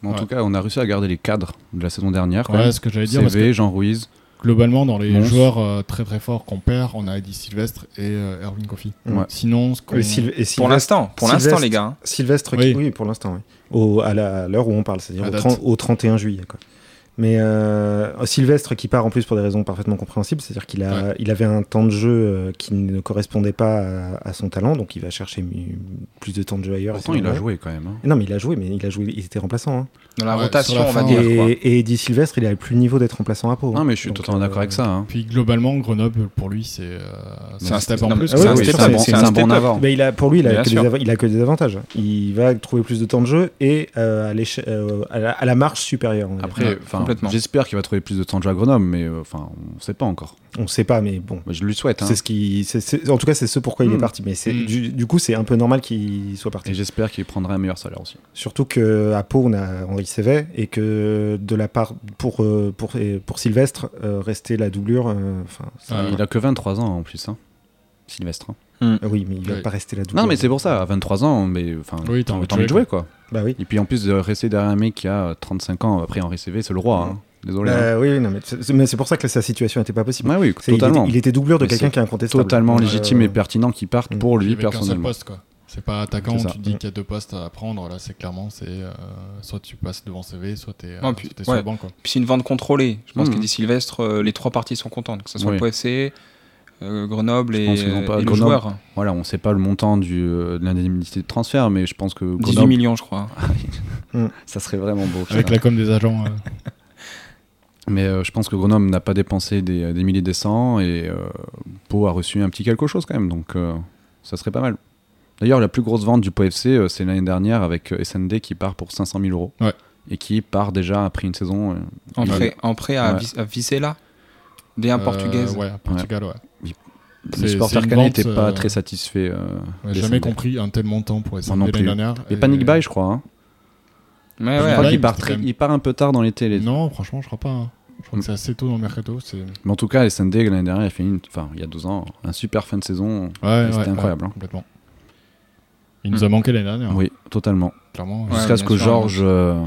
S2: Mais en
S4: Ouais.
S2: tout cas, on a réussi à garder les cadres de la saison dernière. quand
S4: Ouais,
S2: même.
S4: ce que j'allais dire, parce que
S2: CV, Jean Ruiz.
S4: globalement, dans les
S2: Mons.
S4: joueurs euh, très très forts qu'on perd, on a Eddie Sylvestre et euh, Erwin Kofi.
S2: Ouais.
S4: Sinon, ce qu'on-
S3: Et Syl- et
S1: Pour
S3: Sylvestre,
S1: l'instant, pour l'instant,
S3: Sylvestre.
S1: les gars. hein.
S3: Sylvestre
S4: Oui.
S3: qui- oui. pour l'instant, oui. Au- à la- à l'heure où on parle, c'est-à-dire
S4: À
S3: au,
S4: date.
S3: 30 au 31 juillet. quoi. Mais euh, Sylvestre qui part en plus pour des raisons parfaitement compréhensibles, c'est-à-dire qu'il a, il avait un temps de jeu euh, qui ne correspondait pas à, à son talent, donc il va chercher mu- plus de temps de jeu ailleurs.
S2: Pourtant,
S3: c'est
S2: il a
S3: normal.
S2: joué quand même. hein.
S3: Non, mais il a joué, mais il a joué, il était remplaçant. hein.
S1: Dans la
S4: Ouais,
S1: rotation,
S4: sur la
S1: on va
S4: fin,
S1: dire.
S4: ouais.
S1: quoi.
S3: Et, et Eddie Sylvestre, il a plus le niveau d'être remplaçant à Pau. hein.
S2: Non, mais je suis
S3: Donc,
S2: totalement
S3: euh,
S2: d'accord avec ça. hein.
S4: Puis globalement, Grenoble, pour lui, c'est euh, c'est un step en
S1: non,
S4: plus.
S1: mais
S4: quoi.
S3: Ah oui,
S1: c'est
S3: oui,
S1: un
S3: c'est-
S1: step- hein.
S3: c'est
S1: c'est
S2: un
S1: un
S2: bon
S1: step-up.
S2: avant.
S3: euh, Mais il a, pour lui, il a,
S1: Bien
S3: que des,
S1: sûr.
S3: av- il a que des avantages. Il va trouver plus de temps de jeu et euh, à, l'éche- euh, à la, à la marche supérieure. on va dire.
S1: Ouais,
S2: Après, enfin,
S1: complètement.
S2: j'espère qu'il va trouver plus de temps de jeu à Grenoble, mais euh, enfin, on ne sait pas encore.
S3: On sait pas, mais bon.
S2: Mais je lui souhaite. hein.
S3: C'est ce qui, c'est- c'est- en tout cas, c'est ce pourquoi il est
S2: Mm.
S3: parti. Mais c'est
S4: Mm.
S3: du, du coup, c'est un peu normal qu'il soit parti.
S2: Et j'espère qu'il prendra un meilleur salaire aussi.
S3: Surtout que à Pau, on a Henri Sévet et que de la part pour euh, pour et pour Sylvestre euh, rester la doublure. euh, Enfin, ça-
S4: Ah,
S2: Il a que 23 ans en plus, hein. Sylvestre. hein.
S3: oui, mais il va
S4: Oui.
S3: pas rester la doublure.
S2: Non, mais c'est pour ça, à 23 ans, mais enfin,
S4: Oui,
S2: t'as envie de jouer quoi.
S3: Bah oui.
S2: Et puis en plus de rester derrière un mec qui a 35 ans, après Henri CV, c'est le roi. hein. Désolé. hein.
S3: Bah oui, oui, non, mais c'est- mais c'est pour ça que sa situation n'était pas possible.
S2: Ouais, oui,
S3: C'est- il était-
S2: totalement.
S3: Il, était doublure de
S2: Mais
S3: quelqu'un
S2: c'est
S3: qui est incontestable.
S2: Totalement
S3: Donc,
S2: légitime
S3: euh,
S2: et pertinent qu'il parte
S3: Mm.
S2: pour lui
S4: Il y avait qu'un seul
S2: personnellement.
S4: poste, quoi. C'est pas attaquant
S2: C'est
S4: où
S2: ça.
S4: tu dis
S3: Mm.
S4: qu'il y a deux postes à prendre. Là, c'est clairement, c'est euh, soit tu passes devant CV, soit t'es euh,
S1: Ah, puis-
S4: soit t'es sur
S1: ouais.
S4: le banc. Quoi.
S1: Puis c'est une vente contrôlée. Je pense
S4: Hmm.
S2: Mhm.
S1: que dit Sylvestre, euh, les trois parties sont contentes, que ce soit
S2: Oui.
S1: le PFC, euh, Grenoble et,
S2: pense qu'ils ont pas-
S1: et le
S2: Grenoble,
S1: joueur.
S2: Voilà, on sait pas le montant du, euh, de l'indemnité de transfert, mais je pense que
S1: 18
S2: Grenoble,
S1: millions, je crois.
S4: Ah,
S2: ça serait vraiment beau.
S4: Avec
S2: putain.
S4: la com des agents. euh.
S2: Mais euh, je pense que Grenoble n'a pas dépensé des, des milliers des cents et euh, Pau a reçu un petit quelque chose quand même, donc euh, ça serait pas mal. D'ailleurs, la plus grosse vente du Pau FC, euh, c'est l'année dernière avec euh, SND qui part pour 500 000 euros.
S4: Ouais.
S2: Et qui part déjà après une saison. euh,
S1: En
S2: il-
S1: prêt, en prêt à,
S2: Ouais.
S1: Vis- à Vizela, des un
S4: Euh,
S1: Portugaises.
S4: Ouais, à Portugal, ouais.
S2: Les
S4: C'est- c'est
S2: supporters
S4: une
S2: canadiens
S4: vente,
S2: n'étaient pas
S4: euh,
S2: très satisfaits. euh,
S4: On a
S2: des
S4: jamais
S2: SND.
S4: compris un tel montant pour SND
S2: non
S4: l'année
S2: plus.
S4: dernière.
S2: Les
S4: Et-
S2: panic buy, je crois. hein.
S1: Ouais,
S2: Je
S1: ouais,
S4: Ah,
S2: crois
S4: là,
S2: qu'il
S4: il
S2: part,
S4: était
S2: très-
S4: quand même-
S2: il part un peu tard dans l'été. les-
S4: Non, franchement, je crois pas. hein. Je crois que c'est assez tôt dans le mercato. C'est ouais,
S2: Mais en tout cas, SND, l'année dernière, il a fait une, enfin, il y a deux ans, un super fin de saison. C'était
S4: ouais,
S2: incroyable,
S4: ouais,
S2: hein.
S4: complètement. Il nous a manqué l'année dernière.
S2: Oui, totalement.
S4: Clairement.
S1: Ouais,
S2: Jusqu'à ce
S1: bien
S2: que
S1: sûr, hein.
S2: Georges euh,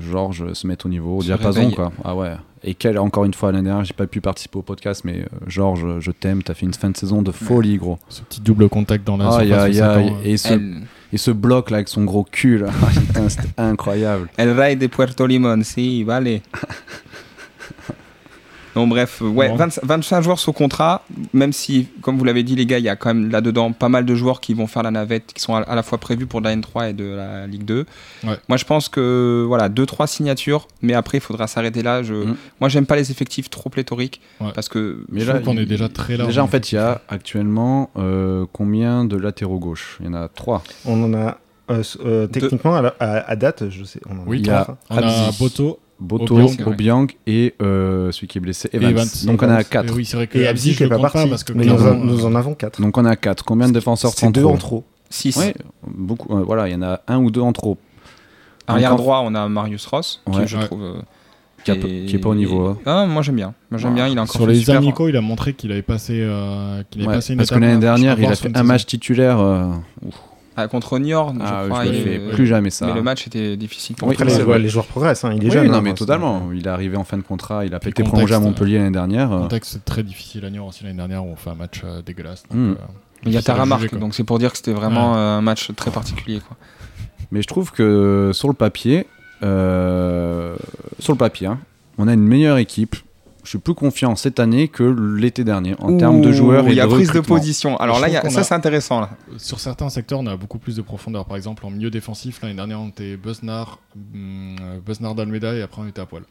S2: Georges se mette au niveau, au
S1: Se
S2: diapason,
S1: réveille.
S2: quoi. Ah ouais. Et quel, encore une fois, l'année dernière, j'ai pas pu participer au podcast, mais euh, Georges, je t'aime, t'as fait une fin de saison de folie, gros. Ah,
S4: Ce petit double contact dans la
S2: Aïe,
S4: surface.
S2: aïe,
S4: où ça
S2: aïe.
S4: tend, euh.
S2: Et ce,
S1: Elle,
S2: et ce bloc là avec son gros cul, là. [LAUGHS] Putain, c'était incroyable.
S1: elle raille de Puerto Limon, si,
S4: [LAUGHS]
S1: vale. Non, bref, ouais,
S4: Bon.
S1: 25, 25 joueurs sous contrat, même si, comme vous l'avez dit, les gars, il y a quand même là-dedans pas mal de joueurs qui vont faire la navette, qui sont à, à la fois prévus pour de la N3 et de la Ligue 2.
S4: Ouais.
S1: Moi, je pense que, voilà, 2-3 signatures, mais après, il faudra s'arrêter là. Je,
S2: Mm.
S1: Moi, j'aime pas les effectifs trop pléthoriques,
S4: Mmh. Ouais.
S1: parce que
S2: Mais
S4: Je
S2: là,
S4: trouve qu'on
S2: il-
S4: est déjà très large.
S2: Déjà, en fait, il y a actuellement euh, combien de latéraux gauche Il y en a trois.
S3: On en a euh, s- euh, techniquement à, la- à- à date, je sais. On en a
S4: Oui,
S2: il y
S3: trois,
S2: a
S3: hein.
S4: On a
S2: Abzi.
S4: Boto
S2: Boto,
S4: Obiang,
S1: c'est vrai.
S2: Obiang et euh, celui qui est blessé, Evans.
S4: Evans.
S2: Donc on a quatre.
S4: Et oui, c'est vrai que
S3: Et
S4: Abzi,
S3: Abzi
S4: je
S3: qui
S4: le
S3: est pas
S4: compte
S3: parti.
S4: pas parce que
S3: mais nous, en,
S4: clairement, euh,
S3: nous en avons quatre.
S2: Donc on a quatre. Combien de défenseurs
S3: C'est deux
S2: centraux
S3: en trop.
S1: 6
S2: Ouais, beaucoup. euh, voilà, il y en a un ou deux en trop
S1: arrière
S2: Encore.
S1: droit, on a Marius Ross,
S2: Ouais.
S1: qui, je
S4: Ouais.
S1: trouve. euh,
S2: qui, a peu- qui est pas au niveau. hein.
S1: Ah, moi j'aime bien. Moi j'aime
S2: Ouais.
S1: bien. Il a encore
S4: sur
S1: fait une
S4: les
S1: super-
S4: amicaux, il a montré qu'il avait passé, euh, qu'il avait
S2: hein. Ouais,
S4: passé une
S2: parce que
S4: étape
S2: l'année dernière,
S4: record
S2: il a
S4: sur une
S2: fait un
S4: saison.
S2: match titulaire. euh, ouf.
S1: Ah, contre Niort,
S2: Ah,
S1: je
S2: je
S1: crois.
S2: me
S1: il-
S2: fais
S1: euh,
S2: plus jamais ça.
S1: Mais le
S2: hein.
S1: match était difficile pour
S2: Oui,
S1: tout
S3: Après,
S1: le
S2: c'est
S3: les,
S1: monde.
S2: vrai.
S3: les joueurs progressent. hein, Il est
S2: Oui,
S3: jeune.
S2: non,
S3: hein,
S2: mais
S3: enfin,
S2: totalement. Il est arrivé en fin de contrat. Il a
S4: Puis
S2: été
S4: contexte,
S2: prolongé à Montpellier l'année dernière. euh,
S4: Contexte très difficile à Niort aussi l'année dernière où on fait un match euh, dégueulasse. donc,
S2: Hmm.
S4: euh,
S1: Mais il y a
S4: difficile à
S1: ta
S4: juger,
S1: remarque,
S4: quoi.
S1: donc c'est pour dire que c'était vraiment euh, un match très particulier. Quoi.
S2: Mais je trouve que sur le papier, euh, sur le papier, hein, on a une meilleure équipe. Je suis plus confiant cette année que l'été dernier en termes de joueurs et
S1: Il y a
S2: de
S1: prise de
S2: recrutement.
S1: position. Alors
S4: Je
S1: là, il y
S4: trouve
S1: a-
S4: qu'on
S1: ça,
S4: a-
S1: c'est intéressant. Là.
S4: Sur certains secteurs, on a beaucoup plus de profondeur. Par exemple, en milieu défensif, l'année dernière, on était Besnard, hum, euh, Besnard d'Almeida et après on était à poil.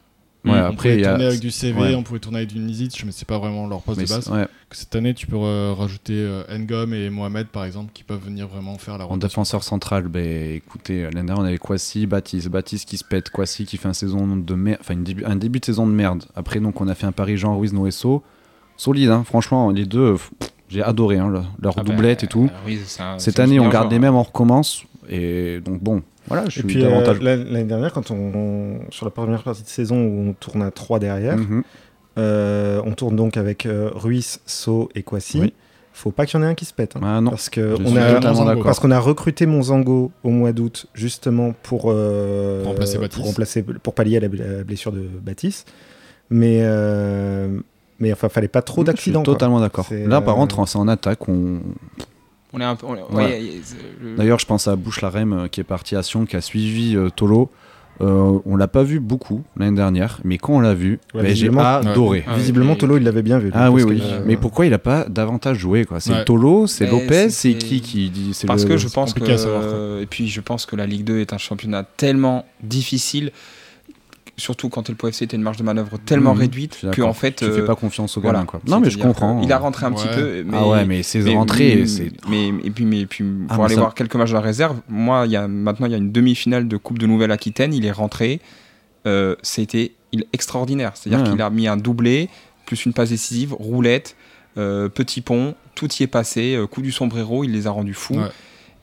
S2: Ouais,
S4: on
S2: après,
S4: pouvait
S2: il y a-
S4: tourner avec du CV,
S2: ouais.
S4: on pouvait tourner avec du Nisic, mais c'est pas vraiment leur poste
S2: mais
S4: de base.
S2: c'est- ouais,
S4: Que Cette année, tu peux euh, rajouter euh, Ngom et Mohamed, par exemple, qui peuvent venir vraiment faire la
S2: En
S4: rotation.
S2: défenseur central, ben, écoutez, l'année dernière on avait Kwasi, Baptiste, Baptiste qui se pète, Kwasi qui fait un, saison de mer- enfin, une début- un début de saison de merde. Après, donc, on a fait un pari Jean Ruiz Noesso, solide, hein, franchement, les deux, euh, pff, j'ai adoré hein, leur, leur
S1: Ah bah,
S2: doublette et tout.
S1: euh, oui, c'est un-
S2: Cette
S1: c'est un
S2: année, on
S1: super
S2: garde les
S1: joueur.
S2: mêmes, on recommence, et donc bon, voilà, je
S3: Et
S2: suis
S3: puis euh,
S2: davantage.
S3: l'an- l'année dernière, quand on, on- sur la première partie de saison où on tourne à 3 derrière,
S2: Mhm.
S3: euh, on tourne donc avec euh, Ruiz, So et Kwasi.
S2: Oui.
S3: Faut pas qu'il y en ait un qui se pète. hein.
S2: Ah, non,
S3: parce que
S2: je
S3: on
S2: suis
S3: a,
S2: totalement
S4: on-
S2: d'accord.
S3: Parce qu'on a recruté Monzango au mois d'août justement pour, euh,
S4: Pour remplacer
S3: pour,
S4: Baptiste.
S3: remplacer- pour pallier à la, la blessure de Baptiste. Mais, euh, mais enfin, fallait pas trop
S2: Je suis
S3: d'accidents. quoi.
S2: Totalement d'accord.
S3: C'est,
S2: Là, par
S3: euh,
S2: contre, c'est en attaque. On...
S1: On est un peu. on est-
S2: Voilà.
S1: ouais, il y a- c'est- le-
S2: D'ailleurs, je pense à Bouche-Larem euh, qui est parti à Sion, qui a suivi euh, Tolo. Euh, on l'a pas vu beaucoup l'année dernière, mais quand on l'a vu,
S3: Ouais,
S2: ben, j'ai
S3: visiblement.
S2: adoré.
S4: Ah,
S1: Ouais.
S3: Visiblement,
S1: Et-
S3: Tolo, il l'avait bien vu.
S2: Ah
S3: donc,
S2: oui,
S3: parce
S2: oui.
S3: que, euh,
S2: Mais pourquoi il a pas davantage joué quoi C'est
S4: Ouais.
S2: Tolo, c'est
S1: Mais c'est-
S2: Lopez, c'est qui qui dit c'est
S1: Parce
S2: le-
S1: que je pense
S4: compliqué à savoir,
S1: que. Et puis je pense que la Ligue 2 est un championnat tellement difficile, surtout quand le PFC était une marge de manœuvre tellement
S2: Mhm, je suis
S1: réduite, que
S2: d'accord.
S1: en fait.
S2: tu fais
S1: euh,
S2: pas confiance au
S1: voilà.
S2: gars quoi. Non mais je
S1: C'est-à-dire
S2: comprends. hein.
S1: que Il a rentré un petit
S4: Ouais.
S1: peu. Mais,
S2: ah ouais, mais ses
S1: mais-
S2: entrées,
S1: mais-
S2: c'est
S1: Mais, et puis, mais, puis
S2: Ah,
S1: pour
S2: mais
S1: aller
S2: ça-
S1: voir quelques matchs de la réserve, moi, il y a, maintenant, il y a une demi-finale de Coupe de Nouvelle-Aquitaine. Il est rentré. euh, C'était il- extraordinaire. C'est-à-dire
S2: Ouais.
S1: qu'il a mis un doublé, plus une passe décisive, roulette, euh, petit pont, tout y est passé. euh, coup du sombrero, il les a rendus fous.
S4: Ouais.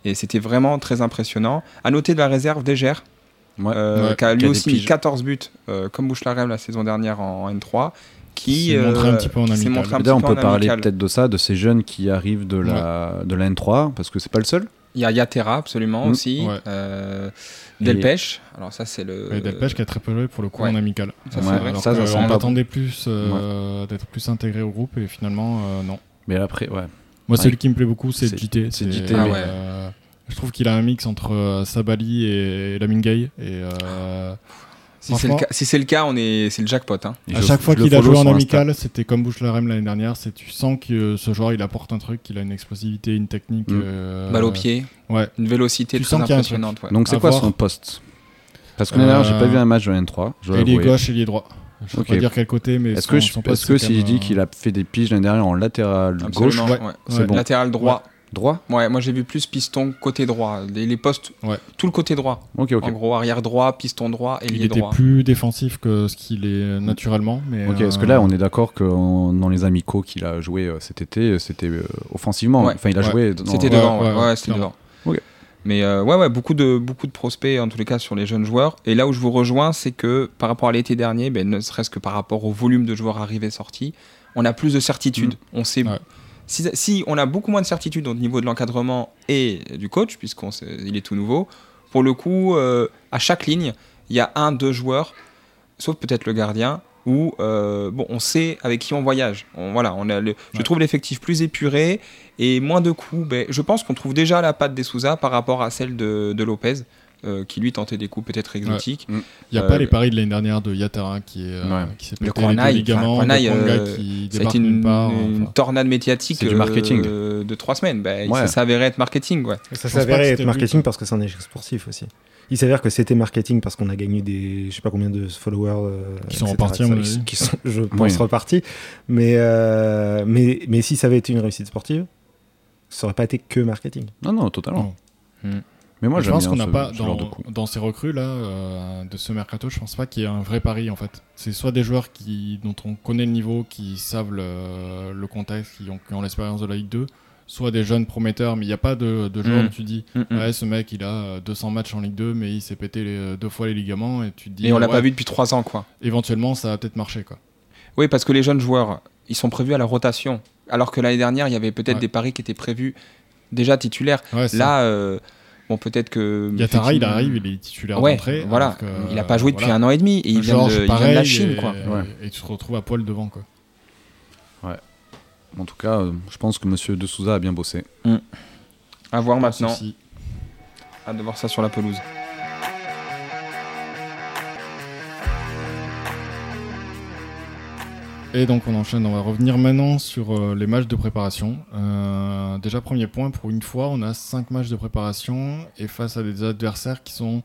S1: Et c'était vraiment très impressionnant. À noter de la réserve, Dégère,
S2: Ouais.
S1: euh,
S4: Ouais.
S1: qui a lui
S2: Qui a des
S1: aussi
S2: piges.
S1: mis 14 buts, euh, comme Bouchelarem la saison dernière en N3, qui euh,
S4: S'est montré un petit peu en
S1: qui s'est
S4: amical.
S1: montré un
S2: Là,
S1: petit
S2: on
S1: peu
S2: peut
S1: en
S2: parler
S1: amical.
S2: peut-être de ça, de ces jeunes qui arrivent de la de la N3 parce que c'est pas le seul.
S1: Il y a Yatera, absolument,
S2: Mm.
S1: aussi.
S4: Ouais.
S1: Euh,
S2: Et-
S1: Delpech. Alors, ça, c'est le.
S4: Et Delpech qui a très peu joué pour le coup
S1: ouais.
S4: en amical.
S1: Ça,
S2: euh, Ouais,
S1: c'est vrai.
S4: Alors
S2: ça,
S4: que,
S2: ça
S4: euh,
S2: sent
S4: on
S2: pas
S4: attendait plus euh, d'être plus intégré au groupe et finalement euh, non.
S2: Mais après, ouais.
S4: Moi,
S2: Ouais.
S4: celui qui me plaît beaucoup, c'est
S2: C'est-
S4: JT.
S2: c'est JT,
S1: Ah ouais.
S4: euh, je trouve qu'il a un mix entre euh, Sabali et, Lamine Gueye. Et, euh,
S1: Si c'est le,
S4: Franchement-
S1: cas- si c'est le cas, on est, c'est le jackpot. hein.
S2: Et
S4: à
S2: je-
S4: chaque fois
S2: je
S4: qu'il
S2: le
S4: a
S2: follow
S4: joué en
S2: sur Insta.
S4: amical, c'était comme Bouchelarem l'année dernière. C'est tu sens que euh, ce joueur, il apporte un truc, qu'il a une explosivité, une technique.
S2: Mm.
S4: euh,
S1: Balle au pied,
S4: Ouais.
S1: une vélocité
S4: tu
S1: très
S4: sens qu'il y a un
S1: impressionnante. ouais.
S2: Donc c'est
S4: À
S2: quoi
S4: voir.
S2: son poste Parce que l'année dernière, j'ai pas
S4: Euh,
S2: vu un match de N3. je dois
S4: Ailier
S2: l'avouer.
S4: gauche, ailier droit. Je ne
S2: Ok.
S4: peux pas dire quel côté, mais
S2: Est-ce
S4: son-
S2: que, je-
S4: son poste,
S2: est-ce que
S4: c'est
S2: si
S4: quand
S2: je
S4: même,
S2: dis qu'il a fait des piges l'année dernière en latéral gauche,
S1: Absolument,
S4: gauche,
S1: ouais.
S2: c'est
S4: Ouais.
S2: bon.
S1: Latéral droit.
S2: droit
S1: Ouais. moi j'ai vu plus piston côté droit. Les, les postes,
S4: Ouais.
S1: tout le côté droit.
S2: Ok, ok.
S1: En gros, arrière droit, piston droit,
S4: Il
S1: ailier
S4: était
S1: droit.
S4: plus défensif que ce qu'il est naturellement. Mais
S2: Ok,
S4: euh,
S2: parce que là, on est d'accord que en- dans les amicaux qu'il a joué euh, cet été, euh, c'était euh, offensivement.
S1: Ouais.
S2: Enfin, il a
S4: Ouais.
S2: joué. dans-
S1: C'était
S4: Ouais,
S1: devant, ouais,
S4: ouais,
S1: ouais,
S4: ouais,
S1: c'était
S4: clairement.
S1: devant.
S2: Ok.
S1: Mais euh, ouais, ouais, beaucoup de, beaucoup de prospects, en tous les cas, sur les jeunes joueurs. Et là où je vous rejoins, c'est que par rapport à l'été dernier, ben, ne serait-ce que par rapport au volume de joueurs arrivés sortis, on a plus de certitude. On sait.
S4: Mm. Ouais.
S1: Si, si on a beaucoup moins de certitude au niveau de l'encadrement et du coach, puisqu'on sait- il est tout nouveau, pour le coup, euh, à chaque ligne, il y a un, deux joueurs, sauf peut-être le gardien, où euh, bon, on sait avec qui on voyage. On, voilà, on a le- Je
S4: Ouais.
S1: trouve l'effectif plus épuré et moins de coups. Ben, je pense qu'on trouve déjà la patte des Souza par rapport à celle de, de Lopez, euh, qui lui tentait des coups peut-être exotiques.
S4: Il n'y a
S1: Euh,
S4: pas les paris de l'année dernière de Yatara qui est euh,
S2: Ouais.
S4: qui s'est
S1: Le
S4: pété les deux
S1: Kwanai,
S4: ligaments,
S1: enfin, Kwanai,
S4: le Kwanga
S1: euh,
S4: qui
S1: Ça a
S4: débarque
S1: été une,
S4: nulle part.
S1: une
S4: enfin.
S1: tornade médiatique
S2: C'est du marketing.
S1: euh, de trois semaines. Ben,
S2: Ouais.
S1: Ça s'avérait être marketing. Ouais.
S3: Ça
S4: Je pense pas que
S3: s'avérait
S4: c'était
S3: être
S4: lui,
S3: marketing parce que c'est un échec sportif aussi. Il s'avère que c'était marketing parce qu'on a gagné des, je sais pas combien de followers. euh,
S4: Qui sont
S3: etc.,
S4: repartis, à
S3: etc.,
S4: mon avis.
S3: Qui sont, je pense,
S2: Oui.
S3: repartis. Mais, euh, mais, mais si ça avait été une réussite sportive, ça aurait pas été que marketing.
S4: Euh,
S2: Non, non, totalement.
S1: Non. Hmm.
S2: Mais moi,
S4: je
S2: j'aime
S4: pense
S2: bien
S4: qu'on n'a
S2: ce-
S4: pas
S2: ce
S4: dans,
S2: genre de coup.
S4: dans ces recrues là euh, de ce mercato, je pense pas qu'il y ait un vrai pari en fait. C'est soit des joueurs qui dont on connaît le niveau, qui savent le, le contexte, qui ont, qui ont l'expérience de la Ligue 2, soit des jeunes prometteurs, mais il n'y a pas de, de joueurs
S1: Mm.
S4: où tu dis
S1: Mm, mm.
S4: ouais ce mec il a euh, 200 matchs en Ligue 2 mais il s'est pété les- deux fois les ligaments et tu te dis
S1: Et on l'a
S4: ouais,
S1: pas vu depuis trois ans. quoi.
S4: éventuellement ça a peut-être marché quoi.
S1: Oui, parce que les jeunes joueurs, ils sont prévus à la rotation. Alors que l'année dernière, il y avait peut-être
S4: Ouais.
S1: des paris qui étaient prévus déjà titulaires.
S4: Ouais, c'est-
S1: Là, euh, bon, peut-être que.
S4: Yatara il arrive, il est titulaire
S1: Ouais,
S4: d'entrée.
S1: voilà.
S4: alors que,
S1: Il n'a pas joué
S4: euh,
S1: depuis
S4: voilà.
S1: un an et demi. Et il, vient
S4: Georges,
S1: de, il vient de
S4: pareil,
S1: la Chine,
S4: et,
S1: quoi.
S2: Ouais.
S4: et tu te retrouves à poil devant quoi.
S2: En tout cas, euh, je pense que Monsieur De Souza a bien bossé.
S1: À voir maintenant.
S4: Ceci.
S1: Hâte de voir ça sur la pelouse.
S4: Et donc on enchaîne, on va revenir maintenant sur euh, les matchs de préparation. Euh, déjà premier point, pour une fois, on a 5 matchs de préparation et face à des adversaires qui sont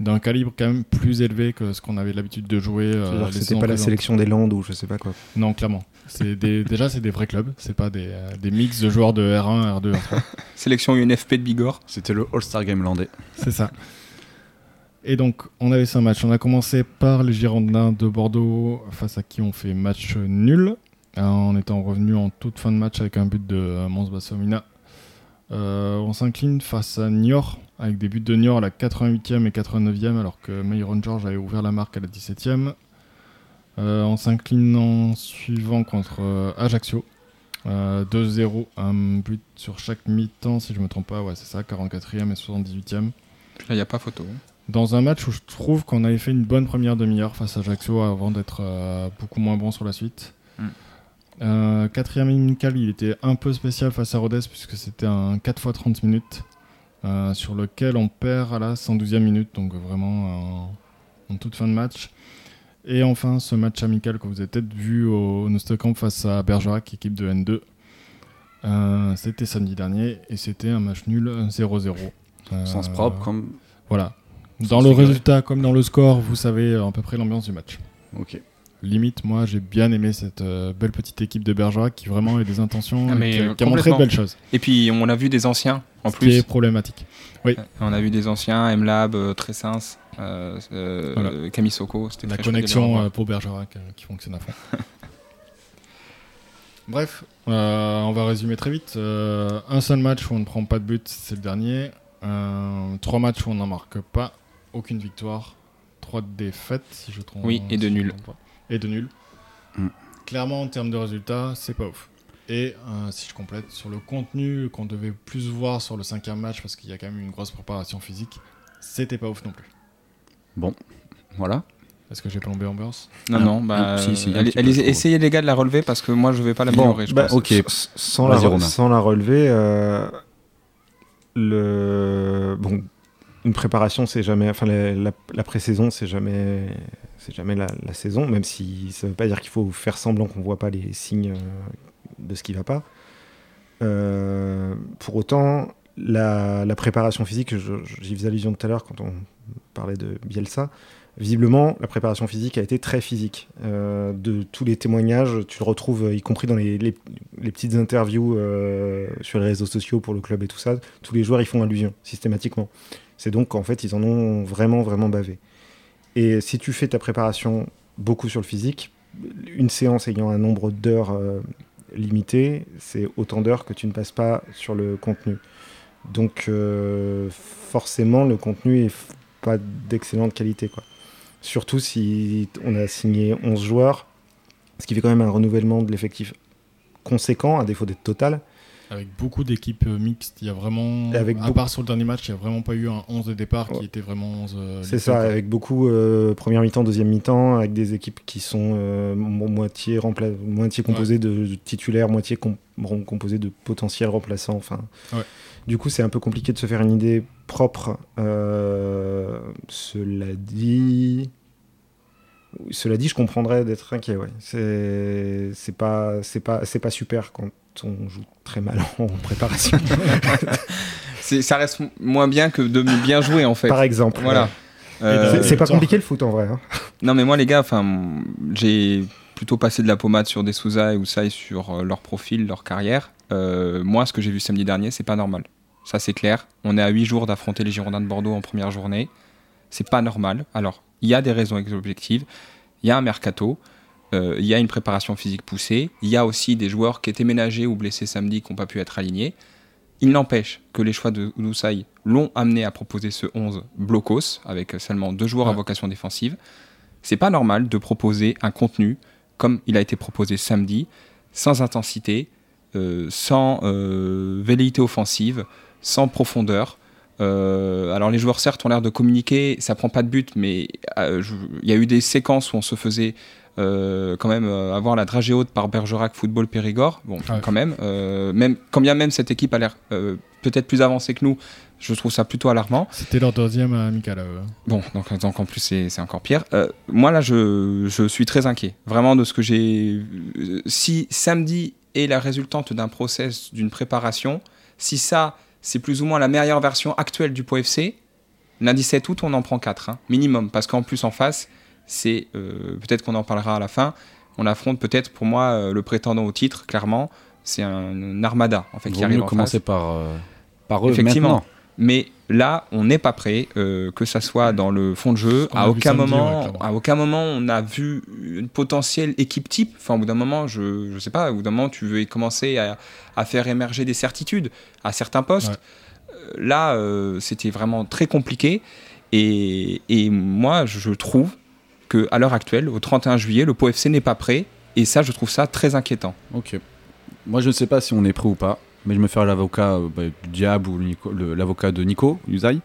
S4: d'un calibre quand même plus élevé que ce qu'on avait l'habitude de jouer. euh,
S3: C'est-à-dire que
S4: les
S3: c'était
S4: saisons
S3: pas la
S4: précédentes.
S3: sélection des Landes ou je sais pas quoi.
S4: Non, clairement. C'est des- [LAUGHS] déjà c'est des vrais clubs, c'est pas des, euh, des mix de joueurs de R1, R2, R3.
S1: Sélection UNFP de Bigorre.
S2: C'était le All-Star Game landais.
S4: C'est ça. Et donc, on avait cinq matchs. On a commencé par les Girondins de Bordeaux, face à qui on fait match nul, euh, en étant revenu en toute fin de match avec un but de euh, Mons Bassomina. Euh, on s'incline face à Niort, avec des buts de Niort à la 88e et 89e, alors que Mayron George avait ouvert la marque à la 17e. Euh, on s'incline en suivant contre euh, Ajaccio. Euh, 2-0, un but sur chaque mi-temps, si je me trompe pas, ouais, c'est ça, 44e et 78e
S1: Là, il n'y a pas photo. hein.
S4: dans un match où je trouve qu'on avait fait une bonne première demi-heure face à Ajaccio avant d'être euh, beaucoup moins bon sur la suite.
S1: Mm.
S4: Euh, quatrième initial, il était un peu spécial face à Rodez puisque c'était un 4 x 30 minutes euh, sur lequel on perd à la 112e minute, donc vraiment en- en toute fin de match. Et enfin, ce match amical que vous avez peut-être vu au Nostocamp face à Bergerac, équipe de N2. Euh, c'était samedi dernier et c'était un match nul 0-0. Euh,
S2: Sens propre, comme.
S4: voilà.
S2: Sans
S4: Dans le
S2: cigarette.
S4: résultat comme dans le score, vous savez euh, à peu près l'ambiance du match.
S2: Ok.
S4: Limite, moi j'ai bien aimé cette euh, belle petite équipe de Bergerac qui vraiment a des intentions
S1: Ah,
S4: et
S1: mais,
S4: qui, a-
S1: euh,
S4: qui a montré de
S1: complètement.
S4: belles choses.
S1: Et puis, on a vu des anciens en
S4: Ce qui
S1: plus.
S4: est problématique.
S1: On a vu des anciens, MLab, euh, Tressens, euh, euh,
S4: Voilà.
S1: Camisoko. C'était
S4: La
S1: très chouette de les
S4: connexion
S1: revoir.
S4: euh, pour Bergerac euh, qui fonctionne à fond. [LAUGHS] Bref, euh, on va résumer très vite. Euh, un seul match où on ne prend pas de but, c'est le dernier. Euh, trois matchs où on n'en marque pas, aucune victoire, trois défaites si je trompe.
S1: Oui, et de
S4: si je
S1: nuls.
S4: trompe pas. Et de nuls.
S2: Mm.
S4: Clairement, en termes de résultats, c'est pas ouf. Et euh, si je complète, sur le contenu qu'on devait plus voir sur le cinquième match, parce qu'il y a quand même une grosse préparation physique, c'était pas ouf non plus.
S2: Voilà.
S4: Est-ce que j'ai plombé l'ambiance
S1: Non,
S2: Ah,
S1: non, bah,
S2: ah, si, si, un
S1: allez-
S2: petit peu,
S1: allez-
S2: je trouve.
S1: essayez les gars de la relever parce que moi je vais pas l'améliorer, je
S3: bah,
S1: pense.
S2: Ok.
S3: S- Sans la,
S2: Vas-y,
S3: re-
S2: Romain.
S3: sans la relever, euh, le bon, une préparation, c'est jamais, enfin la, la- la pré-saison, c'est jamais, c'est jamais la, la saison, même si ça veut pas dire qu'il faut faire semblant qu'on voit pas les signes euh, de ce qui va pas. Euh, pour autant, la, la préparation physique, je- je- j'y faisais allusion tout à l'heure quand on parlait de Bielsa. Visiblement, la préparation physique a été très physique. Euh, de tous les témoignages, tu le retrouves, euh, y compris dans les, les- les petites interviews euh, sur les réseaux sociaux pour le club et tout ça, tous les joueurs y font allusion, systématiquement. C'est donc qu'en fait, ils en ont vraiment, vraiment bavé. Et si tu fais ta préparation beaucoup sur le physique, une séance ayant un nombre d'heures euh, limité, c'est autant d'heures que tu ne passes pas sur le contenu. Donc, euh, forcément, le contenu est f- pas d'excellente qualité. Quoi. Surtout si on a signé 11 joueurs, ce qui fait quand même un renouvellement de l'effectif conséquent, à défaut d'être total.
S4: Avec beaucoup d'équipes euh, mixtes, il y a vraiment.
S3: Et avec
S4: à
S3: beaucoup-
S4: part sur le dernier match, il n'y a vraiment pas eu un 11 de départ qui
S3: Ouais.
S4: était vraiment 11. euh,
S3: C'est
S4: les
S3: ça,
S4: seuls.
S3: avec beaucoup euh, première mi-temps, deuxième mi-temps, avec des équipes qui sont euh, mo- moitié, rempla- moitié composées de, de titulaires, moitié com- rom- composées de potentiels remplaçants. Enfin,
S4: Ouais.
S3: Du coup, c'est un peu compliqué de se faire une idée propre. euh, cela dit. Cela dit, je comprendrais d'être inquiet. Ouais. C'est c'est pas, c'est pas, c'est pas super quand on joue très mal [LAUGHS] en préparation,
S1: C'est- Ça reste m- moins bien que de bien jouer en fait.
S3: par exemple.
S1: Voilà.
S4: Et
S3: C'est-
S1: Euh,
S4: de-
S3: C'est pas
S4: Victoire.
S3: compliqué le foot en vrai. hein.
S1: Non, mais moi, les gars, enfin, m- j'ai plutôt passé de la pommade sur des Souza et Ousai sur euh, leur profil, leur carrière. Euh, moi, ce que j'ai vu samedi dernier, c'est pas normal. Ça, c'est clair. On est à 8 jours d'affronter les Girondins de Bordeaux en première journée. C'est pas normal. Alors, il y a des raisons objectives. Il y a un mercato. Euh, Il y a une préparation physique poussée. Il y a aussi des joueurs qui étaient ménagés ou blessés samedi qui n'ont pas pu être alignés. Il n'empêche que les choix de Ousai l'ont amené à proposer ce 11 blocos avec seulement deux joueurs à
S4: Ouais.
S1: vocation défensive. C'est pas normal de proposer un contenu comme il a été proposé samedi, sans intensité, euh, sans euh, velléité offensive, sans profondeur. Euh, alors les joueurs certes ont l'air de communiquer, ça prend pas de but, mais euh, je- il y a eu des séquences où on se faisait euh, quand même euh, avoir la dragée haute par Bergerac Football Périgord. Bon,
S4: Ah ouais.
S1: quand même, euh, même, quand bien même cette équipe a l'air euh, peut-être plus avancée que nous, Je trouve ça plutôt alarmant.
S4: C'était leur deuxième euh, amical. à eux.
S1: Bon, donc, donc en plus, c'est c'est encore pire. Euh, moi, là, je, je suis très inquiet. Vraiment, de ce que j'ai. euh, Si samedi est la résultante d'un process, d'une préparation, si ça, c'est plus ou moins la meilleure version actuelle du POFC, lundi 7 août, on en prend 4, minimum. Parce qu'en plus, en face, c'est. euh, peut-être qu'on en parlera à la fin. On affronte peut-être, pour moi, euh, le prétendant au titre, clairement. C'est un, un armada, en fait,
S2: Il
S1: qui
S2: vaut
S1: arrive
S2: mieux
S1: en face.
S2: commencer par, euh, par eux
S1: Effectivement.
S2: maintenant.
S1: Mais là, on n'est pas prêt, euh, que ça soit dans le fond de jeu.
S4: qu'on a
S1: À
S4: vu
S1: aucun,
S4: samedi, ouais,
S1: moment,
S4: clairement.
S1: à aucun moment, on a vu une potentielle équipe type. Enfin, au bout d'un moment, je ne sais pas, au bout d'un moment, tu veux y commencer à, à faire émerger des certitudes à certains postes.
S4: Ouais.
S1: Euh, Là, euh, c'était vraiment très compliqué. Et, et moi, je trouve que à l'heure actuelle, au 31 juillet, le POFC n'est pas prêt. Et ça, je trouve ça très inquiétant.
S2: Ok. Moi, je ne sais pas si on est prêt ou pas, mais je me fais l'avocat euh, bah, du diable ou le Nico- le- l'avocat de Nico, Usaï.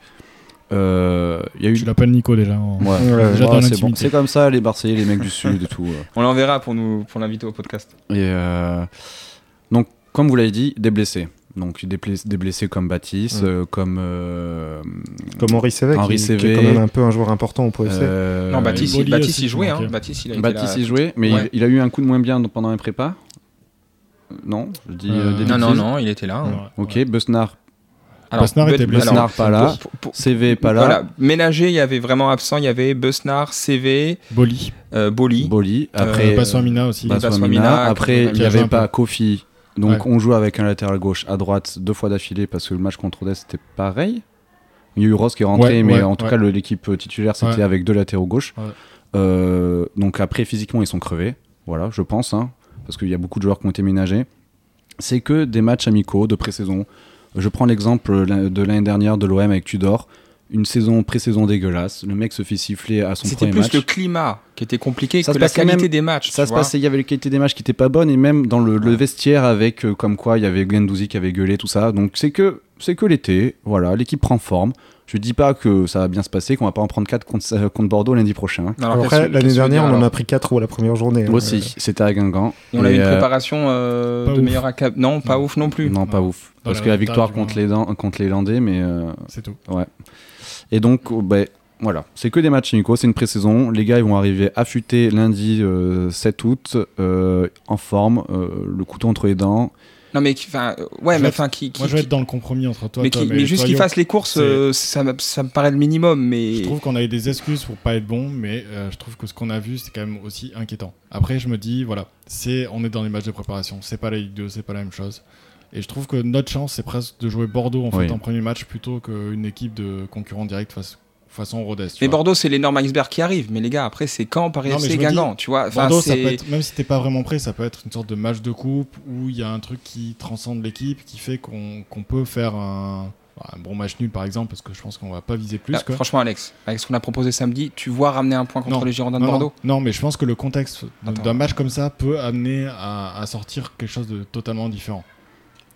S2: Euh, Il y a eu.
S4: Tu l'appelles Nico déjà. en-
S2: [LAUGHS] Ouais.
S3: Ouais,
S4: déjà
S2: Ouais,
S4: dans
S2: c'est bon.
S4: l'intimité.
S2: C'est comme ça, les Marseillais, les mecs du Sud et tout. euh.
S1: On l'enverra pour nous pour l'inviter au podcast.
S2: Et euh, donc, comme vous l'avez dit, des blessés. Donc, des, pla- des blessés comme Baptiste,
S4: Mm.
S2: euh, comme. euh,
S3: Comme Henri Sévé,
S2: Henri
S3: qui, qui
S2: Sévé.
S3: est quand même un peu un joueur important au PFC.
S2: euh,
S1: non, Baptiste,
S4: Boli
S1: Baptiste,
S4: aussi,
S1: il jouait. hein.
S4: ok.
S1: Baptiste, il a été là-
S2: Baptiste y jouait, mais
S1: Ouais.
S2: il, il a eu un coup de moins bien pendant un prépa Euh, Non Je dis euh,
S4: Euh,
S2: des
S1: Non, non,
S2: bêtises
S1: non, il était là. hein.
S4: Ouais.
S2: Ok, Besnard,
S1: Alors,
S4: Besnard
S1: Be-
S4: était blessé.
S1: alors,
S2: Besnard pas là,
S1: pour- pour- pour-
S2: CV pas là,
S1: voilà, ménager, il y avait vraiment absent, il y avait Besnard, CV,
S4: Boli.
S1: euh, Boli.
S2: Boli, après
S1: Euh,
S4: Passant Mina aussi.
S1: Bas-
S2: Bassois
S1: Bassois-Mina,
S2: Mina.
S1: après,
S2: après il
S4: qui
S2: n'y
S4: a joué
S2: avait
S4: un
S2: pas
S4: peu.
S2: Kofi, donc
S4: Ouais.
S2: on jouait avec un latéral gauche à droite deux fois d'affilée parce que le match contre Odessa c'était pareil. Il y a eu Ross qui est rentré,
S4: Ouais,
S2: mais
S4: ouais,
S2: en tout
S4: ouais.
S2: cas le- l'équipe titulaire c'était
S4: Ouais.
S2: avec deux latéraux gauche.
S4: Ouais.
S2: Euh, donc après physiquement ils sont crevés, voilà je pense, hein, parce qu'il y a beaucoup de joueurs qui ont été ménagés. C'est que des matchs amicaux de pré-saison. Je prends l'exemple euh, de l'année dernière de l'OM avec Tudor. Une saison pré-saison dégueulasse. Le mec se fait siffler à son
S1: C'était
S2: premier
S1: plus
S2: match.
S1: le climat qui était compliqué que
S2: Ça se
S1: la
S2: passait
S1: qualité
S2: même-
S1: des matchs.
S2: Ça
S1: tu
S2: se
S1: vois.
S2: passait, il y avait la qualité des matchs qui était pas bonne, et même dans le, le vestiaire avec euh, comme quoi il y avait Gendouzi qui avait gueulé, tout ça. Donc c'est que c'est que l'été, voilà, l'équipe prend forme. Je dis pas que ça va bien se passer, qu'on va pas en prendre 4 contre, euh, contre Bordeaux lundi prochain.
S1: Alors,
S3: Alors
S1: qu'est-ce-
S3: après, l'année
S1: qu'est-ce que dire,
S3: dernière, on en
S1: alors
S3: a pris 4 ou à la première journée. hein.
S2: Aussi, c'était à Guingamp.
S1: Et on a eu
S2: Et,
S1: une
S2: euh,
S1: préparation euh,
S4: pas
S1: de
S4: ouf.
S1: meilleur accap. Non, pas
S4: Non.
S1: ouf non plus.
S2: non, pas ouf.
S4: Dans
S2: Parce
S4: les
S2: que la
S4: résultats,
S2: victoire
S4: du
S2: contre
S4: moins.
S2: les, Dan- contre les Landais, mais. euh,
S4: C'est tout.
S2: Et donc, oh, ben, voilà, c'est que des matchs amicaux, c'est une pré-saison. Les gars, ils vont arriver affûtés lundi euh, 7 août, euh, en forme, euh, le couteau entre les dents.
S1: Non, mais qui- enfin, euh, ouais,
S4: Je
S1: mais
S4: vais-
S1: enfin, qui. qui-
S4: Moi, je vais
S1: qui-
S4: être dans le compromis entre toi
S1: mais
S4: et toi.
S1: qui- mais juste
S4: toi,
S1: qu'il
S4: Yo,
S1: fasse les courses,
S4: c'est-
S1: euh, ça, me- ça me paraît le minimum. Mais
S4: Je trouve qu'on a eu des excuses pour pas être bon, mais euh, je trouve que ce qu'on a vu, c'est quand même aussi inquiétant. Après, je me dis, voilà, c'est, on est dans les matchs de préparation, c'est pas la Ligue 2, c'est pas la même chose. Et je trouve que notre chance, c'est presque de jouer Bordeaux en,
S2: Oui.
S4: fait, en premier match plutôt qu'une équipe de concurrents directs face, façon Rodez. tu
S1: mais
S4: vois.
S1: Bordeaux, c'est l'énorme iceberg qui arrive. Mais les gars, après, c'est quand Paris
S4: Non, mais
S1: FC
S4: je me dis,
S1: Guingamp, tu vois. Enfin,
S4: Bordeaux, ça
S1: c'est-
S4: peut être, même si t'es pas vraiment prêt, ça peut être une sorte de match de coupe où il y a un truc qui transcende l'équipe, qui fait qu'on qu'on peut faire un, un bon match nul par exemple, parce que je pense qu'on va pas viser plus.
S1: Là,
S4: quoi.
S1: franchement, Alex, avec ce qu'on a proposé samedi, tu vois ramener un point contre
S4: Non.
S1: les Girondins de
S4: Non,
S1: Bordeaux
S4: non. Non, mais je pense que le contexte
S1: Attends.
S4: d'un match comme ça peut amener à, à sortir quelque chose de totalement différent.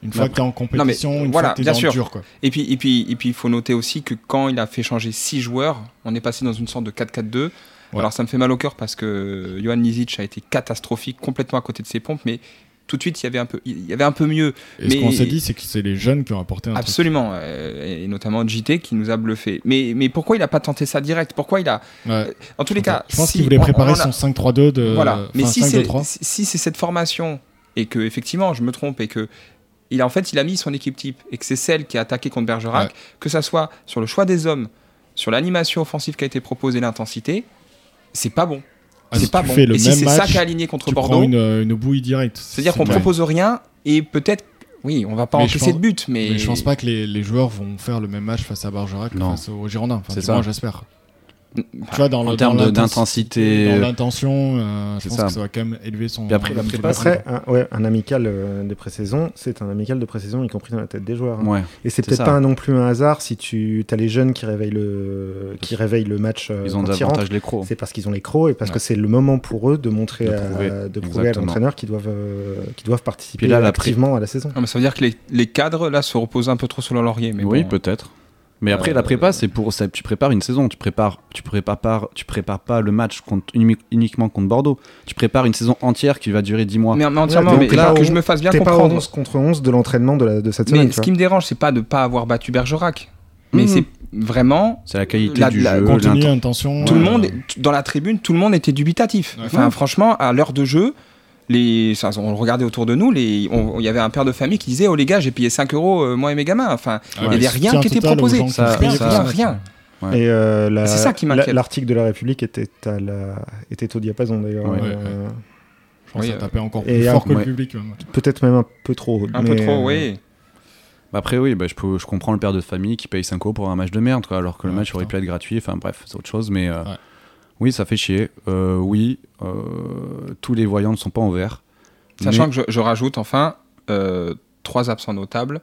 S4: Une fois
S2: après-
S4: que t'es en compétition, une
S1: voilà,
S4: fois que t'es
S1: bien
S4: dans
S1: sûr.
S4: le dur, quoi.
S1: Et puis, et puis, et puis, il faut noter aussi que quand il a fait changer 6 joueurs, on est passé dans une sorte de 4-4-2.
S4: Ouais.
S1: Alors, ça me fait mal au cœur parce que Johan Nizic a été catastrophique, complètement à côté de ses pompes, mais tout de suite, il y avait un peu, il y avait un peu mieux.
S4: Et
S1: Mais-
S4: ce qu'on s'est dit, c'est que c'est les jeunes qui ont apporté un truc.
S1: Absolument. euh, Et notamment JT qui nous a bluffé. Mais, mais pourquoi il a pas tenté ça direct Pourquoi il a.
S4: Ouais.
S1: En tous les cas.
S4: je pense
S1: si
S4: qu'il voulait
S1: on- on
S4: préparer
S1: en a-
S4: son 5-3-2 de.
S1: voilà. Mais
S4: Euh, enfin,
S1: si c'est
S4: 5-2-3.
S1: si- si c'est cette formation et que effectivement je me trompe et que il a en fait il a mis son équipe type et que c'est celle qui a attaqué contre Bergerac,
S4: Ouais.
S1: que ça soit sur le choix des hommes, sur l'animation offensive qui a été proposée, l'intensité, c'est pas bon.
S4: Ah,
S1: c'est
S4: si
S1: pas
S4: tu
S1: bon.
S4: fais le
S1: et si
S4: même
S1: c'est
S4: match,
S1: ça qui a aligné contre
S4: tu
S1: Bordeaux,
S4: prends une, une bouille directe.
S1: c'est-à-dire qu'on
S4: Ouais.
S1: propose rien et peut-être oui, on va pas
S4: Mais je
S1: encaisser
S4: pense-
S1: de but, mais,
S4: Mais je pense pas que les, les joueurs vont faire le même match face à Bergerac que
S2: Non.
S4: face aux Girondins. Enfin,
S2: C'est
S4: du
S2: ça.
S4: moins, j'espère.
S1: Mm,
S4: Tu vois, dans
S2: En
S4: le-
S2: termes
S4: dans
S2: de-
S4: l'intens-
S2: d'intensité.
S4: Dans l'intention, euh, je
S2: C'est
S4: pense
S2: ça.
S4: que ça va quand même élever son.
S2: Puis après, la
S4: son
S2: prépa,
S4: niveau.
S3: Après, un, ouais, un amical euh, des pré-saisons, c'est un amical de pré-saison, y compris dans la tête des joueurs. hein.
S2: Ouais.
S3: Et c'est
S2: C'est
S3: peut-être
S2: ça.
S3: pas non plus un hasard si tu as les jeunes qui réveillent le, qui réveillent le match. euh,
S2: Ils
S3: quand
S2: ont
S3: ils rentrent.
S2: davantage les crocs.
S3: C'est parce qu'ils ont les crocs et parce
S2: Ouais.
S3: que c'est le moment pour eux de montrer,
S2: De
S3: à-
S2: prouver,
S3: de prouver à
S2: exactement.
S3: l'entraîneur qu'ils doivent, euh, qu'ils doivent participer
S2: Puis là, la
S3: activement à la saison.
S1: Non, mais ça veut dire que les, les cadres là se reposent un peu trop sur leur laurier. Mais
S2: oui,
S1: bon.
S2: peut-être. Mais après,
S1: Euh,
S2: la prépa, c'est pour ça. Tu prépares une saison. Tu prépares, tu prépares pas, tu prépares pas le match contre, uni- uniquement contre Bordeaux. Tu prépares une saison entière qui va durer 10 mois.
S1: Mais, mais entièrement,
S3: donc
S1: mais
S3: là,
S1: genre que
S3: on-
S1: je me fasse bien
S3: T'es pas au
S1: comprendre.
S3: 11 contre 11 de l'entraînement de, la- de cette
S1: Mais
S3: semaine. tu
S1: ce qui me dérange, c'est pas de pas avoir battu Bergerac.
S2: Mhm.
S1: mais c'est vraiment
S2: Hmm. C'est la qualité
S1: La-
S2: du
S1: la-
S3: euh,
S2: jeu.
S4: Contenu,
S2: l'inten-
S4: intention.
S1: tout le
S4: euh,
S1: monde est- dans la tribune tout le monde était dubitatif
S4: Ouais.
S1: enfin
S4: Ouais.
S1: franchement à l'heure de jeu les ça, on regardait autour de nous les on- il y avait un père de famille qui disait oh les gars j'ai payé 5 euros euh, moi et mes gamins enfin
S4: Ah
S1: il
S4: ouais,
S1: y avait
S4: le
S1: rien
S4: soutien
S1: qui était
S4: total aux gens
S1: proposé
S4: qui
S2: Ça-
S4: payaient
S1: rien
S4: pour
S1: rien,
S2: ça.
S1: rien.
S2: Ouais.
S3: Et euh, la-
S1: Ah, C'est ça qui
S3: la-
S1: m'inquiète.
S3: L'article de la République était, à la- était au diapason d'ailleurs.
S2: Ouais.
S4: Ouais, Je pense
S1: Oui,
S4: que ça
S1: euh,
S4: tapait encore
S3: et
S4: plus
S3: un-
S4: fort que le
S2: ouais.
S4: public. même.
S3: Peut-être même un peu trop.
S1: un
S3: mais,
S1: peu trop
S3: euh,
S1: oui
S2: Bah Après, oui, bah, je, peux- je comprends le père de famille qui paye 5 euros pour un match de merde, quoi, alors que le
S4: Ouais,
S2: match aurait pu
S4: putain.
S2: être gratuit. Enfin, bref, c'est autre chose, mais euh,
S4: Ouais.
S2: oui, ça fait chier. Euh, oui, euh, tous les voyants ne sont pas en vert.
S1: Sachant
S2: Mais-
S1: que je, je rajoute enfin euh, trois absents notables.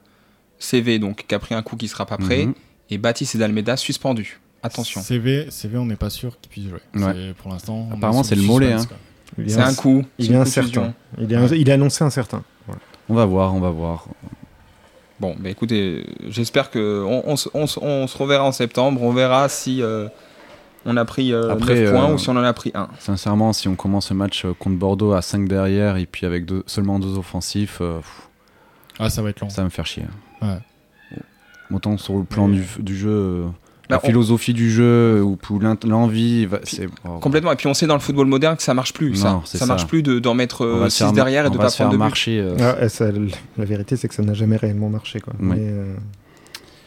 S1: CV donc qui a pris un coup qui sera pas prêt
S2: Mhm.
S1: et Baptiste et Dalmeda suspendu. Attention.
S4: CV, CV, on n'est pas sûr qu'il puisse jouer.
S2: Ouais.
S4: C'est- Pour l'instant. on est
S2: Apparemment,
S4: sous
S2: c'est le
S4: suspense,
S2: mollet, hein.
S4: quoi.
S3: il est
S1: C'est un coup.
S3: Il
S1: c'est
S3: est
S1: une
S3: incertain.
S1: confusion.
S3: Il est, un- il est annoncé incertain. Voilà.
S2: On va voir, on va voir.
S1: Bon, bah écoutez, j'espère que on, on se- on se- on se reverra en septembre. On verra si euh, on a pris euh,
S2: Après,
S1: 9 points
S2: euh,
S1: ou si on en a pris un.
S2: Sincèrement, si on commence le match euh, contre Bordeaux à 5 derrière et puis avec deux- seulement deux offensifs, euh, pff,
S4: Ah, ça va être long.
S2: ça va me faire chier.
S4: Ouais.
S2: Autant sur le plan
S4: Mais-
S2: du, du jeu, euh, la
S1: Bah, on-
S2: philosophie du jeu ou pour l'int- l'envie, va- c'est oh,
S1: Complètement. Et puis on sait dans le football moderne que ça marche plus.
S2: Non, c'est
S1: ça. ça marche
S2: ça.
S1: plus de- d'en
S2: on va
S1: mettre
S2: se
S1: 6
S2: faire mar-
S1: euh, derrière et de
S2: on va
S1: pas
S2: se faire
S1: prendre de but.
S2: marcher. euh,
S3: Ah, et ça, la vérité, c'est que ça n'a jamais réellement marché. Quoi.
S2: Ouais.
S3: Mais, euh,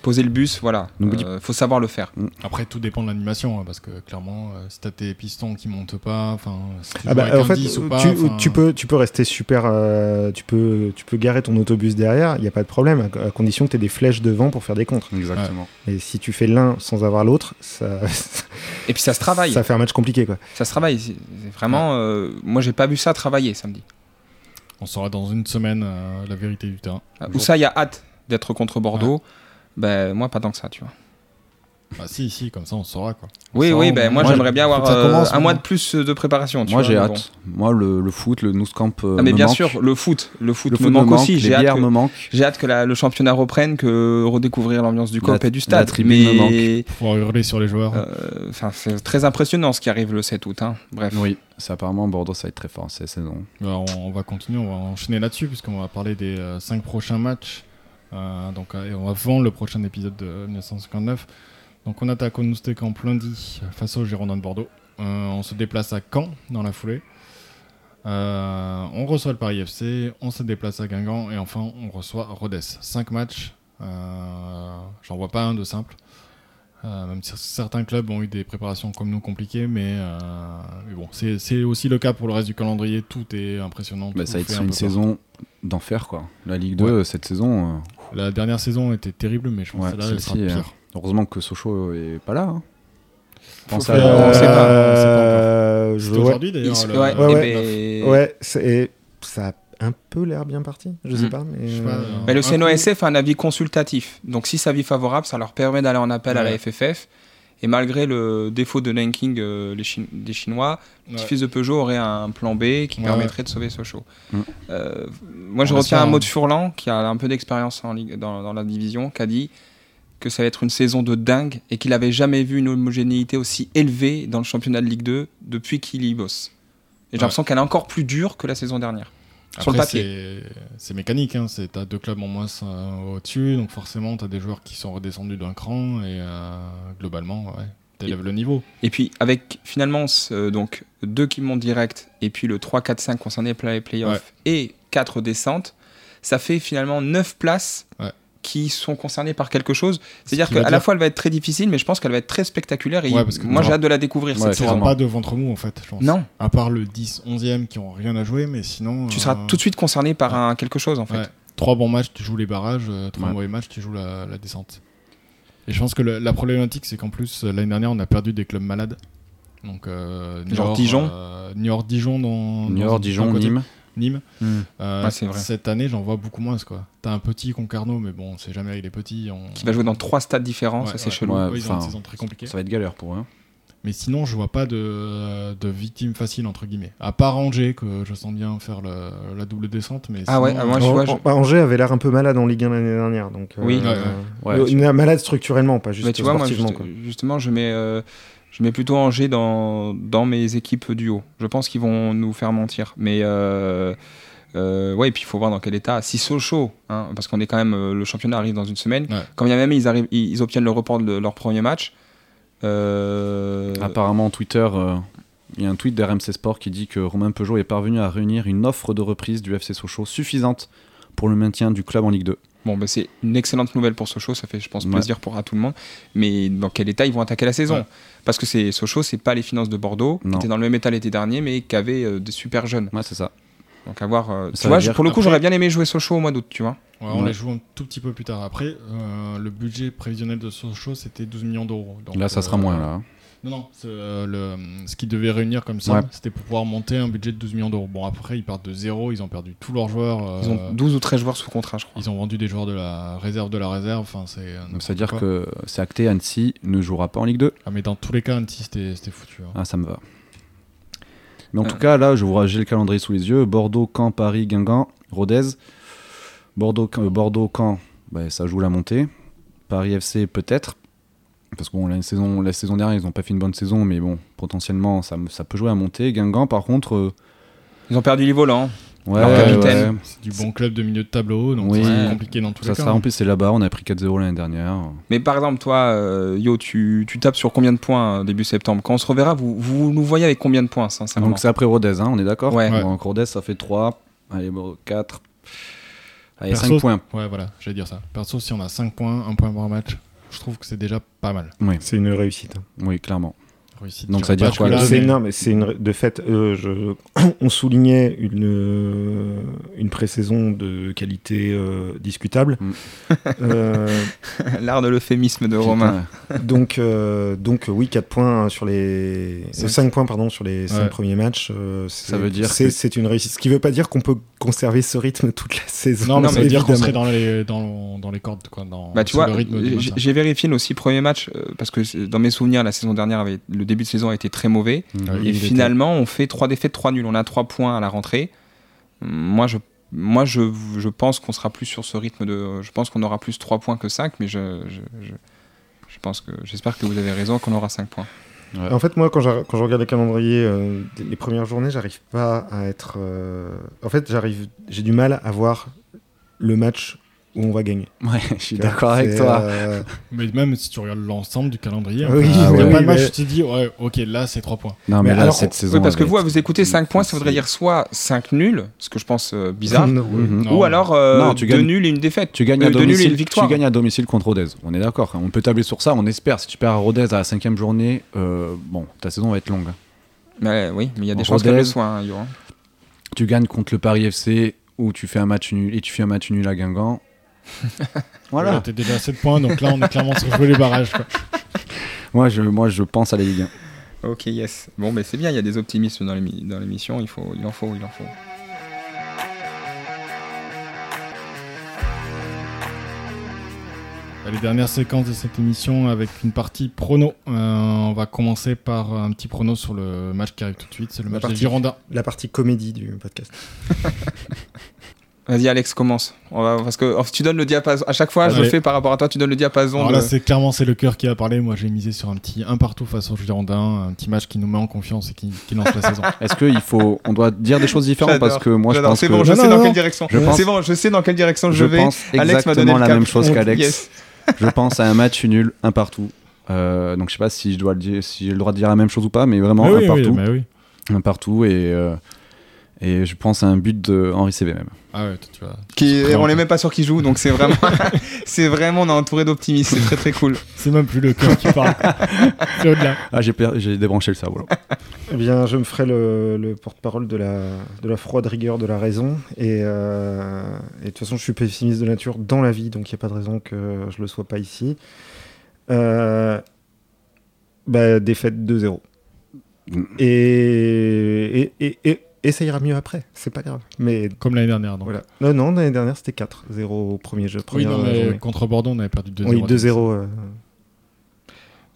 S1: Poser le bus, voilà.
S2: N'oublie-
S1: Euh, faut savoir le faire.
S4: Après, tout dépend de l'animation, hein, parce que clairement, euh, si t'as tes pistons qui montent pas, enfin, si tu
S3: Ah
S4: joues
S3: bah,
S4: avec
S3: en
S4: un
S3: fait,
S4: 10 ou
S3: tu,
S4: pas, enfin,
S3: tu peux, tu peux rester super. euh, tu, peux, tu peux garer ton autobus derrière, il n'y a pas de problème, à, à condition que tu aies des flèches devant pour faire des contres.
S2: Exactement.
S3: Et si tu fais l'un sans avoir l'autre, ça,
S1: Et puis ça se travaille.
S3: [LAUGHS] ça fait un match compliqué. Quoi.
S1: Ça se travaille. c'est- c'est Vraiment, euh, moi j'ai pas vu ça travailler samedi.
S4: On saura dans une semaine euh, la vérité du terrain.
S1: Où ça, il y a hâte d'être contre Bordeaux. Ben moi pas tant que ça, tu vois.
S4: Ah, si, si, comme ça, on saura quoi.
S1: Oui,
S4: Ça,
S1: oui,
S4: on-
S1: ben moi,
S4: moi,
S1: j'aimerais
S4: je-
S1: bien
S4: faut
S1: avoir
S4: que ça
S1: euh,
S4: commence,
S1: un
S4: moi.
S1: mois de plus euh, de préparation. tu
S2: Moi
S1: vois,
S2: j'ai
S1: mais
S2: hâte.
S1: bon.
S2: Moi le, le foot, le noose camp. euh,
S1: Ah, mais
S2: me
S1: bien
S2: manque.
S1: sûr, le foot, le foot,
S2: Le
S1: me manque aussi.
S2: Les
S1: J'ai hâte,
S2: bières
S1: que-
S2: me manquent.
S1: j'ai hâte que la- le championnat reprenne, que redécouvrir l'ambiance du
S2: La-
S1: COP et du
S2: la
S1: stade.
S2: tribune me
S1: mais
S4: Pour pouvoir hurler sur les joueurs.
S1: euh, enfin, c'est très impressionnant ce qui arrive le 7 août. hein. Bref.
S2: Oui, ça apparemment Bordeaux ça va être très fort cette saison.
S4: Bah, on, on va continuer, on va enchaîner là-dessus, puisqu'on va parler des 5 prochains matchs. Euh, donc, euh, et on va vendre le prochain épisode de 1959. Donc, on attaque au Nousté Camp lundi face aux Girondins de Bordeaux. Euh, on se déplace à Caen dans la foulée. Euh, on reçoit le Paris FC, on se déplace à Guingamp et enfin on reçoit Rodez. 5 matchs, euh, j'en vois pas un de simple. Euh, même si certains clubs ont eu des préparations comme nous compliquées, mais, euh, mais bon, c'est c'est aussi le cas pour le reste du calendrier. Tout est impressionnant.
S2: Bah,
S4: tout
S2: ça va
S4: fait
S2: être
S4: un peu
S2: une
S4: peur.
S2: saison d'enfer quoi. La Ligue 2 cette saison. euh,
S4: La dernière saison était terrible, mais je pense
S2: Ouais,
S4: que là, elle sera
S2: celle-ci,
S4: pire.
S2: euh, heureusement que Sochaux est pas là. hein. Pense
S1: faire-
S2: à-
S1: on sait pas,
S4: on sait pas
S3: Euh, je-
S4: C'était
S3: ouais,
S4: aujourd'hui
S1: Il
S4: d'ailleurs.
S1: se-
S4: le-
S1: ouais,
S4: le
S1: eh
S3: ouais.
S4: 9.
S1: ben,
S3: ouais, c'est- et ça a un peu l'air bien parti. Je sais
S1: Mm.
S3: pas. Mais...
S4: Je sais pas, euh,
S1: Mais le
S4: Un
S1: CNOSF a un avis consultatif. Donc, si c'est avis favorable, ça leur permet d'aller en appel à la
S4: Ouais.
S1: FFF. Et malgré le défaut de ranking euh, les Chin- des Chinois,
S4: Ouais.
S1: petit fils de Peugeot aurait un plan B qui
S4: Ouais,
S1: permettrait de sauver Sochaux.
S2: Mm.
S1: Euh, moi, je
S4: On
S1: retiens
S4: espère,
S1: un mot
S4: hein.
S1: de Furlan, qui a un peu d'expérience en ligue- dans, dans la division, qui a dit que ça allait être une saison de dingue et qu'il n'avait jamais vu une homogénéité aussi élevée dans le championnat de Ligue 2 depuis qu'il y bosse. Et j'ai
S4: Ouais.
S1: l'impression qu'elle est encore plus dure que la saison dernière. Sur le
S4: Après,
S1: papier.
S4: c'est- C'est mécanique, hein. c'est- t'as deux clubs en moins euh, au-dessus, donc forcément t'as des joueurs qui sont redescendus d'un cran et euh, globalement, ouais, t'élèves le niveau.
S1: Et puis avec finalement ce- euh, donc deux qui montent direct et puis le 3, 4, 5 concernés play playoffs et 4 descentes, ça fait finalement 9 places
S4: Ouais.
S1: qui sont concernées par quelque chose. C'est-à-dire
S4: qui veut
S1: qu'à la
S4: dire-
S1: fois elle va être très difficile, mais je pense qu'elle va être très spectaculaire. Et
S4: Ouais, parce que
S1: moi
S4: t'auras-
S1: j'ai hâte de la découvrir
S2: Ouais,
S1: cette
S4: T'auras
S1: saison.
S2: clairement.
S4: pas de ventre mou en fait, je pense.
S1: Non,
S4: À part le 10, 11e qui ont rien à jouer, mais sinon.
S1: tu seras tout de suite concerné par
S4: ouais.
S1: un quelque chose en fait.
S4: Trois bons matchs, tu joues les barrages, euh, trois
S2: Ouais.
S4: mauvais matchs, tu joues la, la descente. Et je pense que le- la problématique, c'est qu'en plus, euh, l'année dernière, on a perdu des clubs malades. Donc, euh,
S1: Genre
S4: Niort,
S1: Dijon
S4: euh, Niort, Dijon dans. dans-
S2: Niort, Dijon,
S4: d'un côté.
S2: Nîmes.
S4: Nîmes. Euh,
S2: Hmm.
S1: Ouais, c'est vrai.
S4: Cette année, j'en vois beaucoup moins. quoi. T'as un petit Concarneau, mais bon, on sait jamais, il est petit. On...
S1: Qui va jouer dans trois stades différents,
S4: Ouais,
S1: ça c'est
S4: ouais.
S1: chelou.
S2: Ouais,
S4: Ouais, ils ont une
S2: enfin,
S4: saison très compliquée.
S2: Ça va être galère pour eux. hein.
S4: Mais sinon, je vois pas de, euh, de victime facile, entre guillemets. À part Angers, que je sens bien faire le- la double descente. Mais
S1: Ah ouais, ah, moi, je
S3: An-
S1: vois, je-
S3: An- bah, Angers avait l'air un peu malade en Ligue 1 l'année dernière. Donc,
S1: Oui.
S4: Ouais, ouais.
S2: Ouais,
S3: le-
S2: tu-
S3: malade structurellement, pas juste
S1: Mais tu vois, moi,
S3: sportivement.
S1: juste- justement, je mets, euh, je mets plutôt Angers dans, dans mes équipes du haut. Je pense qu'ils vont nous faire mentir. Mais euh, Euh, ouais, et puis il faut voir dans quel état. Si Sochaux, hein, parce qu'on est quand même. euh, le championnat arrive dans une semaine.
S4: Ouais.
S1: Quand bien même ils, arrivent, ils, ils obtiennent le report de leur premier match. euh,
S2: Apparemment, Twitter, euh, il y a un tweet d'RMC Sport qui dit que Romain Peugeot est parvenu à réunir une offre de reprise du FC Sochaux suffisante pour le maintien du club en Ligue 2.
S1: Bon, bah, c'est une excellente nouvelle pour Sochaux, ça fait, je pense,
S2: Ouais.
S1: plaisir pour à tout le monde. Mais dans quel état ils vont attaquer la saison
S4: Ouais.
S1: Parce que c'est Sochaux, c'est pas les finances de Bordeaux, qui
S2: Non.
S1: étaient dans le même état l'été dernier, mais qui avaient euh, des super jeunes.
S2: Ouais, c'est ça.
S1: Donc à voir. euh,
S2: Ça
S1: tu
S2: veut
S1: vois, je-
S2: dire
S1: pour le coup,
S4: qu'après-
S1: j'aurais bien aimé jouer Sochaux au mois d'août, tu vois.
S4: Ouais, on
S2: Ouais.
S4: les joue un tout petit peu plus tard. Après, euh, le budget prévisionnel de Sochaux, c'était 12 millions d'euros. Donc,
S2: Là,
S4: euh,
S2: ça sera moins. Là. hein.
S4: Non, non, ce, euh, le, ce qu'ils devaient réunir comme ça,
S2: Ouais.
S4: c'était pour pouvoir monter un budget de 12 millions d'euros. Bon, après, ils partent de zéro, ils ont perdu tous leurs joueurs. euh,
S1: Ils ont 12 ou 13 joueurs sous contrat, je crois.
S4: ils ont vendu des joueurs de la réserve de la réserve. Enfin, c'est. euh,
S2: Donc, c'est-à-dire
S4: quoi.
S2: que c'est acté, Annecy ne jouera pas en Ligue 2.
S4: Ah, mais dans tous les cas, Annecy, c'était c'était foutu. hein.
S2: Ah, ça me va. Mais en
S1: Euh.
S2: tout cas, là, je vois, j'ai le calendrier sous les yeux. Bordeaux, Caen, Paris, Guingamp, Rodez. Bordeaux, Caen- euh, Bordeaux, Caen, bah, ça joue la montée. Paris FC, peut-être. Parce que bon, la saison, la saison dernière, ils n'ont pas fait une bonne saison, mais bon, potentiellement, ça, me- ça peut jouer à montée. Guingamp, par contre, euh,
S1: Ils ont perdu les volants.
S2: ouais,
S1: Leur capitaine.
S2: ouais.
S4: C'est du bon club de milieu de tableau, donc
S2: Oui.
S4: c'est compliqué dans tous
S2: Ça
S4: les cas. hein.
S2: sera en plus, c'est là-bas. On a pris 4-0 l'année dernière.
S1: Mais par exemple, toi, euh, Yo, tu, tu tapes sur combien de points euh, début septembre Quand on se reverra, vous, vous nous voyez avec combien de points, sincèrement
S2: Donc, c'est après Rodez, hein, on est d'accord
S1: Ah Ouais.
S4: Ouais.
S2: Donc, Rodez, ça fait 3. Allez, 4. Allez,
S4: Perso,
S2: 5 points.
S4: Ouais, voilà, j'allais dire ça. Perso, si on a 5 points, 1 point par match, je trouve que c'est déjà pas mal.
S3: C'est une réussite. hein.
S2: Oui, clairement.
S4: Réussite,
S2: Donc,
S4: je
S2: ça veut
S4: dirais
S2: dire
S4: pas
S2: quoi,
S4: celui-là,
S2: là,
S3: c'est
S4: mais-
S3: énorme. C'est une... ré- De fait, euh, je- [COUGHS] on soulignait une, euh, une pré-saison de qualité euh, discutable.
S2: Mm.
S3: Euh,
S1: L'art de l'euphémisme de Romain.
S3: donc, euh, donc euh, oui, 4 points sur les...
S4: Cinq.
S3: 5 points pardon, sur les 5
S4: Ouais.
S3: premiers matchs. euh, c'est-
S2: veut dire
S3: c'est
S2: que-
S3: c'est une réussite. Ce qui ne veut pas dire qu'on peut conserver ce rythme toute la saison.
S4: Non, mais ça veut dire qu'on
S3: évidemment.
S4: serait dans les, dans, dans les cordes, quoi. Dans,
S1: Bah, tu
S4: sur
S1: vois,
S4: le rythme du
S1: j'ai-
S4: match.
S1: j'ai vérifié nos six premiers matchs, euh, parce que c'est- dans mes souvenirs, la saison dernière, avait, le début de saison a été très mauvais.
S4: Oui,
S1: Et
S4: hein. il était-
S1: finalement, on fait trois défaites, trois nuls. On a trois points à la rentrée. Hum, Moi, je, moi, je, je pense qu'on sera plus sur ce rythme de. Je pense qu'on aura plus trois points que cinq, mais je, je, je, je pense que j'espère que vous avez raison qu'on aura cinq points.
S3: En fait, moi, quand je, quand je regarde le calendrier, euh, les premières journées, j'arrive pas à être. euh, En fait, j'arrive, j'ai du mal à voir le match où on va gagner.
S2: Ouais, je suis d'accord avec
S3: C'est,
S2: toi.
S3: euh,
S4: Mais même si tu regardes l'ensemble du calendrier,
S3: Oui,
S4: enfin, il y a
S2: oui,
S4: pas de match,
S3: mais-
S4: tu te dis, ouais, ok, là c'est 3 points.
S2: Non, mais,
S3: Mais
S2: là,
S3: alors,
S2: cette
S3: on-
S2: saison.
S1: Oui, parce que
S2: elle
S1: vous,
S2: va
S1: à vous
S2: être-
S1: écoutez 5 points, ça voudrait dire soit 5 nuls, ce que je pense euh,
S3: [LAUGHS]
S1: bizarre,
S3: non, ouais.
S2: Mhm.
S4: Non.
S1: ou alors euh,
S2: [LAUGHS] Non, tu
S1: deux
S2: gagnes.
S1: nuls et une défaite.
S2: Tu gagnes,
S1: Euh,
S2: à
S1: de nul et une
S2: domicile,
S1: victoire.
S2: tu gagnes à domicile contre Rodez. On est d'accord. hein. On peut tabler sur ça. On espère. Si tu perds à Rodez à la cinquième journée, euh, bon, ta saison va être longue. hein.
S1: Mais, oui, mais il y a des
S2: En
S1: chances qu'elle
S2: Rodez.
S1: le soit, hein, Yo, hein.
S2: Tu gagnes contre le Paris FC où tu fais un match nul et tu fais un match nul à Guingamp.
S1: [LAUGHS]
S4: Là,
S2: voilà.
S4: T'es déjà à 7 points, donc là on est clairement sur jouer les barrages. quoi.
S2: Moi, je, moi, je pense à la Ligue 1.
S1: Ok, yes. Bon, mais c'est bien, il y a des optimistes dans l'émi- dans l'émission, il, faut, il en faut, il en faut.
S4: Les dernières séquences de cette émission avec une partie prono. Euh, on va commencer par un petit prono sur le match qui arrive tout de suite, c'est le
S3: La
S4: match des
S3: partie.
S4: Girondins.
S3: La partie comédie du podcast.
S1: Vas-y, Alex, commence. On va, parce que oh, tu donnes le diapason. À chaque fois, je le
S4: Allez.
S1: fais par rapport à toi, tu donnes le diapason.
S4: Alors là,
S1: de-
S4: c'est clairement c'est le cœur qui a parlé. Moi, j'ai misé sur un petit un partout face aux Girondins, un petit match qui nous met en confiance et qui, qui lance la [LAUGHS] saison.
S2: Est-ce qu'il faut. On doit dire des choses différentes
S1: J'adore.
S2: parce que moi, je
S1: J'adore,
S2: pense
S1: c'est
S2: que.
S1: bon, je
S4: Non,
S1: sais
S4: non,
S1: dans
S4: non.
S1: quelle direction.
S2: Je pense-
S1: C'est bon, je sais dans quelle direction je,
S2: Je
S1: vais.
S2: pense
S1: Alex m'a donné
S2: exactement
S1: le
S2: la
S1: cap.
S2: même chose
S1: On-
S2: qu'Alex.
S1: yes.
S2: je pense à un match nul, un partout. Euh, donc je sais pas si je dois le dire, si j'ai le droit de dire la même chose ou pas, mais vraiment
S4: Mais
S2: un
S4: oui, oui,
S2: partout,
S4: mais oui.
S2: un partout et euh, et je pense à un but de Henri CV même.
S4: Ah ouais, toi, tu vois.
S1: Qui-
S4: Surprenant.
S1: on n'est même pas sûr qu'il joue, donc c'est vraiment, [LAUGHS] c'est vraiment, on est entouré d'optimistes, c'est très très cool.
S4: C'est même plus le cœur qui [LAUGHS] parle. quoi. c'est au-delà.
S2: Ah j'ai per- j'ai débranché le cerveau. là.
S3: Eh bien, je me ferai le, le porte-parole de la, de la froide rigueur de la raison. Et, euh, et de toute façon, je suis pessimiste de nature dans la vie, donc il n'y a pas de raison que je le sois pas ici. Euh, bah, défaite 2-0.
S2: Mm.
S3: Et, et, et, et- et ça ira mieux après, c'est pas grave. Mais
S4: Comme l'année dernière. Donc.
S3: voilà. Non, non, l'année dernière, c'était 4-0 au premier jeu,
S4: Oui,
S3: première
S4: non, mais
S3: journée.
S4: contre Bordeaux, on avait perdu 2-0.
S3: Oui, 2-0. euh,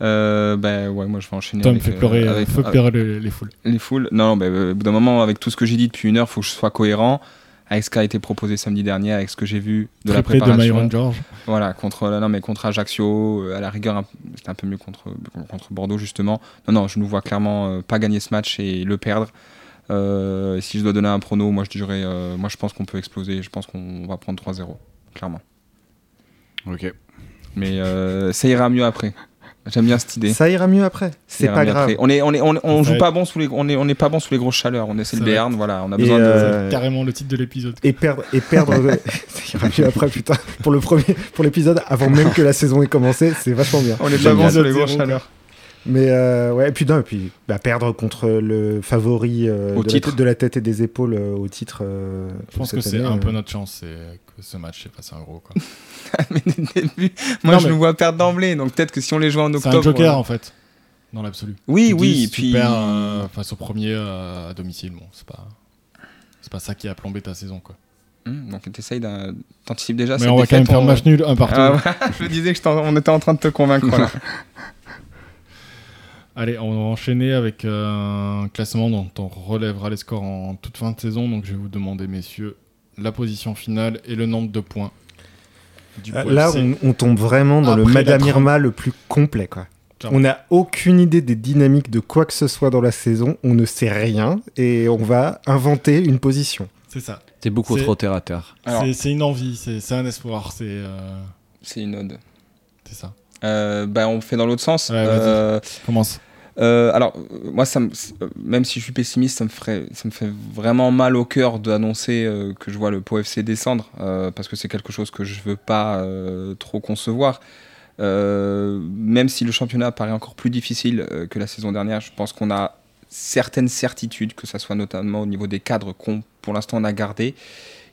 S1: Euh, bah, ouais, moi je vais enchaîner.
S4: Tom
S1: avec,
S4: fait
S1: euh,
S4: pleurer,
S1: avec-
S4: fait
S1: avec-
S4: pleurer les, les foules.
S1: Les foules Non, mais euh, au bout d'un moment, avec tout ce que j'ai dit depuis une heure, faut que je sois cohérent avec ce qui a été proposé samedi dernier, avec ce que j'ai vu de la
S4: Triplé de
S1: préparation.
S4: Myron George.
S1: voilà, contre, non, mais contre Ajaccio, euh, à la rigueur, un- c'était un peu mieux contre, contre Bordeaux, justement. Non, non, je nous vois clairement euh, pas gagner ce match et le perdre. Euh, si je dois donner un prono, moi je dirais, euh, moi je pense qu'on peut exploser. Je pense qu'on va prendre 3-0, clairement.
S2: [LAUGHS] Ok.
S1: Mais euh, ça ira mieux après. J'aime bien cette idée.
S3: Ça ira mieux après.
S1: Ça
S3: C'est
S1: ira
S3: pas
S1: mieux
S3: grave.
S1: après. On est, on est, on, on
S4: Ça
S1: joue
S4: va
S1: pas bon sous les, on est, on est pas bon sous les grosses chaleurs. On essaie
S4: Ça
S1: le
S4: va être-
S1: Béarn, voilà. On a
S3: Et,
S1: besoin de.
S3: euh,
S4: Carrément le titre de l'épisode.
S3: Et perdre, et
S2: [LAUGHS]
S3: perdre. [LAUGHS] ça ira mieux après, putain. Pour le premier, pour l'épisode, avant même que la saison ait commencé, c'est vachement bien.
S1: [LAUGHS] On est pas
S4: Génial.
S1: bon sous les grosses
S4: Zéro.
S1: chaleurs. [LAUGHS]
S3: Mais euh, ouais, et puis non, et puis bah, perdre contre le favori euh,
S1: Au
S3: de, la,
S1: titre.
S3: tête- de la tête et des épaules euh, au titre. euh,
S4: Je pense que
S3: cette
S4: c'est
S3: année,
S4: un
S3: euh.
S4: peu notre chance, c'est que ce match s'est passé un gros. quoi.
S1: Mais dès le début, moi
S4: Non,
S1: je
S4: mais-
S1: le vois perdre d'emblée. Donc peut-être que si on les joue en
S4: C'est un
S1: octobre.
S4: joker
S1: euh,
S4: en fait, dans l'absolu.
S1: Oui,
S4: Tu dis,
S1: oui. Et
S4: si tu
S1: puis.
S4: perds, euh, face au premier euh, à domicile, bon, c'est pas. C'est pas ça qui a plombé ta saison quoi.
S1: Hum, Donc t'essayes d'un- t'anticipes déjà.
S4: Mais
S1: Ah, cette
S4: on va quand même
S1: défaite,
S4: faire
S1: on-
S4: match nul un partout.
S1: [LAUGHS] Ah, voilà, je me disais que je t'en- on était en train de te convaincre là.
S4: Allez, on va enchaîner avec euh, un classement dont on relèvera les scores en toute fin de saison. Donc je vais vous demander, messieurs, la position finale et le nombre de points. Du
S3: Euh, Là,
S4: PFC.
S3: on, on tombe vraiment dans le
S4: Après la
S3: Madame
S4: trame.
S3: Irma le plus complet, quoi.
S4: Clairement.
S3: On n'a aucune idée des dynamiques de quoi que ce soit dans la saison, on ne sait rien et on va inventer une position.
S4: c'est ça.
S2: T'es beaucoup
S4: C'est-
S2: trop terre à terre.
S1: Alors.
S4: C'est- C'est une envie, c'est c'est un espoir, c'est euh,
S1: [LAUGHS] C'est une ode.
S4: c'est ça.
S1: Euh, bah, on fait dans l'autre sens.
S4: Ouais, vas-y.
S1: Euh,
S4: Commence.
S1: euh, alors, euh, moi, ça me- euh, même si je suis pessimiste, ça me, ferait, ça me fait vraiment mal au cœur d'annoncer euh, que je vois le Pau FC descendre, euh, parce que c'est quelque chose que je veux pas euh, trop concevoir. Euh, même si le championnat paraît encore plus difficile euh, que la saison dernière, je pense qu'on a certaines certitudes, que ça soit notamment au niveau des cadres qu'on, pour l'instant, on a gardés,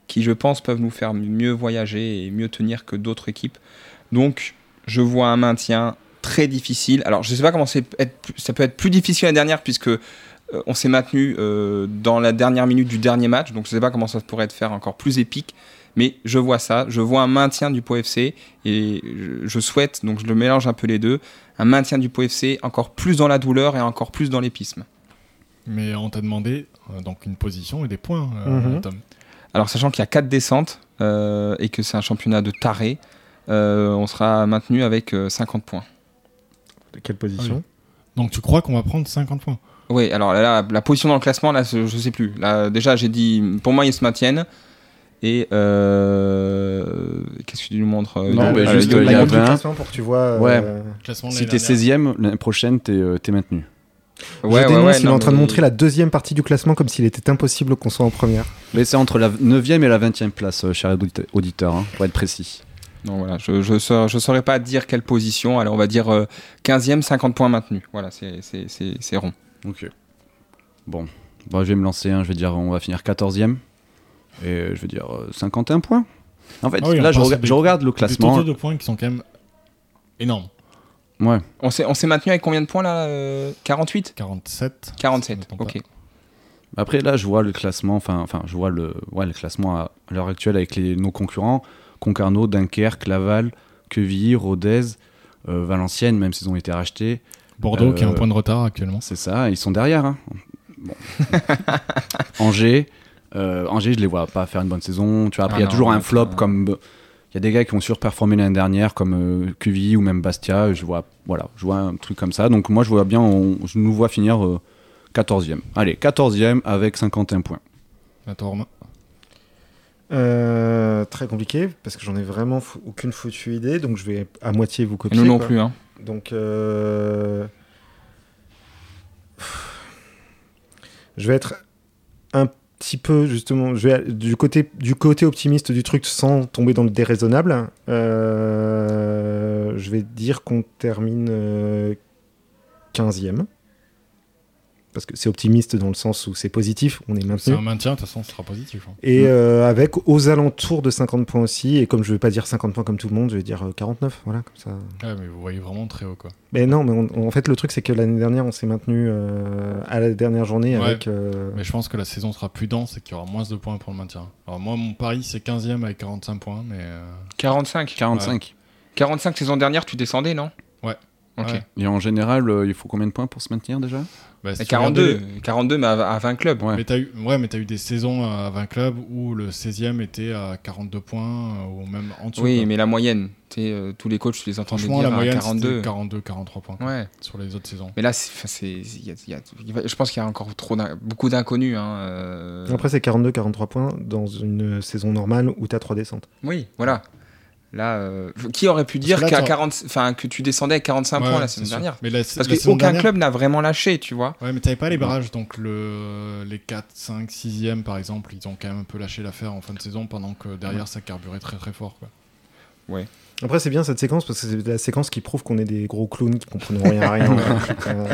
S1: qui, je pense, peuvent nous faire mieux voyager et mieux tenir que d'autres équipes. Donc, je vois un maintien très difficile. Alors, je sais pas comment c'est être plus- ça peut être plus difficile la dernière, puisque euh, on s'est maintenu euh, dans la dernière minute du dernier match, donc je sais pas comment ça pourrait être faire encore plus épique. Mais je vois ça, je vois un maintien du Pau FC et je, je souhaite, donc je le mélange un peu les deux, un maintien du Pau FC encore plus dans la douleur et encore plus dans l'épisme.
S4: Mais on t'a demandé euh, donc une position et des points, euh,
S3: Mhm.
S4: Tom.
S1: Alors sachant qu'il y a quatre descentes euh, et que c'est un championnat de tarés, euh, on sera maintenu avec euh, 50 points.
S3: De quelle
S4: position Donc tu crois qu'on va prendre 50 points
S1: Oui, alors là, la, la position dans le classement, là, je je sais plus. Là, déjà, j'ai dit, pour moi, ils se maintiennent. Et euh, qu'est-ce que tu nous montres euh,
S2: Non,
S1: de-
S2: mais
S1: euh,
S2: juste,
S1: de-
S2: Bah, il
S3: la
S2: y a
S3: grande
S2: 20.
S3: classement pour que tu vois. euh,
S2: Ouais.
S4: Classement de
S2: Si
S4: l'année
S2: t'es
S4: dernière.
S2: 16ème, l'année prochaine, t'es euh, t'es maintenu.
S1: Ouais,
S3: je
S1: ouais,
S3: dénonce,
S1: ouais,
S3: il est
S1: non,
S3: en train de
S1: mais-
S3: montrer la deuxième partie du classement comme s'il était impossible qu'on soit en première.
S2: Mais c'est entre la 9ème et la 20ème place, euh, cher audite- auditeur, hein, pour être précis.
S1: Non, voilà, je je saurais- je saurais pas dire quelle position. Alors, on va dire euh, 15e, 50 points maintenus. Voilà, c'est- c'est c'est- c'est rond.
S2: Ok. Bon. Bon, je vais me lancer, hein, je vais dire, on va finir 14ème. Et euh, je vais dire euh, 51 points. En fait,
S4: Ah oui, on
S2: là, je,
S4: passe
S2: rega-
S4: des-
S2: je regarde le
S4: Des
S2: classement.
S4: totaux de points qui sont quand même énormes.
S2: Ouais.
S1: On s'est on s'est maintenu avec combien de points là euh, 48
S4: 47. si
S1: 47,
S4: je me trompe
S1: ok.
S2: Après, là, je vois le classement, enfin, enfin, je vois le, ouais, le classement à, à l'heure actuelle avec les, nos concurrents Concarneau, Dunkerque, Laval, Quevilly, Rodez, euh, Valenciennes, même s'ils ont été rachetés.
S4: pas. Bordeaux qui a un
S2: Euh,
S4: point de retard actuellement.
S2: C'est ça, ils sont derrière. hein.
S1: [LAUGHS]
S2: Bon. Angers, euh, Angers, je les vois pas faire une bonne saison. Tu vois, après,
S1: Ah
S2: il y a
S1: non,
S2: toujours un
S1: ouais,
S2: flop
S1: clairement.
S2: comme. Il y a des gars qui ont surperformé l'année dernière, comme euh, Quevilly ou même Bastia. Je vois, voilà, je vois un truc comme ça. Donc, moi, je vois bien, on, je nous vois finir euh, 14e. Allez, 14e avec 51 points.
S4: À toi, Romain.
S3: Euh, très compliqué parce que j'en ai vraiment fou- aucune foutue idée, donc je vais à moitié vous
S1: Et
S3: copier.
S1: nous non
S3: quoi.
S1: plus, hein.
S3: Donc, euh, je vais être un petit peu justement, je vais du côté du côté optimiste du truc sans tomber dans le déraisonnable. Euh, Je vais dire qu'on termine euh, 15e. Parce que c'est optimiste dans le sens où c'est positif, on est
S4: C'est
S3: maintenu.
S4: un maintien, de toute façon, ce sera positif. hein.
S3: Et euh, avec aux alentours de 50 points aussi. Et comme je ne vais pas dire 50 points comme tout le monde, je vais dire euh, 49. Voilà, comme ça.
S4: Ouais, mais vous voyez vraiment très haut quoi.
S3: Mais non, mais on- on- en fait, le truc, c'est que l'année dernière, on s'est maintenu euh, à la dernière journée
S4: Ouais.
S3: avec. euh,
S4: Mais je pense que la saison sera plus dense et qu'il y aura moins de points pour le maintien. Alors moi, mon pari, c'est 15e avec 45 points, mais... euh,
S1: 45.
S2: 45.
S1: 45 saison dernière, tu descendais, non Ok.
S4: Ouais.
S2: Et en général, euh, il faut combien de points pour se maintenir déjà
S4: Bah, si
S1: Mais
S4: tu regardes les-
S1: 42, 42, mais à, à 20 clubs.
S2: Ouais.
S4: Mais t'as eu, ouais, mais t'as eu des saisons à 20 clubs où le 16e était à 42 points euh, ou même en dessous.
S1: Oui,
S4: quoi.
S1: mais la moyenne. Tu sais, euh, tous les coachs, tu les entends
S4: franchement,
S1: dire
S4: la
S1: à
S4: moyenne
S1: 42.
S4: c'était 42, 43 points quoi,
S1: Ouais.
S4: sur les autres saisons.
S1: Mais là, c'est, enfin, c'est- il y a- il y a- il va- je pense qu'il y a encore trop d'in- beaucoup d'inconnus. hein, euh.
S3: Après, c'est 42-43 points dans une saison normale où t'as 3 descentes.
S1: Oui, voilà. Là, euh, qui aurait pu
S4: Parce
S1: dire
S4: que là,
S1: qu'à
S4: t'as-
S1: 40, enfin, que tu descendais à 45
S4: Ouais,
S1: points la
S4: c'est
S1: semaine
S4: sûr.
S1: dernière
S4: Mais la,
S1: Parce
S4: la saison
S1: qu'aucun
S4: dernière-
S1: club n'a vraiment lâché, tu vois.
S4: Ouais, mais t'avais pas les
S1: Non.
S4: barrages, donc le, les 4, 5, 6e par exemple, ils ont quand même un peu lâché l'affaire en fin de saison pendant que derrière ça carburait très très fort. Quoi.
S3: Après, c'est bien cette séquence parce que c'est la séquence qui prouve qu'on est des gros clowns qui comprennent rien à
S2: [LAUGHS]
S3: rien. Euh,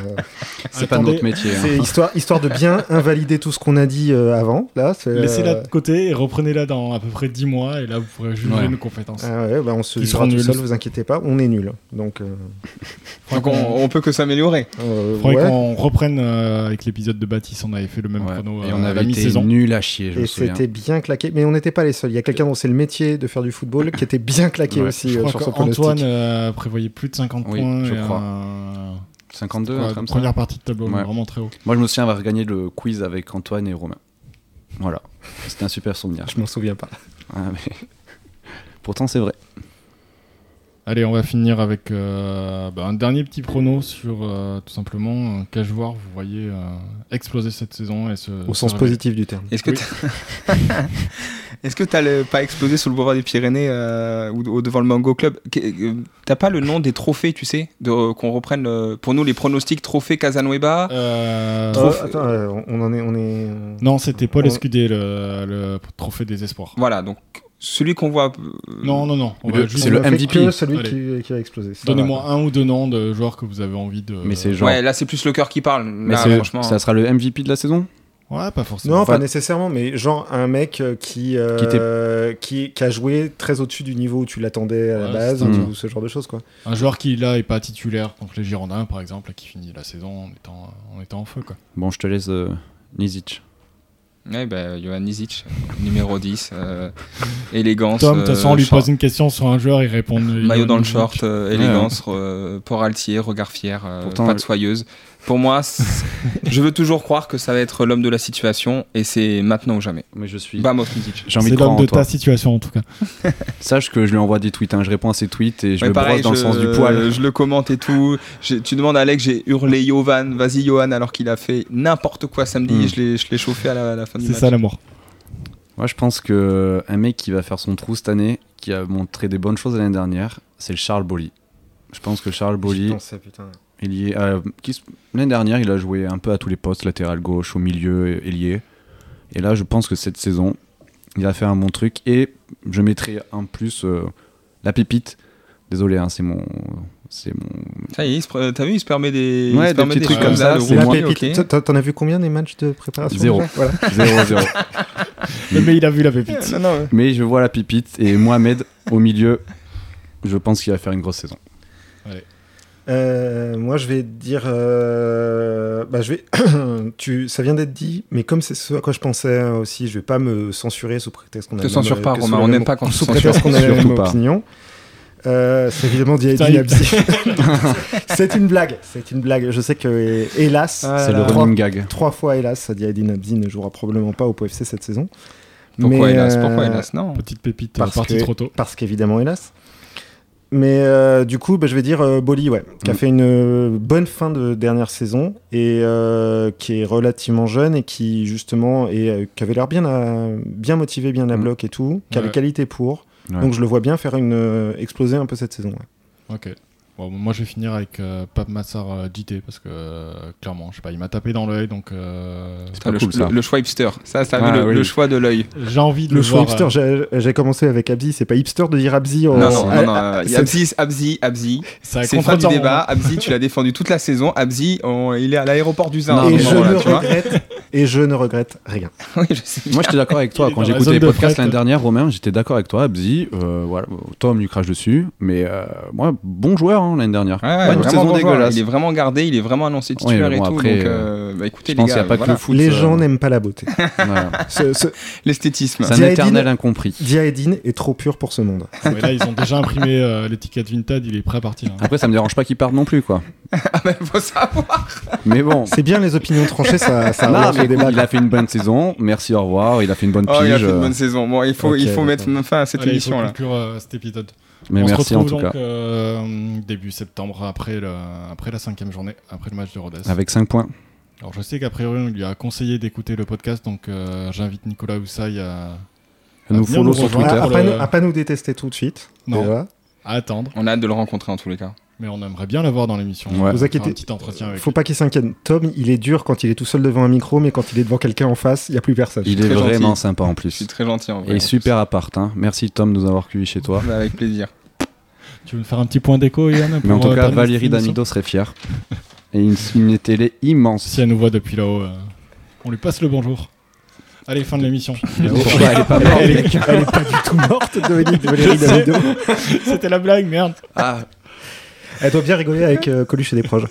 S2: C'est pas notre métier. hein.
S3: c'est histoire, histoire de bien invalider tout ce qu'on a dit euh, avant. Là, c'est, euh,
S4: Laissez-la de côté et reprenez-la dans à peu près 10 mois et là vous pourrez juger
S2: Ouais.
S4: nos compétences.
S3: ah ouais, bah, on se
S4: Ils
S3: jugera
S4: seront
S3: tout
S4: nuls.
S3: seul, vous inquiétez pas, on est nuls. Donc, euh,
S1: Donc on, on peut que s'améliorer.
S3: euh,
S4: Faudrait
S3: ouais.
S4: qu'on reprenne euh, avec l'épisode de Baptiste, on avait fait le même
S2: Ouais.
S4: chrono
S2: Et
S4: euh,
S2: on
S4: à la
S2: avait été
S4: mi-saison.
S2: nul à chier, je me
S3: Et
S2: souviens.
S3: c'était bien claqué, mais on n'était pas les seuls. Il y a quelqu'un dont c'est le métier de faire du football qui était bien claqué
S2: Ouais.
S3: aussi
S4: Je
S3: euh,
S4: crois
S3: sur son
S4: qu'Antoine
S3: pronostic.
S4: euh, prévoyait plus de 50
S2: Oui,
S4: points.
S2: je
S4: et
S2: crois.
S4: un-
S2: 52, un
S4: quoi,
S2: truc comme ça.
S4: première partie de tableau,
S2: Ouais.
S4: vraiment très haut.
S2: Moi, je me souviens avoir gagné le quiz avec Antoine et Romain. Voilà. C'était un
S4: [LAUGHS]
S2: super souvenir.
S3: [LAUGHS] Je m'en souviens pas.
S2: Ah, mais- Pourtant, c'est vrai.
S4: Allez, on va finir avec euh, bah, un dernier petit prono sur euh, tout simplement euh, quel joueur vous voyez euh, exploser cette saison et se,
S3: Au
S4: se
S3: sens
S4: révéler.
S3: positif du terme.
S1: Est-ce que
S4: Oui.
S1: t'as- Est-ce que t'as le... pas explosé sous le boulevard des Pyrénées euh, ou ou devant le Mango Club Que- euh, T'as pas le nom des trophées, tu sais, de- qu'on reprenne euh, pour nous les pronostics trophée Casanueva.
S4: Euh,
S1: Trop-
S3: Euh, attends, euh, on en est, on est. euh,
S4: Non, c'était Paul
S3: On-
S4: Escudé, le, le trophée des espoirs.
S1: Voilà, donc celui qu'on voit. euh,
S4: Non, non, non. on
S2: Le-
S4: va juste-
S2: c'est
S3: on
S2: le
S3: a fait
S2: MVP.
S3: que celui qui, qui va exploser. ça
S4: Donnez-moi
S3: va.
S4: un ou deux noms de joueurs que vous avez envie de.
S2: Mais c'est genre.
S1: Ouais, là c'est plus le cœur qui parle.
S2: mais
S1: là,
S2: c'est-
S1: franchement. hein.
S2: ça sera le MVP de la saison
S4: Ouais, pas forcément.
S3: Non,
S2: Enfin-
S3: pas nécessairement, mais genre un mec euh, qui, euh,
S2: Qui
S3: qui, qui a joué très au-dessus du niveau où tu l'attendais à la
S4: Ouais,
S3: base,
S2: c'est un-
S3: ou ce genre de choses, quoi.
S4: Un joueur qui là est pas titulaire contre les Girondins par exemple, et qui finit la saison en étant, en étant en feu quoi.
S2: Bon, je te laisse euh, Nizic.
S1: Ouais, bah, Johan Nizic, numéro 10, euh, élégance.
S4: Tom, de toute façon, on
S1: euh,
S4: lui
S1: short-
S4: pose une question sur un joueur, il répond.
S1: Maillot
S4: il-
S1: dans le
S4: il-
S1: short, euh, élégance, euh, port altier, regard fier, euh,
S2: Pourtant,
S1: pas
S2: euh,
S1: de soyeuse. Pour moi,
S2: [LAUGHS]
S1: c'est- je veux toujours croire que ça va être l'homme de la situation et c'est maintenant ou jamais.
S2: Mais je suis.
S1: Vamos Nizic.
S2: J'ai envie
S4: C'est
S2: de croire
S4: l'homme
S2: en
S4: de
S2: toi.
S4: ta situation en tout cas.
S2: Sache que je lui envoie des tweets. hein. Je réponds à ses tweets et je
S1: Ouais,
S2: le brosse dans le
S1: je-
S2: sens du poil.
S1: Je le commente et tout. J'ai- tu demandes à Alex, j'ai hurlé Jovan, vas-y Johan, alors qu'il a fait n'importe quoi samedi.
S2: Mm.
S1: Je l'ai- je l'ai chauffé à la, à la fin du
S4: C'est
S1: match.
S4: ça l'amour.
S2: Moi, je pense que un mec qui va faire son trou cette année, qui a montré des bonnes choses l'année dernière, c'est le Charles Bolly. Je pense que Charles
S3: J'y
S2: Bolly,
S3: pensais, putain.
S2: il y est- euh, qui se- l'année dernière, il a joué un peu à tous les postes, latéral gauche, au milieu, et- ailier. Et là, je pense que cette saison, il a fait un bon truc. Et je mettrai en plus euh, la pépite. Désolé, hein, c'est mon, c'est [LAUGHS] mon.
S1: Ça y est, il se pre- T'as vu, il se permet des, il
S2: Ouais,
S1: se
S2: des
S1: permet
S2: petits trucs
S1: trucs
S2: comme ça,
S1: le
S2: c'est
S1: Roumanie,
S2: moins-
S1: ok.
S3: Pépite, t'en- T'en as vu combien des matchs de préparation
S2: Zéro.
S3: déjà Voilà.
S2: 0-0.
S4: Mais il a vu la pépite.
S1: Non, non, ouais.
S2: Mais je vois la pépite et Mohamed au milieu. Je pense qu'il va faire une grosse saison.
S3: Euh, moi, je vais dire. euh, Bah, je vais. [COUGHS] tu... Ça vient d'être dit, mais comme c'est ce à quoi je pensais euh, aussi, je vais pas me censurer sous prétexte qu'on a.
S1: Te
S3: la
S1: censure
S3: même- euh,
S1: pas,
S3: que
S1: Romain,
S3: sous la
S1: on
S3: même-
S1: n'aime pas quand tu
S3: sous
S1: censures.
S3: prétexte qu'on a la
S2: Surtout
S3: même
S2: pas.
S3: opinion. Euh, c'est évidemment dit
S4: Putain, il-
S3: [LAUGHS] C'est une blague, c'est une blague. Je sais que, euh, hélas,
S1: Ah
S2: c'est le
S3: trois,
S2: running gag.
S3: trois fois hélas, Sadi Aydin Abdi ne jouera probablement pas au PFC cette saison.
S1: Pourquoi
S3: Mais,
S1: hélas
S3: euh,
S1: Pourquoi hélas Non.
S4: Petite pépite
S3: Parce
S4: partie
S3: que-
S4: trop tôt.
S3: Parce qu'évidemment, hélas. Mais euh, du coup, bah, je vais dire euh, Boli, ouais, qui a
S2: Mm.
S3: fait une euh, bonne fin de dernière saison et euh, qui est relativement jeune et qui, justement, est, euh, qui avait l'air bien, à- bien motivé, bien à
S2: Mm.
S3: bloc et tout, qui a les
S4: Ouais.
S3: qualités pour.
S2: Ouais.
S3: Donc je le vois bien faire une, euh, exploser un peu cette saison. ouais.
S4: Ok. Bon, moi je vais finir avec euh, Pape Massar euh, JT parce que euh, clairement, je sais pas, il m'a tapé dans l'œil donc euh,
S1: Putain,
S2: pas
S1: le,
S2: cool,
S1: choix
S2: ça.
S1: le, le choix hipster. Ça, ça a
S2: Ah,
S1: vu le,
S2: oui.
S1: le choix de l'œil.
S4: j'ai envie de
S3: Le
S4: le,
S3: choix
S4: voir.
S3: hipster,
S4: euh,
S3: j'ai- j'ai commencé avec Abzi, c'est pas hipster de dire Abzi.
S2: Oh.
S3: en-
S1: non, non,
S3: à-
S1: non, non.
S2: Ah.
S1: euh,
S3: c'est-
S1: Abzi, Abzi, Abzi.
S2: Bah,
S4: ça
S1: C'est fin
S4: contre
S1: du débat. Abzi, tu l'as défendu toute la saison. Abzi, on- il est à l'aéroport du Zin.
S2: Non,
S1: à ce
S3: et je
S1: moment-là,
S3: ne
S1: tu vois.
S3: regrette et je ne regrette rien.
S1: Oui, je sais bien.
S2: Moi, j'étais d'accord avec toi.
S4: Il est
S2: Quand
S4: dans la
S2: j'écoutais
S4: zone
S2: les
S4: de
S2: podcasts
S4: fret.
S2: l'année dernière, Romain, j'étais d'accord avec toi. Abzi, euh, voilà, Tom lui crache dessus. Mais euh, moi, bon joueur. hein, l'année dernière.
S1: Ouais, ouais,
S2: Pas une
S1: vraiment
S2: saison
S1: bon joueur.
S2: dégueulasse.
S1: Il est vraiment gardé, il est vraiment annoncé
S2: Ouais,
S1: titulaire
S2: bon,
S1: et tout.
S2: après,
S1: donc, euh, bah, écoutez,
S2: je
S1: les
S2: pense qu'il
S1: gars,
S2: n'y a pas que
S1: voilà.
S2: le foot.
S3: Les
S2: ça-
S3: gens n'aiment pas la beauté.
S1: [LAUGHS]
S2: voilà.
S3: ce, ce-
S1: l'esthétisme.
S2: C'est un
S3: Ziadine-
S2: éternel incompris.
S3: Diaedine est trop pur pour ce monde.
S4: Mais là, ils ont déjà imprimé euh, l'étiquette Vinted, il est prêt à partir. hein.
S2: Après, ça me dérange pas qu'il parte non plus, quoi.
S1: Ah, mais [LAUGHS] faut savoir.
S2: Mais bon.
S3: C'est bien les opinions tranchées, ça, ça
S2: Non,
S3: relance
S2: mais
S3: le débat.
S2: écoute, il a fait une bonne saison. Merci, au revoir. Il a fait une bonne pige.
S1: Oh, il a fait
S2: euh,
S1: une bonne saison. Bon, il faut,
S3: Ok,
S1: il faut
S3: d'accord.
S1: mettre fin à [LAUGHS] cette
S4: Allez, il faut
S1: émission là.
S4: conclure euh, cet épisode.
S2: Mais
S4: On se
S2: merci en
S4: retrouve
S2: tout
S4: donc
S2: cas.
S4: euh, début septembre après, le, après la cinquième journée, après le match de
S1: euh,
S4: Rodez.
S2: Avec 5 points.
S4: Ah, Alors je sais qu'a priori on lui a conseillé d'écouter le podcast, donc euh, j'invite Nicolas Houssaï à,
S2: À nous
S4: venir
S2: follow
S4: nous
S2: sur
S4: rejoindre.
S3: À, à
S2: Twitter. euh,
S4: pour
S3: pas
S4: le-
S3: nous, à pas nous détester tout de suite.
S4: Non.
S3: déjà.
S4: à attendre,
S1: On a hâte de le rencontrer en tous les cas.
S4: mais on aimerait bien l'avoir dans l'émission.
S2: Ouais.
S4: On va
S2: Vous
S4: faire
S3: inquiétez-
S4: Un petit entretien avec
S3: Faut pas qu'il s'inquiète. Tom, il est dur quand il est tout seul devant un micro, mais quand il est devant quelqu'un en face, il y a plus personne.
S2: Il est
S1: Très gentil.
S2: vraiment sympa en
S1: Je suis
S2: plus.
S1: très gentil en vrai.
S2: Et super appart. hein. Merci, Tom, de nous avoir cueillis chez toi.
S1: Bah, Avec plaisir.
S4: lui. Tu veux me faire un petit point d'écho, Yann
S2: Mais en
S4: pour,
S2: tout
S4: euh,
S2: cas,
S4: terminer cette
S2: Valérie
S4: émission
S2: Damido serait fière. Et une, une télé immense.
S4: Si elle nous voit depuis là-haut, euh, on lui passe le bonjour. Allez, fin de
S2: [LAUGHS]
S4: l'émission. [LAUGHS]
S2: elle est pas morte.
S4: Elle est-
S3: Elle est pas du tout [LAUGHS] morte, Dominique Valérie
S4: Je sais.
S3: Davido.
S4: C'était la blague, merde.
S2: Ah,
S3: Elle doit bien rigoler avec euh, Coluche et des proches.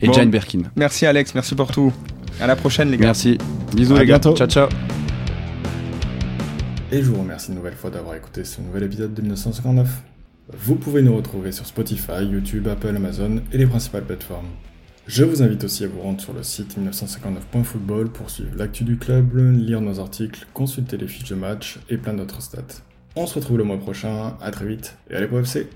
S2: et
S1: Bon.
S2: Jane Birkin.
S1: Merci Alex, merci pour tout. À la prochaine les gars.
S2: Merci. Bisous,
S4: À
S2: les gars.
S4: bientôt.
S2: Ciao, ciao.
S4: Et je vous remercie une nouvelle fois d'avoir écouté ce nouvel épisode de 1959. Vous pouvez nous retrouver sur Spotify, YouTube, Apple, Amazon et les principales plateformes. Je vous invite aussi à vous rendre sur le site 1959.football pour suivre l'actu du club, lire nos articles, consulter les fiches de match et plein d'autres stats. On se retrouve le mois prochain, à très vite et allez pour FC